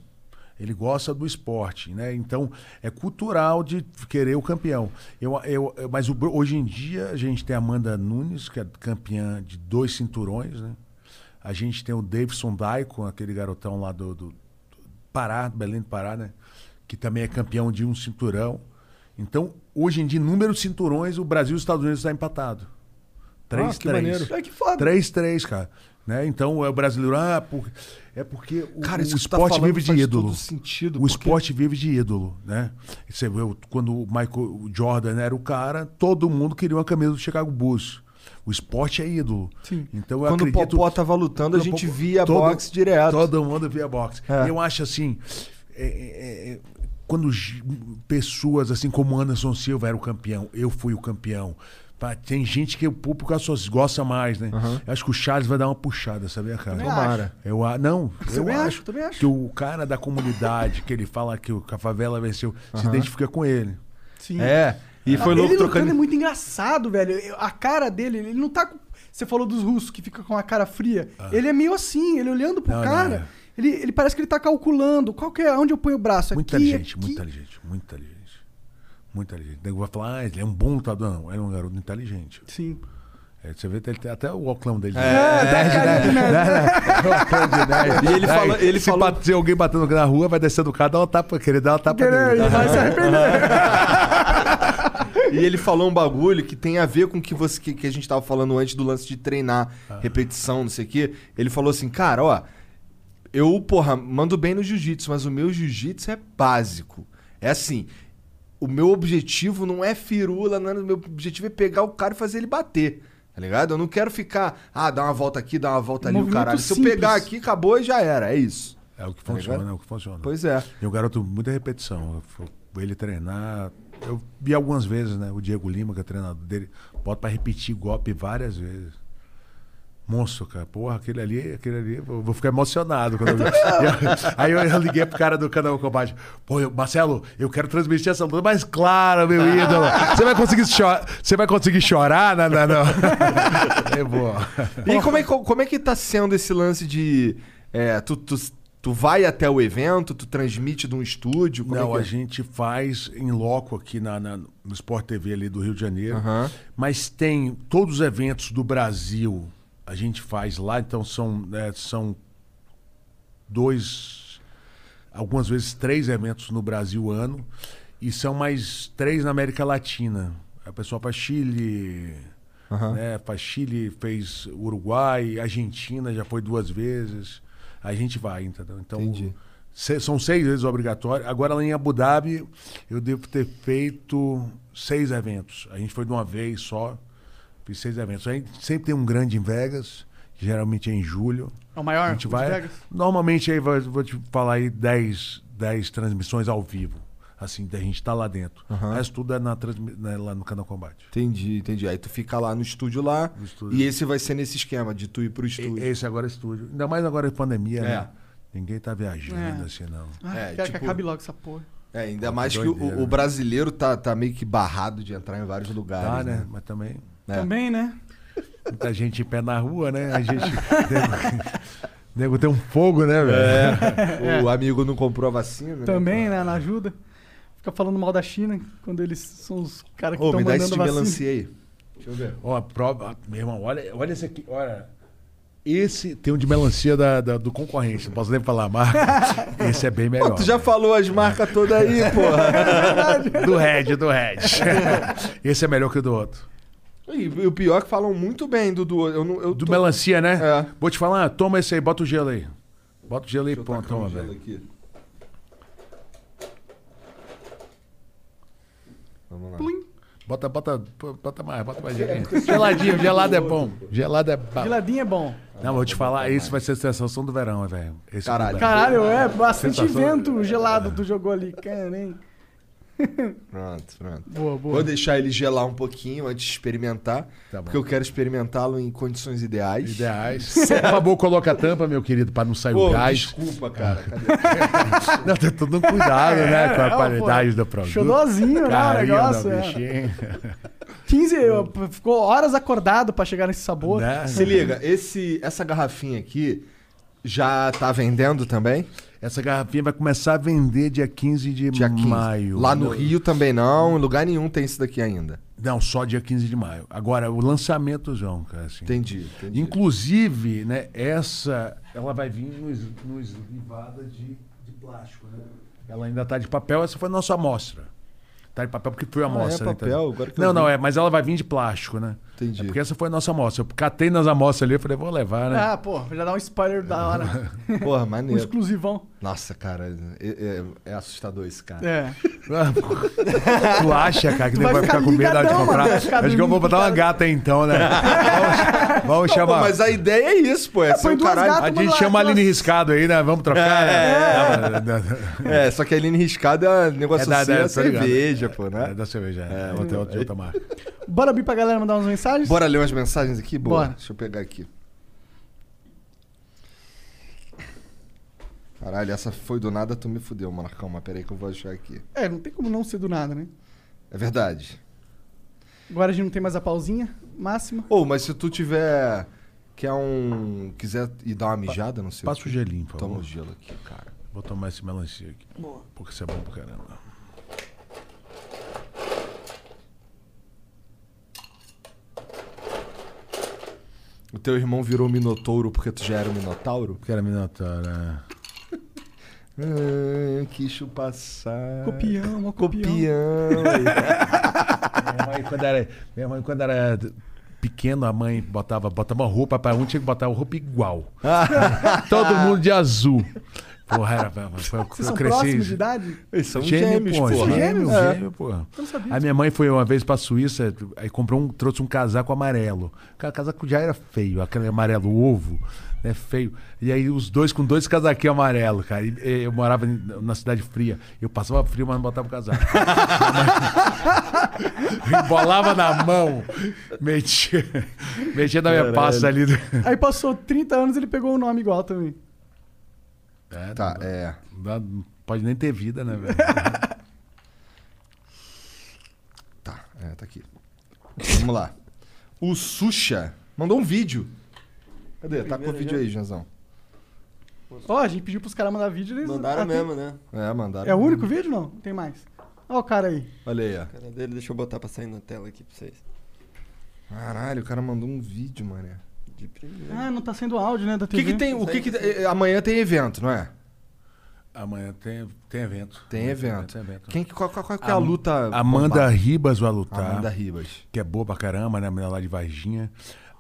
Ele gosta do esporte, né? Então, é cultural de querer o campeão. Eu, eu, eu- mas o Bru- hoje em dia, a gente tem a Amanda Nunes, que é campeã de dois cinturões, né? A gente tem o Davidson Daikon, aquele garotão lá do, do, do Pará, do Belém do Pará, né? Que também é campeão de um cinturão. Então, hoje em dia, em número de cinturões, o Brasil e os Estados Unidos tá estão empatados. 3
Ah, que maneiro.
Ai, que foda.
3-3, cara. Né? Então, é o brasileiro, ah, por- é porque o,
Cara,
o
isso que tu tá
esporte
falando
vive de
faz
ídolo.
todo sentido,
o
porque-
esporte vive de ídolo, né? Você vê, o- quando o Michael Jordan era o cara, todo mundo queria uma camisa do Chicago Bulls. O esporte é ídolo.
Sim.
Então, eu
Quando
acredito,
o Popó tava lutando, a
Quando o
gente
Popó-
via
todo-
boxe direto.
Todo mundo via boxe.
É.
Eu acho assim. é, é, é, quando gi- pessoas assim como Anderson Silva era o campeão, eu fui o campeão. Pá, Tem gente que o público associa- gosta mais, né? Eu Acho que o Charles vai dar uma puxada, sabia, cara?
Também Tomara. acho.
Eu, a- não, eu
Também acho,
acho,
também acho.
que o cara da comunidade, que ele fala que o que a favela venceu, se identifica com ele.
Sim.
É. E foi
ele
louco
lutando
trocando.
é muito engraçado, velho. Eu- A cara dele, ele não tá com... Você falou dos russos que fica com a cara fria.
Ah.
Ele é meio assim, ele olhando pro
Não, não,
cara...
é.
Ele, ele parece que ele tá calculando. Qual que é? Onde eu ponho o braço?
Muito
aqui,
inteligente,
aqui.
muito inteligente, muito inteligente. Muito inteligente. Daí vai falar, ah, ele é um bom lutador. Não, ele é um garoto inteligente.
Sim. Ah,
É, você vê ele tem até o óculão
É,
dele. né?
E ele falou. Ele
se
falou...
bat- se alguém batendo na rua, vai descer do carro, dá uma tapa, querer dar uma tapa nele.
Ele
É,
vai se arrepender.
E ele falou um bagulho que tem a ver com o que, você, que, que a gente tava falando antes do lance de treinar,
Ah.
repetição, não sei o quê. Ele falou assim, cara, ó, eu, porra, mando bem no jiu-jitsu, mas o meu jiu-jitsu é básico. É assim, o meu objetivo não é firula, não é- meu objetivo é pegar o cara e fazer ele bater. Tá ligado? Eu não quero ficar, ah, dá uma volta aqui, dá uma volta ali, o
Movimento
caralho. Se eu
simples.
pegar aqui, acabou e já era. É isso.
É o que funciona,
ligado?
é o que funciona.
Pois é.
E o garoto, muita repetição. Eu fui ele treinar. Eu vi algumas vezes, né? O Diego Lima, que é treinador dele, bota pra repetir golpe várias vezes. Monstro, cara. Porra, aquele ali, aquele ali. Eu vou ficar emocionado quando eu ver. Aí eu, eu liguei pro cara do canal Combate. Pô, eu- Marcelo, eu quero transmitir essa luta mais clara, meu ídolo. Você vai conseguir, cho- Você vai conseguir chorar? Não, não, não. É boa.
E como é, que- como é que tá sendo esse lance de. é, tu, tu, tu vai até o evento, tu transmite de um estúdio? Como
Não,
é
a
que é?
gente faz em loco aqui na, na- no Sport TV ali do Rio de Janeiro.
Aham.
Mas tem todos os eventos do Brasil, a gente faz lá, então são, né, são dois, algumas vezes três eventos no Brasil ano, e são mais três na América Latina. A pessoa para Chile, né, para Chile fez Uruguai, Argentina já foi duas vezes. A gente vai, entendeu? Então,
Entendi.
se- são seis vezes obrigatório. Agora lá em Abu Dhabi, eu devo ter feito seis eventos. A gente foi de uma vez só, fiz seis eventos. Aí sempre tem um grande em Vegas, geralmente é em julho.
É o maior?
A gente
o de
vai.
Vegas?
Normalmente aí vai- vou te falar aí 10, 10 transmissões ao vivo. Assim, da gente tá lá dentro. O resto tudo é na transmi- né, lá no canal Combate.
Entendi, entendi. Aí tu fica lá no estúdio lá.
estúdio.
E esse vai ser nesse esquema de tu ir pro estúdio.
E- Esse agora é estúdio. Ainda mais agora é pandemia,
É.
né? Ninguém tá viajando, assim, não.
Ah,
É,
quero
tipo-
que acabe logo essa porra.
É, ainda mais que
doideira.
o,
né?
o brasileiro tá, tá meio que barrado de entrar em vários lugares.
Tá,
né?
né? Mas também.
É.
Também, né?
Muita gente em pé na rua, né? A gente. O nego tem um fogo, né, velho? É.
O amigo não comprou a vacina.
Também, né? Na ajuda. Fica falando mal da China quando eles são os caras é que
Ô,
estão
me dá
mandando
esse de
vacina.
melancia aí. Deixa eu ver.
Ó, a prova. ah, Meu irmão, olha, olha esse aqui, olha. Esse tem um de melancia da, da- do concorrente, não posso nem falar a marca. Esse é bem melhor.
Pô, tu já falou as marcas todas aí, porra.
Do Red, do Red. Esse é melhor que o do outro.
E, e o pior é que falam muito bem do... do eu não, eu
Do
tô-
melancia, né?
É.
Vou te falar, toma esse aí, bota o gelo aí. Bota o gelo aí,
Deixa eu
pronto,
tacar um
toma,
gelo
velho.
aqui. Vamos lá.
Bota, bota, bota mais, bota mais gelinho. Geladinho, gelado é bom. Gelado é bom.
Geladinha é bom.
Não, vou te falar, esse vai ser a sensação do verão, velho. Esse
Caralho.
do verão.
Caralho, é bastante
Sensação.
vento gelado tu jogou ali. Cara, hein?
Pronto, pronto.
Boa, boa.
Vou deixar ele gelar um pouquinho antes de experimentar.
Tá bom.
porque eu quero experimentá-lo em condições ideais.
Ideais. Por favor, coloca a tampa, meu querido, pra não sair
Pô,
o gás.
desculpa, cara.
Ah.
Cadê?
Não, tem todo um cuidado, né,
É,
com a qualidade do produto.
Xodózinho, né, o
Carinho do
negócio, é.
bichinho.
15, eu- ficou horas acordado pra chegar nesse sabor.
Né?
Se liga, esse, essa garrafinha aqui já tá vendendo também?
Essa garrafinha vai começar a vender dia 15 de
Dia 15.
maio.
Lá no
Não,
Rio também não, em lugar nenhum tem isso daqui ainda.
Não, só dia 15 de maio. Agora, o lançamento, João, cara, assim.
Entendi, entendi.
Inclusive, né, essa, ela vai vir nos, nos livada de, de plástico, né? Ela ainda tá de papel, essa foi a nossa amostra. Tá de papel porque foi a amostra.
é
né,
papel?
então.
Agora que eu
não, não,
vi.
é, mas ela vai vir de plástico, né?
Entendi.
É porque essa foi a nossa amostra. Eu catei nas amostras ali, eu falei, vou levar, né?
Ah, pô, já dá um spoiler da hora.
Porra,
Um
maneiro.
exclusivão.
Nossa, cara, é, é- é assustador esse cara.
É.
tu acha, cara, que
Tu
nem
vai
vai
ficar
ficar com medo de
ligadão, mano,
comprar?
vai ficar
Acho que eu vou
dormindo,
botar uma
cara.
gata então, né? Vamos, vamos
Pô,
chamar.
mas a ideia é isso, pô. É, ser
põe
o
duas
caralho.
gatas.
A
Toma
gente
lá,
chama a Aline
nossa.
Riscado aí, né? Vamos trocar? né?
É, só que a Aline Riscada é negócio
da-
assim, é
da- tô tá ligado.
cerveja, pô,
É
né?
da cerveja, é. Outra, outra, outra marca.
Bora abrir pra galera mandar umas mensagens?
Bora ler umas mensagens aqui? Boa.
Bora.
Deixa eu pegar aqui. Caralho, essa foi do nada, tu me fudeu, Marcão, mas peraí que eu vou achar aqui.
É, não tem como não ser do nada, né?
É verdade.
Agora a gente não tem mais a pausinha máxima.
Ô, mas se tu tiver. Quer um. Quiser ir dar uma mijada, não sei.
Passa o
que.
gelinho, por
Toma o
favor.
gelo aqui, cara.
Vou tomar esse melancia aqui. Porque isso é bom pra caramba.
O teu irmão virou minotouro porque tu já era um minotauro?
Porque era minotauro, né?
Ah, quixo passar.
Copião, ó, copião.
Copião.
Minha mãe, quando era, minha mãe, quando era pequeno, a mãe botava, botava uma roupa pra um, tinha que botar uma roupa igual. Todo mundo de azul. Porra, era, foi, eu
Vocês são
cresci-
próximos de idade?
Eles são
Gêmeo,
gêmeos,
porra.
porra.
São
Gêmeo,
gêmeos?
é.
É.
gêmeo, porra.
Eu não sabia
A minha mãe foi uma vez pra Suíça, aí comprou um, trouxe um casaco amarelo. Aquela casaco já era feio, aquele amarelo ovo, né? Feio. E aí os dois com dois casaquinhos amarelo, cara. E, e eu morava em- na cidade fria. Eu passava frio, mas não botava o casaco. Embolava na mão, metia, metia na minha pasta ali. do-
Aí passou 30 anos ele pegou um nome igual também.
É,
Tá, é.
não dá- não pode nem ter vida, né, velho?
Tá, é, tá aqui. Vamos lá. O Susha mandou um vídeo. Cadê? Tá com o
Primeiro
vídeo
já?
aí, Janzão.
Ó, a gente pediu pros caras mandar vídeo, eles.
Mandaram
Ah, tem-
mesmo, né?
É, mandaram.
É o único vídeo? Não, tem mais. Ó o cara aí.
Olha aí, ó.
Cara dele, deixa eu botar pra sair na tela aqui pra vocês.
Caralho, o cara mandou um vídeo, mané.
De primeiro.
Ah, não tá sendo áudio, né, da
O que
TV.
que tem... O que que... eh, Amanhã tem evento, não é?
Amanhã tem, tem evento.
Tem evento.
Tem evento.
Quem, que- qual, qual, qual que é a luta...
Amanda
combate?
Ribas vai lutar.
Amanda Ribas.
Que é boa pra caramba, né? A mulher lá de Varginha.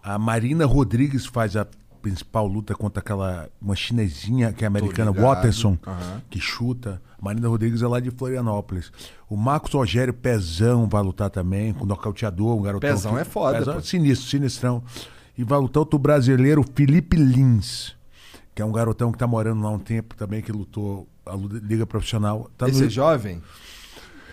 A Marina Rodrigues faz a principal luta contra aquela uma chinesinha que é americana,
ligado.
Watterson,
Aham.
que chuta. Marina Rodrigues é lá de Florianópolis. O Marcos Rogério Pezão vai lutar também, com nocauteador, um garotão.
Pezão
que-
é foda,
Pezão é
pô.
sinistro, sinistrão. E vai lutar outro brasileiro, Felipe Lins, que é um garotão que tá morando lá há um tempo também, que lutou a luta- Liga Profissional. Tá
Esse
no-
é jovem?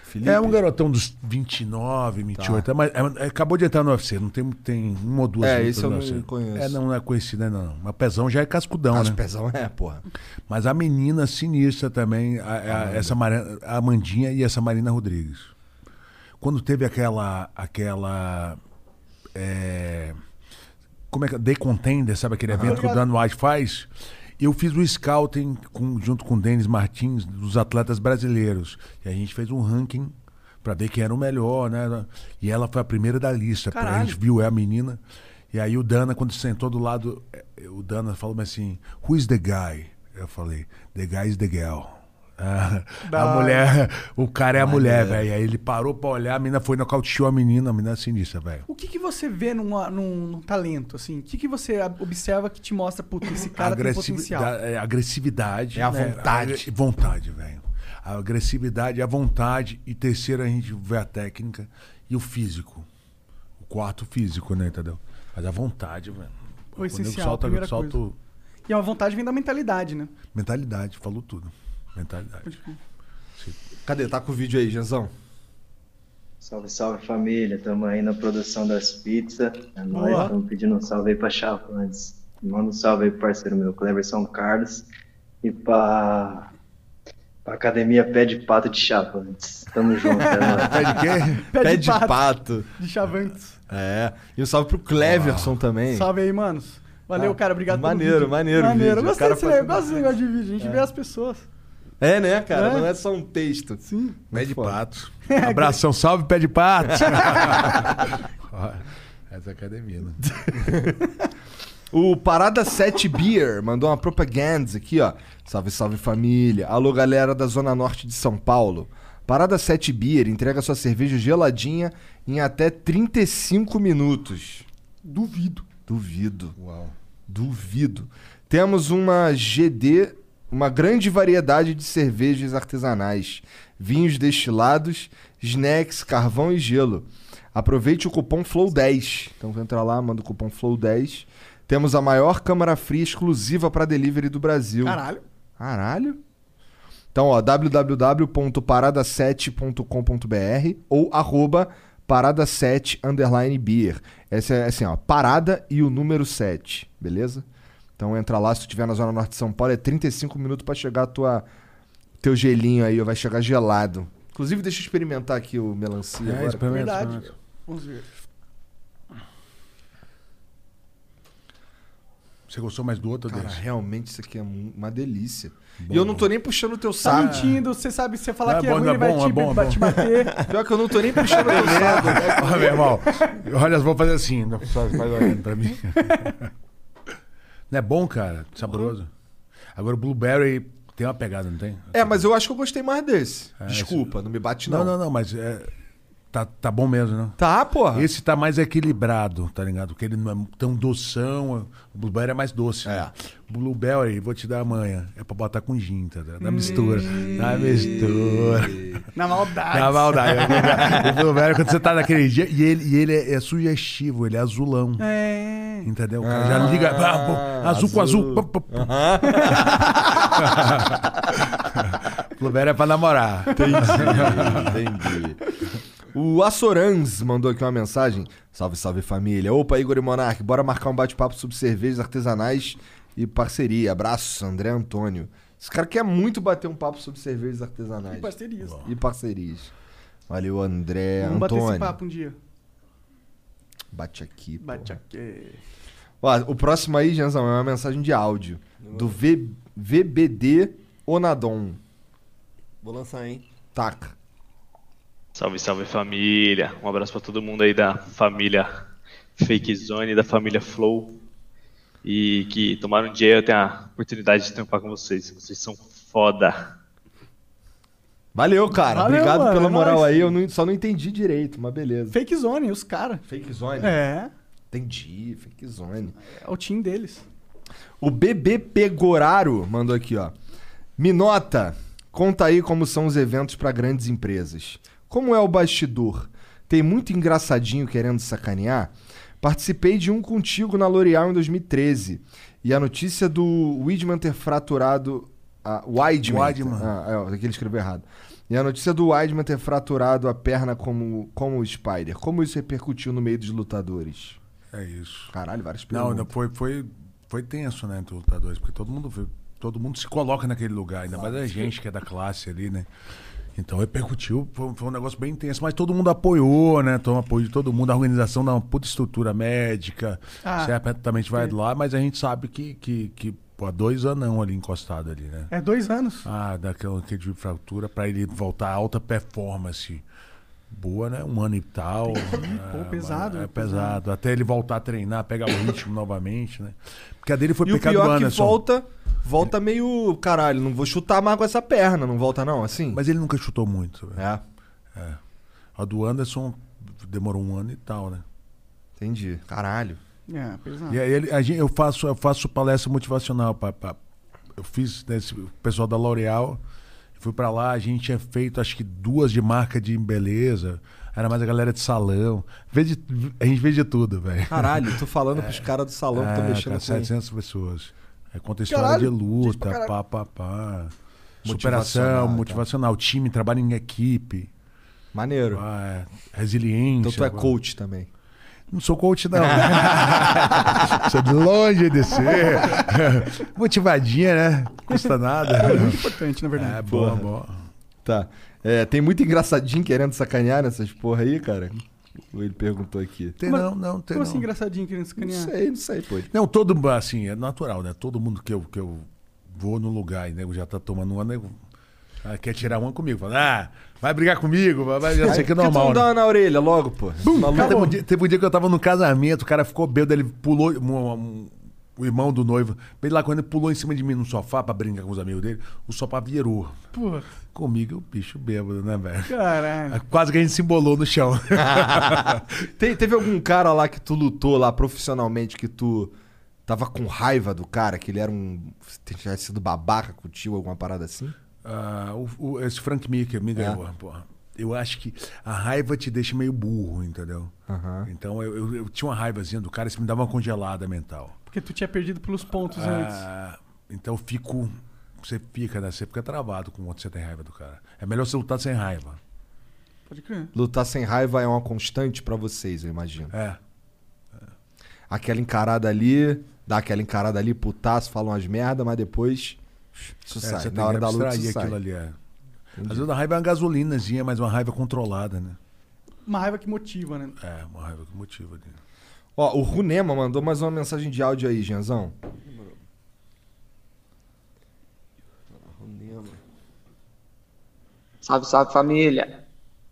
Felipe? Tá.
é um garotão dos 29, 28, mas é, é, acabou de entrar no UFC, não tem, tem uma ou duas
É,
lutas
esse eu
no
não
UFC.
conheço.
É, não, não é conhecido ainda não. Mas Pezão já é cascudão,
Acho
né?
pesão é, porra.
Mas a menina sinistra também, a- a- essa Mara- a Amandinha e essa Marina Rodrigues. Quando teve aquela. aquela é, como é que é? The Contender, sabe aquele evento que o Dan White faz? Eu fiz o scouting com- junto com o Denis Martins dos atletas brasileiros. E a gente fez um ranking pra ver quem era o melhor, né? E ela foi a primeira da lista. porque A
Caralho.
gente viu, é a menina. E aí o Dana, quando sentou do lado, eh, o Dana falou assim: Who is the guy? Eu falei: The guy is the girl. Ah, a mulher, o cara é a mulher, velho. Aí ele parou pra olhar, a menina foi nocauteou a menina, a menina é sinistra, velho.
O que, que você vê numa- num, num talento, assim? O que, que você a- observa que te mostra, puta, esse cara tem
Agressi-
potencial?
da- é, agressividade.
É a
né?
vontade.
Agre- vontade, velho. A agressividade, a vontade. E terceiro, a gente vê a técnica e o físico. O quarto, o físico, né, entendeu? Mas a vontade, velho. Quando eu
essencial,
solto,
a primeira
eu solto
coisa. E a vontade vem da mentalidade, né?
mentalidade, falou tudo. Mentalidade.
Cadê? Tá com o vídeo aí, Janzão.
Salve, salve família, estamos aí na produção das pizzas. É nóis,
Boa.
estamos pedindo um salve aí para Chavantes. Manda um salve aí pro parceiro meu, Cleverson Carlos. E para pra Academia Pé de Pato de Chavantes. Tamo junto, é nóis.
Pé,
Pé
de,
de
pato.
De chavantes.
É. E um salve pro Cleverson também.
Salve aí, manos. Valeu,
Ah,
cara. Obrigado
maneiro,
pelo vídeo.
maneiro o
Maneiro.
vídeo. O
Gostei
cara
desse
faz-
negócio, desse negócio de vídeo. A gente vê as pessoas.
É, né, cara?
É.
Não é só um texto.
Sim.
Pé de
Foda.
pato. Abração, salve, pé de pato. Ó, Essa é a academia, né?
O Parada 7 Beer mandou uma propaganda aqui, ó. Salve, salve família. Alô, galera da Zona Norte de São Paulo. Parada 7 Beer entrega sua cerveja geladinha em até 35 minutos. Duvido. Duvido. Uau. Duvido. Temos uma GD, uma grande variedade de cervejas artesanais, vinhos destilados, snacks, carvão e gelo. Aproveite o cupom FLOW10. Então entra lá, manda o cupom FLOW10. Temos a maior câmara fria exclusiva para delivery do Brasil.
Caralho.
Caralho. Então, ó, www.parada7.com.br ou arroba parada7 underline beer. Essa é assim, ó, parada e o número 7, beleza? Então entra lá, se tu estiver na Zona Norte de São Paulo, é 35 minutos pra chegar a tua, teu gelinho aí, ó, vai chegar gelado. Inclusive, deixa eu experimentar aqui o
É,
melancia agora.
Verdade. Vamos ver.
Você gostou mais do outro ou
Cara,
desse?
realmente isso aqui é mu- uma delícia. E eu não tô nem puxando o teu
Tá
saco.
mentindo, você sabe, se você falar
Não, é
que
bom,
é ruim,
não é
ele vai,
bom,
te,
é bom, é
vai
bom.
te bater.
Pior que eu não tô nem puxando o teu saco.
Ó, meu irmão, olha, vamos fazer assim. Não precisa mais olhando pra mim. Não é bom, cara? Saboroso. Agora o Blueberry tem uma pegada, não tem?
É, mas eu acho que eu gostei mais desse. Desculpa, É, não me bate
Não,
não.
não, não, mas é, Tá, tá bom mesmo, né?
Tá, porra.
Esse tá mais equilibrado, tá ligado? Porque ele não é tão doção. O Blueberry é mais doce.
É.
Blueberry, vou te dar amanhã. É pra botar com gin, tá ligado? Da mistura. Da mistura.
Na maldade.
Da maldade. é o Blueberry, quando você tá naquele dia. E ele, e ele é, é sugestivo, ele é azulão.
É.
Entendeu? O cara já não liga. "Ah, pô, azul, com azul. pam, pam, pam." Blueberry é pra namorar.
Entendi. O Assorans mandou aqui uma mensagem. Salve, salve família. Opa, Igor e Monark, bora marcar um bate-papo sobre cervejas artesanais e parceria. Abraços, André Antônio. Esse cara quer muito bater um papo sobre cervejas artesanais
Parceria. Vamos
e parcerias. Valeu, André
bater
Antônio.
esse papo um dia.
Bate aqui. pô.
Bate aqui.
Ó, o próximo aí, Janzão, é uma mensagem de áudio. Do v... VBD Onadon.
Vou lançar, hein?
Taca.
Salve, salve família. Um abraço pra todo mundo aí da família Fake Zone, da família Flow. E que tomaram um dia eu tenho a oportunidade de tampar com vocês. Vocês são foda.
Valeu, cara.
Valeu,
Obrigado
mano,
pela
é
moral
nóis.
aí. Eu não- só não entendi direito, mas beleza.
Fake Zone, os caras.
Fake zone.
É.
Entendi, fake zone.
É o time deles.
O BB Pegoraro mandou aqui, ó. Minota, conta aí como são os eventos pra grandes empresas. Como é o bastidor? Tem muito engraçadinho querendo sacanear? Participei de um contigo na L'Oréal em 2013. E a notícia do Widman ter fraturado. A Weidman.
Weidman.
Ah, é, aqui ele escreveu errado. E a notícia do Weidman ter fraturado a perna como, como o Spider. Como isso repercutiu no meio dos lutadores?
É isso.
Caralho, várias
Não,
perguntas.
não foi, foi, foi tenso, né, entre os lutadores, porque todo mundo, foi- todo mundo se coloca naquele lugar, ainda mais a gente que é da classe ali, né? Então repercutiu, foi, foi um negócio bem intenso, mas todo mundo apoiou, né? Tomou apoio de todo mundo, a organização dá uma puta estrutura médica,
Ah,
certamente vai lá, mas a gente sabe que, que, que pô, há dois anão ali encostado ali, né?
É dois anos.
Ah, daquela que de fratura pra ele voltar a alta performance. Boa, né? Um ano e tal. Pô,
pesado,
É
né?
pesado. Até ele voltar a treinar, pegar o ritmo novamente, né? Porque a dele foi
E o
pecado do
pior é que
Anderson.
volta, volta meio. Caralho, não vou chutar mais com essa perna, não volta não, assim.
Mas ele nunca chutou muito. velho.
É,
A do Anderson demorou um ano e tal, né?
entendi. Caralho.
É, pesado.
E aí ele- a gente- eu, faço, eu faço palestra motivacional. Pra, pra- eu fiz nesse, o pessoal da L'Oréal. Fui pra lá, a gente tinha feito acho que duas de marca de beleza. Era mais a galera de salão. Vê de- a gente vê de tudo, velho.
Caralho, tô falando pros caras do salão que tô
É,
mexendo assim.
cara,
com.
700 pessoas. Aí conta a história
Caralho,
de
gente pra
luta,
caralho.
pá, pá, pá.
Motivacional,
Superação,
tá.
motivacional. Time, trabalho em equipe.
Maneiro.
pá, é resiliência.
então tu é
pá.
coach também.
Não sou coach, não. sou de longe de ser. Motivadinha, né? Custa nada.
Importante, na
É,
verdade.
boa, boa.
Tá. É, tem muito engraçadinho querendo sacanear nessas porra aí, cara. Ele perguntou aqui.
Tem
Mas
não, não, tem
Como assim,
não.
engraçadinho, querendo
Não
sacanear?
sei, não sei, pô.
Não, todo assim, é natural, né? Todo mundo que eu, que eu vou no lugar e nego já tá tomando uma, nego ah, quer tirar uma comigo. Fala, ah, vai brigar comigo, vai, vai, já sei que é
Por tu
normal.
não dá
né?
uma na orelha logo, pô? Maluco. é
Cara, teve, um dia, teve um dia que eu tava no casamento, o cara ficou bêbado, ele pulou. um- um- o irmão do noivo, ele lá quando ele pulou em cima de mim no sofá pra brincar com os amigos dele, o sofá virou.
Porra,
Comigo, o bicho bêbado, né, velho?
caralho.
Quase que a gente se embolou no chão.
Te- teve algum cara lá que tu lutou lá profissionalmente que tu tava com raiva do cara, que ele era um. tinha sido babaca contigo, alguma parada assim?
Ah, o- o- esse Frank Mickey
É.
me ganhou, porra. Eu acho que a raiva te deixa meio burro, entendeu?
Aham.
Então eu, eu- eu tinha uma raivazinha do cara, isso me dava uma congelada mental.
Porque tu tinha perdido pelos pontos antes.
Ah, então eu fico. Você fica, né? Você fica travado com quando você tem raiva do cara. É melhor você lutar sem raiva.
Pode crer.
Lutar sem raiva é uma constante pra vocês, eu imagino.
É.
Aquela encarada ali, dá aquela encarada ali, putaço, falam as merda, mas depois. Isso
É,
sai.
você
Na hora da luta, isso sai.
aquilo ali. É. Às vezes a raiva é uma gasolinazinha, mas uma raiva controlada, né?
Uma raiva que motiva, né?
É, uma raiva que motiva ali.
Ó, o Runema mandou mais uma mensagem de áudio aí, Genzão.
Salve, salve família.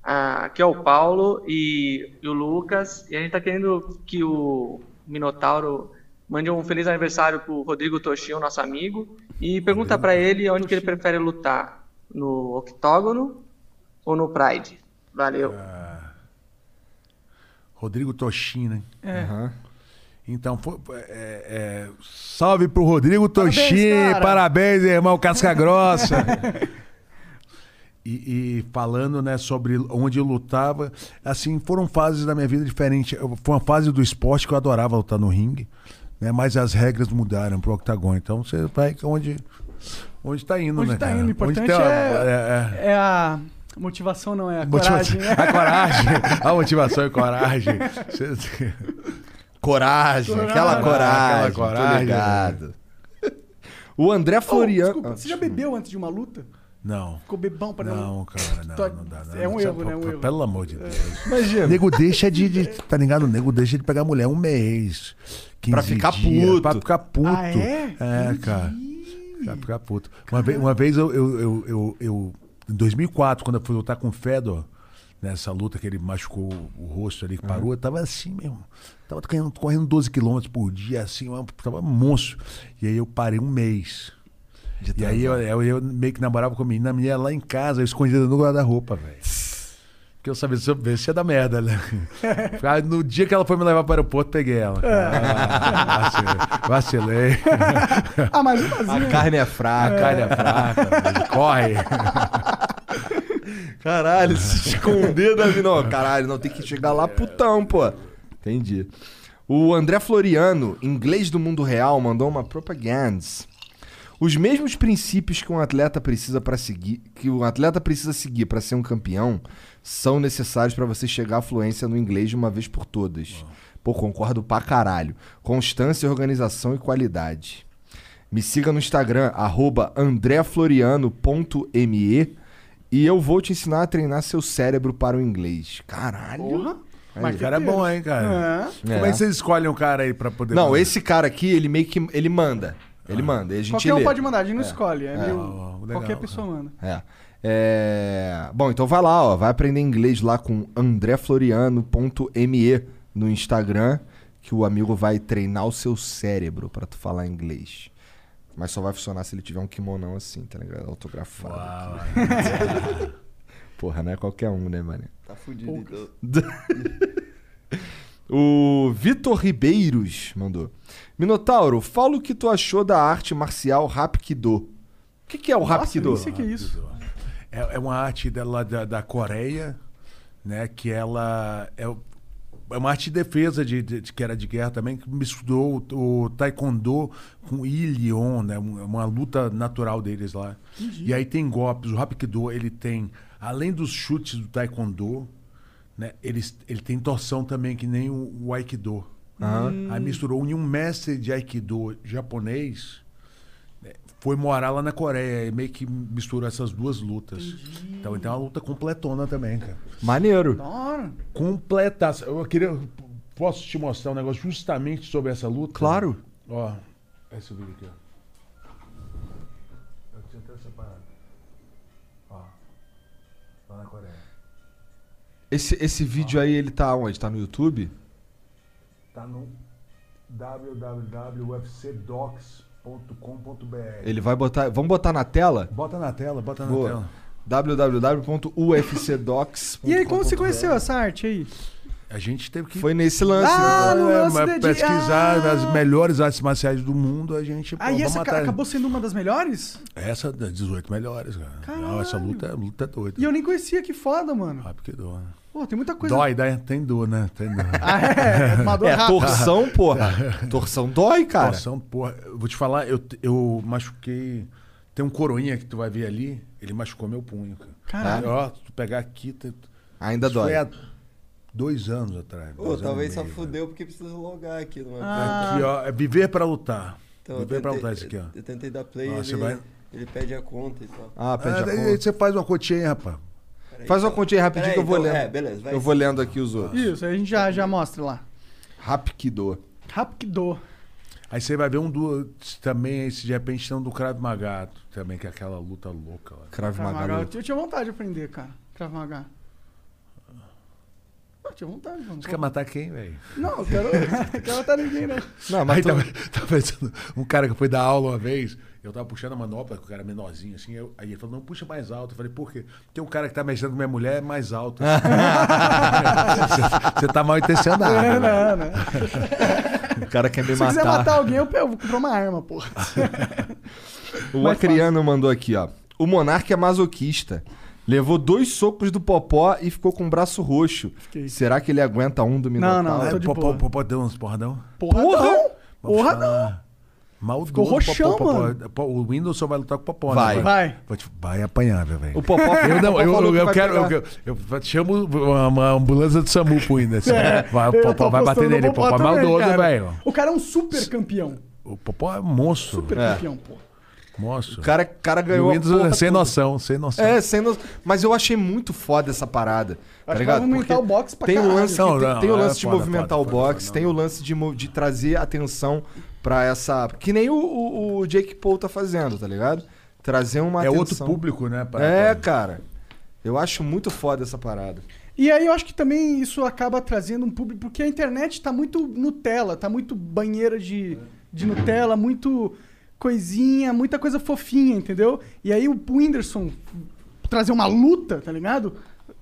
Ah, aqui é o Paulo e, e o Lucas. E a gente tá querendo que o Minotauro mande um feliz aniversário pro Rodrigo Toshio, nosso amigo, e pergunta pra ele onde que ele prefere lutar, no octógono ou no Pride. Valeu.
Rodrigo Rodrigo Toshina. hein?
É.
Aham.
Então, foi- foi- é, é, salve pro Rodrigo
Parabéns,
Toshina.
cara.
Parabéns, irmão Casca Grossa. E, e falando né, sobre onde eu lutava, assim, foram fases da minha vida diferentes. Eu- Foi uma fase do esporte que eu adorava lutar no ringue, né, mas as regras mudaram pro octagon. Então você vai onde, onde tá indo,
Onde
né?
tá
cara?
indo, o importante
tem uma-
é, é a motivação, não, é a
Motivação-
coragem.
A coragem. A motivação e coragem. Cê-
Coragem, aquela coragem.
Aquela coragem. né?
Tô ligado. O André Ah,
Ô,
Floriano.
Ah,
desculpa, você já bebeu antes de uma luta?
Não.
Ficou bebão pra
Não, cara, não,
Tô-
não dá. não.
É um erro, né? É um
Pelo
erro.
Pelo amor de Deus.
Imagina.
Nego deixa de, de- Tá ligado? Nego deixa de pegar mulher um mês. 15
Pra ficar
dias,
puto.
Pra ficar puto.
Ah, é?
cara. Pra ficar puto. Uma vez, uma vez eu, eu, eu, eu, eu- Em 2004, quando eu fui lutar com o Fedor, nessa luta que ele machucou o rosto
É.
ali, que parou, eu tava assim mesmo. Tava correndo, correndo 12 quilômetros por dia, assim, eu tava monstro. E aí eu parei um mês.
Tá
E aí eu, eu, eu meio que namorava com a menina, a menina lá em casa, eu escondida no guarda-roupa, velho. Porque eu sabia, se eu ver, ia dar merda, né? Aí, no dia que ela foi me levar para o aeroporto, peguei ela. Ah, vacilei.
Ah, mas não fazia.
A carne é
A
fraca.
carne é fraca, velho, corre.
Caralho, se esconder da vida. Não, caralho, não, tem que chegar lá putão, pô. Entendi. O André Floriano, inglês do mundo real, mandou uma propaganda. Os mesmos princípios que um atleta precisa para seguir, que um atleta precisa seguir para ser um campeão, são necessários para você chegar à fluência no inglês de uma vez por todas. Pô, concordo pra caralho. Constância, organização e qualidade. Me siga no Instagram, arroba andreafloriano.me e eu vou te ensinar a treinar seu cérebro para o inglês. Caralho!
Porra.
Mas o cara é bom, hein, cara?
É.
Como é que vocês escolhem um cara aí pra poder...
Não,
fazer?
esse cara aqui, ele meio que... Ele manda. Ele manda. E a gente
Qualquer um
lê.
pode mandar, a gente não escolhe. É meio-
Ah, legal,
Qualquer
cara.
pessoa manda.
É. É, Bom, então vai lá, ó. Vai aprender inglês lá com andrefloriano.me no Instagram, que o amigo vai treinar o seu cérebro pra tu falar inglês. Mas só vai funcionar se ele tiver um kimonão assim, tá ligado? Autografado. Porra, não é qualquer um, né, mano?
Tá fudido, então.
O Vitor Ribeiros mandou. Minotauro, fala o que tu achou da arte marcial Rapkido. O que, que é o
Nossa, eu
Rapkido?
nem sei o que é isso.
É, é uma arte dela, da, da Coreia, né? Que ela é, o- é uma arte de defesa de, de- de- que era de guerra também, que misturou o, o taekwondo com ilion, né? um- Uma luta natural deles lá. E aí tem golpes. O Hapkido, ele tem, além dos chutes do taekwondo, né? Ele, ele tem torção também, que nem o, o aikido. Aí misturou e um mestre de aikido japonês foi morar lá na Coreia e meio que misturou essas duas lutas. Então, então é uma luta completona também, cara.
Maneiro.
Da hora.
Completa. Eu queria. Posso te mostrar um negócio justamente sobre essa luta?
Claro.
Ó, é esse vídeo aqui, ó. Eu tinha até separado. Ó. Lá na Coreia.
Esse, esse vídeo aí, ele tá onde? Tá no YouTube?
Tá no www.ufcdocs.com.br.
Ele vai botar. Vamos botar na tela?
Bota na tela, bota na
Boa.
tela.
www.ufcdocs.com.br
E aí, como você conheceu essa arte aí?
A gente teve que
Foi nesse lance. né,
Ah, no
É,
lance
mas
da de-
pesquisar
Ah!
as melhores artes marciais do mundo, a gente. pô,
Ah, e
vamos
essa ca-
matar.
acabou sendo uma das melhores?
Essa das 18 melhores, cara. Não, essa
Caralho!
luta, é- luta é doida.
E eu nem conhecia, que foda, mano.
Ah, porque dor, né?
Pô, tem muita coisa.
Dói, dói, tem dor, né? Tem dor.
Ah, é, é uma dor
É,
rápida.
torção, porra. Torção dói, cara.
Nossa, é um porra. Eu vou te falar, eu, eu machuquei. Tem um coroinha que tu vai ver ali, ele machucou meu punho, cara.
Caralho.
Ó, se tu pegar aqui. tem-
Ainda
isso
dói.
Foi há dois anos atrás.
Pô,
dois anos
talvez
e
só
meio,
fudeu porque precisa logar aqui numa
Ah.
cara. Aqui, ó, é viver pra lutar.
Então, eu
viver pra lutar isso
tentei,
aqui, ó.
eu tentei dar play,
Ó, você
ele,
vai-
ele pede a conta e tal.
Ah, pede
Ah,
a
daí
conta.
você faz uma continha aí, rapaz.
Peraí,
Faz uma
então.
continha rapidinho
Peraí,
que eu vou
então,
lendo.
É, beleza, vai.
eu vou lendo aqui os outros.
Isso, aí a gente já, já mostra lá.
Rapkido.
Rapkido.
Aí você vai ver um do também, esse de repente tem um do Krav Maga também, que é aquela luta louca lá.
Krav
Krav Maga.
Maga.
Eu, eu tinha vontade de aprender, cara. Krav Maga. Tinha vontade, mano.
Você quer matar quem, velho?
Não, eu quero, eu quero matar ninguém, né? não.
Não, mas Aí tá tava, tava pensando, um cara que foi dar aula uma vez, eu tava puxando a manopla, que o cara é menorzinho, assim, eu- aí ele falou, não, puxa mais alto. Eu falei, por quê? Porque um cara que tá mexendo com minha mulher é mais alto. Você tá mal intencionado.
É, não,
né?
O cara quer me
Se quiser
matar.
matar alguém, eu, eu vou comprar uma arma, porra.
Ah.
O Acriano mandou aqui, ó. O monarca é masoquista. Levou dois socos do Popó e ficou com o braço roxo. Será que ele aguenta um do Minotauro?
não, tô Tá de
Popó, Popó deu uns porradão.
Porra, não. Porra, não.
Maldoso,
Ficou roxão,
Popó, Popó.
mano.
Popó, O Windows só vai lutar com o Popó,
Vai.
né?
Vai.
Vou te- Vai apanhar, meu velho.
O Popó-
Eu,
o
não,
Popó
eu,
falou
eu,
que
eu
vai
quero.
pegar.
Eu, eu, eu chamo uma, uma ambulância do SAMU pro Windows.
É,
vai, o
eu
Popó
tô
vai bater
apostando
nele.
no
O Popó é
também,
maldoso,
cara.
velho.
O cara é um super campeão.
O Popó é monstro.
Super
É.
campeão, porra.
Monstro.
O cara, cara
E
ganhou.
o
a
Windows é assim.
porra
sem
toda.
noção, sem noção.
É, sem noção. Mas eu achei muito foda essa parada. Tá
que
ligado?
vai movimentar
Porque
o box pra
tem o
caralho.
lance, de-
Não,
tem,
não,
tem o
é
lance de
foda,
movimentar
foda,
o
foda,
box, tem o lance de, mo- de trazer atenção pra essa. Que nem o, o- o Jake Paul tá fazendo, tá ligado? Trazer uma
É
atenção.
outro público, né? pra-
É,
pra-
cara. Eu acho muito foda essa parada.
E aí eu acho que também isso acaba trazendo um público, porque a internet tá muito Nutella, tá muito banheira de, de Nutella, muito coisinha, muita coisa fofinha, entendeu? E aí o Whindersson trazer uma luta, tá ligado?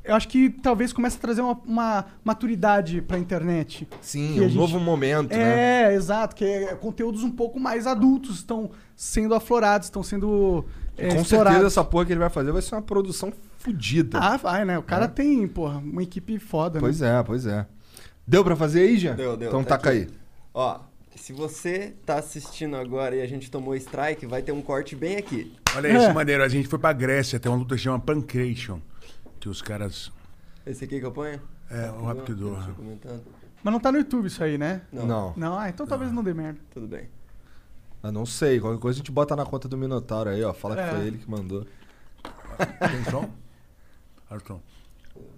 Eu acho que talvez comece a trazer uma, uma maturidade pra internet.
Sim,
Que
um
a gente-
novo momento, né?
É, exato, que é- conteúdos um pouco mais adultos estão sendo aflorados, estão sendo é,
Com certeza
explorados.
essa porra que ele vai fazer vai ser uma produção fodida.
Ah, vai, né? O cara tem, porra, uma equipe foda,
É. Pois
né?
é, pois é. Deu pra fazer aí, Jean?
Deu, deu,
Então
tá
taca
aqui.
aí.
Ó, se você tá assistindo agora e a gente tomou strike, vai ter um corte bem aqui.
Olha isso,
É.
maneiro. A gente foi pra Grécia, tem uma luta que chama Pancration. Que os caras.
Esse aqui que eu ponho?
É,
um
o Rapidor.
Deixa eu comentando.
Mas não tá no YouTube isso aí, né?
Não.
Não, ah, então talvez não dê merda.
Tudo bem.
Eu Ah, não sei. Qualquer coisa a gente bota na conta do Minotauro aí, ó. Fala
É.
que foi ele que mandou.
Tem som? Olha o som.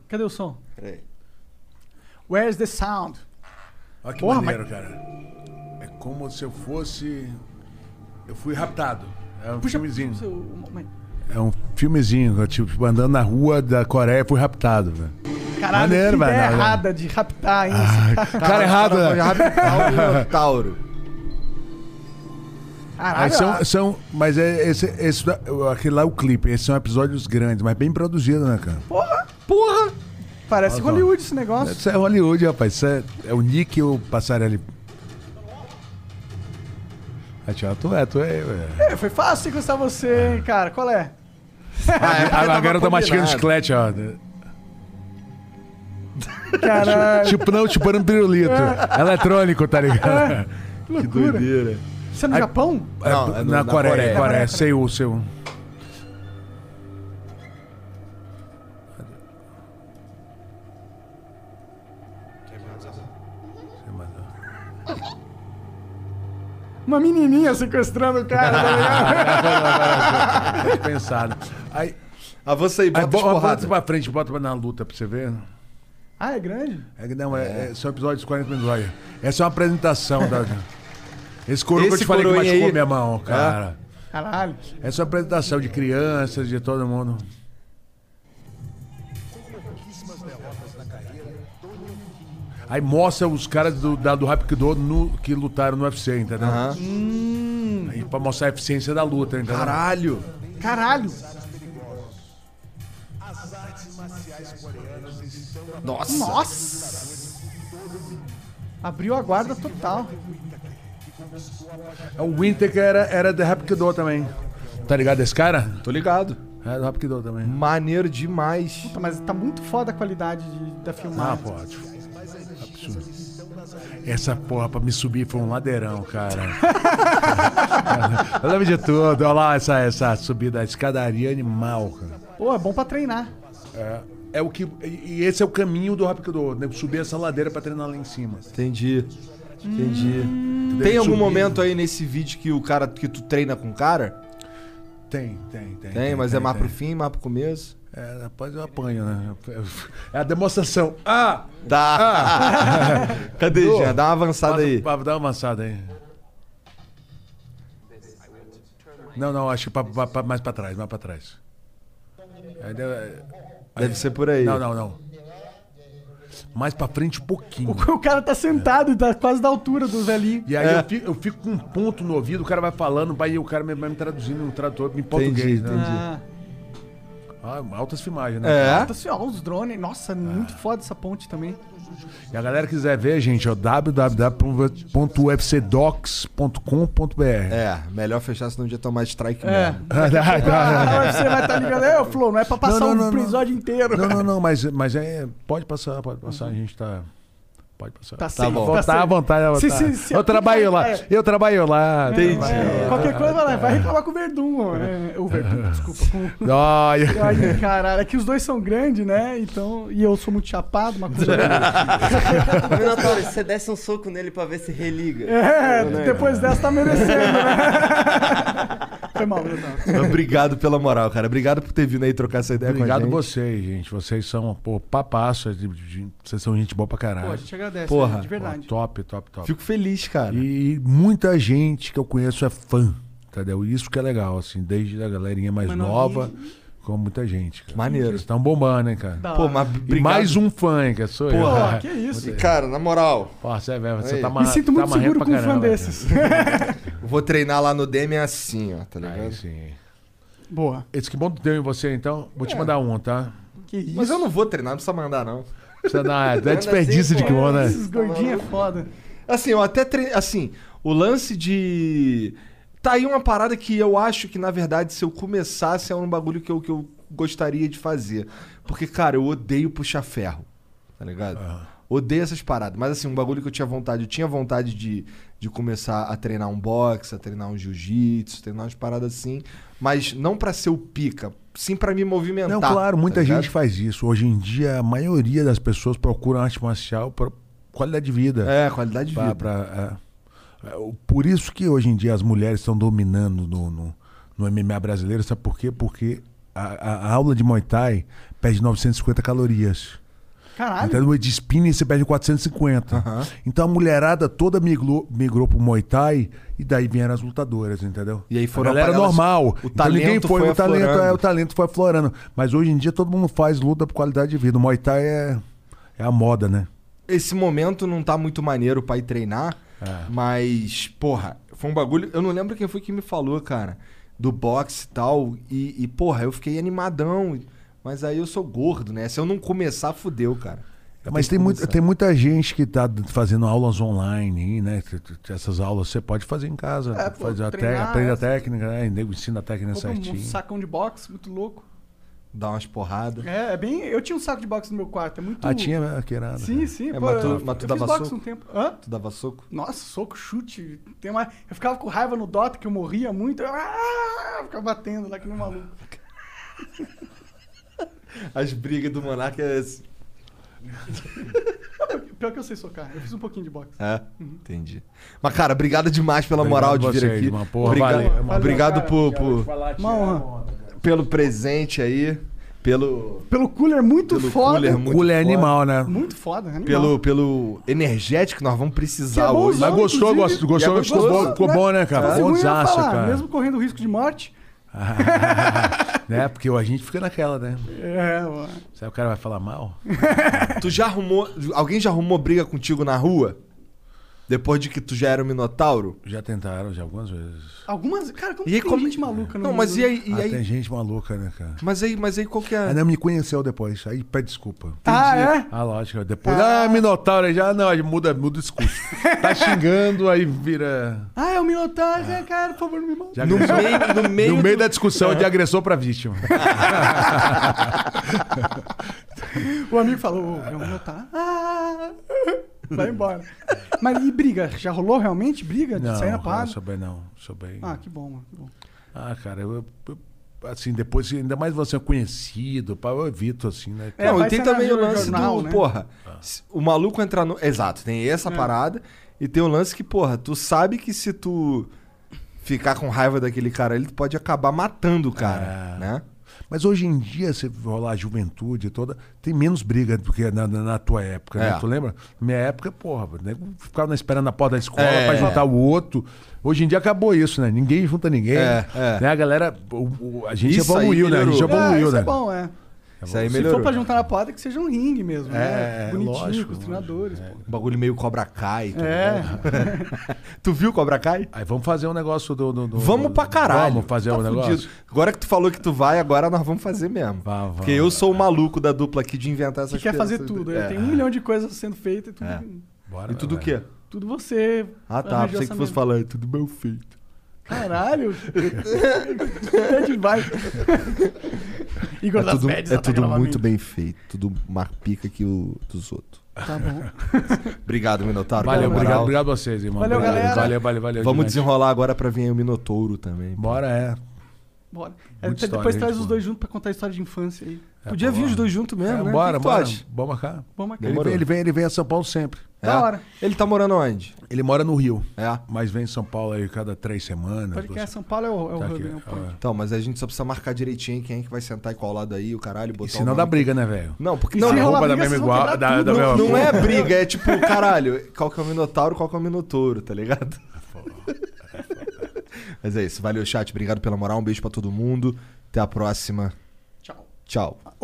Cadê o som?
Pera aí.
Where's the sound?
Olha que
Porra,
maneiro, cara. É como se eu fosse. Eu fui raptado. É um filmezinho.
Seu- mãe.
É um filmezinho. Eu, tipo, andando na rua da Coreia, fui raptado, velho.
Caralho,
Maneiro,
que ideia
mano. Ah,
errada de raptar, Tá hein? esse cara.
Cara, errado,
Cara,
né?
Rapidão, Minotauro.
Mas
Caralho,
são, são, mas é esse, esse, aquele lá é o clipe, esses são episódios grandes, mas bem produzidos, né, cara?
porra! Porra! Parece
Olha só.
Hollywood esse negócio.
Isso é Hollywood, rapaz. Isso é, é o Nick e o Passarelli. Ah, tchau, tu é, tu é. é.
É, foi fácil sequestar você, hein, cara? Qual é?
A, a garota mastigando chiclete, ó.
Caralho,
Tipo, não, tipo, era um pirulito. Eletrônico, tá ligado?
que loucura.
Doideira.
Você é no Japão?
Não,
É,
é no-
na,
na
Coreia,
Coreia.
Coreia, Seul, Seul.
Uma menininha sequestrando o cara, tá ligado?
Pensado. Aí,
Avança Ah, aí,
aí
bota de
bo- bota
porrada.
pra frente, bota na luta pra você ver.
Ah, é grande?
É que não, é, é, são episódios de 40 minutos. Olha, essa é uma apresentação da. Esse é? coroa que eu
Esse
te falei que
coroinha
machucou
aí-
minha mão, cara.
Caralho.
Essa é uma apresentação de crianças, de todo mundo. Aí mostra os caras do, da, do Rapkido no- que lutaram no UFC, entendeu? Hum.
Aham.
Aí pra mostrar a eficiência da luta, entendeu?
Caralho.
Caralho.
Nossa.
Nossa! Abriu a guarda total.
É, O Winter que era, era do Rapkido também. Tá ligado esse cara?
Tô ligado.
É do Rapkido também.
Maneiro demais.
Puta, Mas tá muito foda a qualidade de- da
Ah,
filmagem.
pode. Absurdo. Essa porra pra me subir foi um ladeirão, cara. Eu lembro de tudo. Olha lá essa, essa subida, a escadaria animal, cara.
Pô, é bom pra treinar.
É, é o que, e e esse é o caminho do Rapkido, né? Subir essa ladeira pra treinar lá em cima.
Entendi. Entendi.
Hum.
Tem algum momento aí nesse vídeo que o cara que tu treina com o cara?
Tem, tem, tem.
Tem, mas é mais pro
tem.
fim, mais pro começo.
É, rapaz, eu apanho, né? É a demonstração. Ah!
Tá. Cadê, Jean? Dá uma avançada aí.
Pra, pra dar uma avançada aí. Não, não, acho que pra, pra- pra- mais pra trás, mais pra trás. Aí deu- aí-
Deve ser por aí.
Não, não, não. mais pra frente um pouquinho.
O cara tá sentado, tá quase da altura do velhinho.
E aí
É.
eu, fico, eu fico com um ponto no ouvido, o cara vai falando, vai, e o cara me- vai me traduzindo um tradutor em português, né?
entendi.
Ah, altas filmagens, né?
É. Então, assim, ó, os drones. Nossa, é muito foda essa ponte também.
E a galera quiser ver, gente, é o www.ufcdocs.com.br.
É, melhor fechar senão um dia tomar strike
É.
mesmo.
Ah, você vai estar ligando. É, Flow, não é pra passar
Não, não,
um
não, não.
episódio inteiro.
Não, não, não, mas, mas é, pode passar, pode passar, a gente tá. Pode passar.
Tá safe,
bom.
tá
Tá,
safe.
à vontade,
Se-
se,
se- se-
Eu trabalho lá,
é.
eu trabalho lá. né?
É,
trabalho
vai-
lá.
qualquer coisa, vai, lá, vai reclamar com o Verdun. né? O Verdun, desculpa. Com...
Olha.
Ai, caralho, é que os dois são grandes, né? Então, e eu sou muito chapado, uma coisa.
Minotauro, se Tá você desse um soco nele pra ver se religa.
É,
Não, né?
depois dessa tá merecendo, né? Foi mal, Bruno.
Obrigado pela moral, cara. Obrigado por ter vindo aí trocar essa ideia
Obrigado
com a gente.
vocês, gente. Vocês são, pô, papaço. é de- de- de- Vocês são gente boa pra caralho.
Pô, a gente agradece,
Porra.
de verdade.
Top, top, top.
Fico feliz, cara.
E muita gente que eu conheço é fã, entendeu? Isso que é legal, assim, desde a galerinha mais
Manolinha.
nova, com muita gente. Cara.
Maneiro.
Vocês estão bombando, hein, cara?
Da
Pô,
hora.
mas
E
obrigado.
mais um fã, hein, que sou
Porra,
eu.
que isso?
E, Cara, na moral,
Pô, você é velho, você
Aí.
tá
Me
Me
marrando.
sinto muito seguro com um fã desses.
eu vou treinar lá no Demi assim, ó, tá ligado?
Aí sim.
Boa.
Esse que bom deu em você, então. Vou te mandar um, tá?
Que isso?
Mas eu não vou treinar, não precisa mandar, não.
Você dá, dá desperdício de
assim,
que bom, né?
Esses gordinhos é foda.
Assim, eu até tre... assim, o lance de tá aí uma parada que eu acho que na verdade se eu começasse é um bagulho que eu, que eu gostaria de fazer. Porque cara, eu odeio puxar ferro. Tá ligado? Odeio essas paradas, mas assim, um bagulho que eu tinha vontade, eu tinha vontade de, de começar a treinar um boxe, a treinar um jiu-jitsu, treinar umas paradas assim, mas não pra ser o pica, sim pra me movimentar.
Não, claro,
tá
muita
ligado?
gente faz isso. Hoje em dia, a maioria das pessoas procuram arte marcial por qualidade de vida.
É, qualidade de
Pra-
vida.
pra- é. É, o- Por isso que hoje em dia as mulheres estão dominando no, no, no MMA brasileiro, sabe por quê? Porque a, a aula de Muay Thai perde 950 calorias.
Caralho.
Então, de spinning você perde 450. Então a mulherada toda migrou, migrou pro Muay Thai e daí vieram as lutadoras, entendeu?
E aí foram
a galera
apagar elas-
normal.
o
Então, ninguém
talento foi
o talento,
aflorando.
é, o talento foi aflorando. Mas hoje em dia todo mundo faz luta por qualidade de vida. O Muay Thai é, é a moda, né?
esse momento não tá muito maneiro pra ir treinar, mas, porra, foi um bagulho. Eu não lembro quem foi que me falou, cara, do boxe e tal. E, e, porra, eu fiquei animadão. Mas aí eu sou gordo, né? Se eu não começar, fudeu, cara.
É,
Eu
Mas tem,
tenho que
muita,
começar.
tem muita gente que está fazendo aulas online, né? Essas aulas você pode fazer em casa,
É, pô,
faz a te-
treinar,
aprende
assim.
é.
a técnica, né? E nego ensina a técnica
Todo mundo,
certinho.
um sacão de boxe, muito louco.
Dá umas porradas.
É, é bem. Eu tinha um saco de boxe no meu quarto, é muito.
Ah, tinha ah, que irado.
Sim, sim.
É,
pô,
mas tu-
eu,
mas tu
eu
dava
fiz boxe
soco?
um tempo. Hã?
Tu dava soco?
Nossa, soco, chute. Tem uma... Eu ficava com raiva no Dota, que eu morria muito. Eu... Ah, eu ficava batendo lá que nem um maluco.
As brigas do Monarca é. esse.
Pior que eu sei socar. Eu fiz um pouquinho de boxe.
É, entendi. Mas, cara, obrigado demais pela
Obrigado
moral de vir
vocês,
aqui.
mano. Porra,
obrigado
valeu, irmão.
obrigado
Valeu,
por- por-
é Uma honra.
pelo presente aí, pelo.
Pelo cooler muito
Pelo
foda.
cooler
O
muito
Gulli é
foda.
animal, né?
Muito foda, animal.
Pelo, pelo energético que nós vamos precisar
Que é
hoje.
bonzão.
Mas gostou,
Inclusive,
gostou, gostou,
e é
ficou,
gostoso,
bom, ficou bom, né, cara?
Mas o Bruno ia
Bonsaço,
falar,
cara.
Mesmo correndo risco de morte.
né? Porque a gente fica naquela, né?
É, mano.
Será que o cara vai falar mal?
Tu já arrumou. Alguém já arrumou briga contigo na rua? Depois de que tu já era um minotauro?
Já tentaram já algumas vezes.
Algumas. Cara, como
E aí
tem
como-
gente maluca no
Não, mas
mundo,
e
né?
aí? E
ah,
aí?
tem gente maluca, né, cara?
Mas aí, mas aí qual que é?
Ah, não, me conheceu depois. Aí pede desculpa.
Ah, é?
Ah, lógico. Depois. Ah, Minotauro aí já. Não, aí muda, muda o discurso. tá xingando, aí vira.
Ah, é o Minotauro, é, cara, por favor, não me mata.
de agressor.
meio, no meio
no
do-
meio da discussão é de agressor pra vítima.
O amigo falou, "Ô, é um Minotauro. Ah, vai embora. Mas e briga? Já rolou realmente briga de
Não,
sair na
cara, eu
parada?
sou bem, não. Sou bem.
é Ah, que bom, mano. que bom.
Ah, cara, eu, eu- assim, depois, ainda mais você é conhecido, pá, eu evito, assim, né?
É,
não,
vai
e tem
ser na
também o
jornal,
lance do.
né? É.
Porra, se- o maluco entrar no. Exato, tem essa parada. E tem o lance que, porra, tu sabe que se tu ficar com raiva daquele cara ali, tu pode acabar matando o cara,
É.
né?
Mas hoje em dia, você rolar a juventude toda, tem menos briga do que na, na- na tua época,
É.
né? Tu lembra? Na minha época, porra, o nego ficava na- esperando na porta da escola
É.
pra juntar o outro. Hoje em dia acabou isso, né? Ninguém junta ninguém.
É, é.
Né? A galera, o- o- a gente
Isso aí
evoluiu, né? A gente
melhorou. Ah,
É,
evoluiu,
isso
né?
é bom, é.
Isso aí
Se for
melhorou.
pra juntar na porta, que seja um ringue mesmo,
É,
né?
é,
Bonitinho,
lógico,
com os treinadores. pô.
Um bagulho meio Cobra Kai. tá
É.
ligado? tu viu Cobra Kai?
Aí vamos fazer um negócio do. do, do-
Vamos pra caralho. Tá
Vamos fazer um negócio.
fudido. Agora que tu falou que tu vai, agora nós vamos fazer mesmo. Porque eu sou o maluco da dupla aqui de inventar
Que
essas
quer fazer
crianças.
tudo.
É.
né? Tem um milhão de coisas sendo feitas e tudo.
É.
Bora,
E tudo o
velho.
quê?
Tudo você.
Ah, tá.
arranjou
Pensei
essa
que fosse
merda.
falar, é tudo meu feito.
Caralho! é demais. Igor
é
das
tudo,
Médias, tá
é
ataca
tudo
novamente.
muito bem feito. Tudo mais pica que o dos outros.
Tá bom.
Obrigado, Minotauro.
Valeu,
pela
obrigado,
moral.
obrigado a vocês, irmão.
Valeu,
Obrigado.
galera.
Valeu, valeu, valeu.
Vamos
demais.
desenrolar agora pra vir o Minotouro também.
Bora, é.
Bora.
Muita
Aí
história,
depois
gente,
traz os
boa.
dois juntos pra contar a história de infância aí.
Podia vir os dois juntos mesmo,
É,
né?
Bora,
O que que tu
bora.
acha?
Bom marcar.
Vamos aqui.
Ele
Demorou.
vem, ele, vem, ele vem a São Paulo sempre.
Da
É?
hora.
Ele tá morando onde?
Ele mora no Rio,
É.
mas vem em São Paulo aí cada três semanas.
Pode que é
duas-
São Paulo é o, é o
tá
hub,
aqui,
né? O ponto.
ó.
Então, mas a gente só precisa marcar direitinho quem é que vai sentar e qual lado aí, o caralho, botar
E
o
senão
nome.
dá briga, né, velho?
Não, porque
E
não,
se
não,
rolar
roupa da
briga,
mesma
vocês vão
igual-
quebrar
da-
tudo.
da mesma-
não é briga, é tipo, caralho, qual que é o Minotauro, qual que é o Minotouro, tá ligado? é Mas é isso, valeu chat, obrigado pela moral, um beijo pra todo mundo, até a próxima.
Tchau.
Tchau.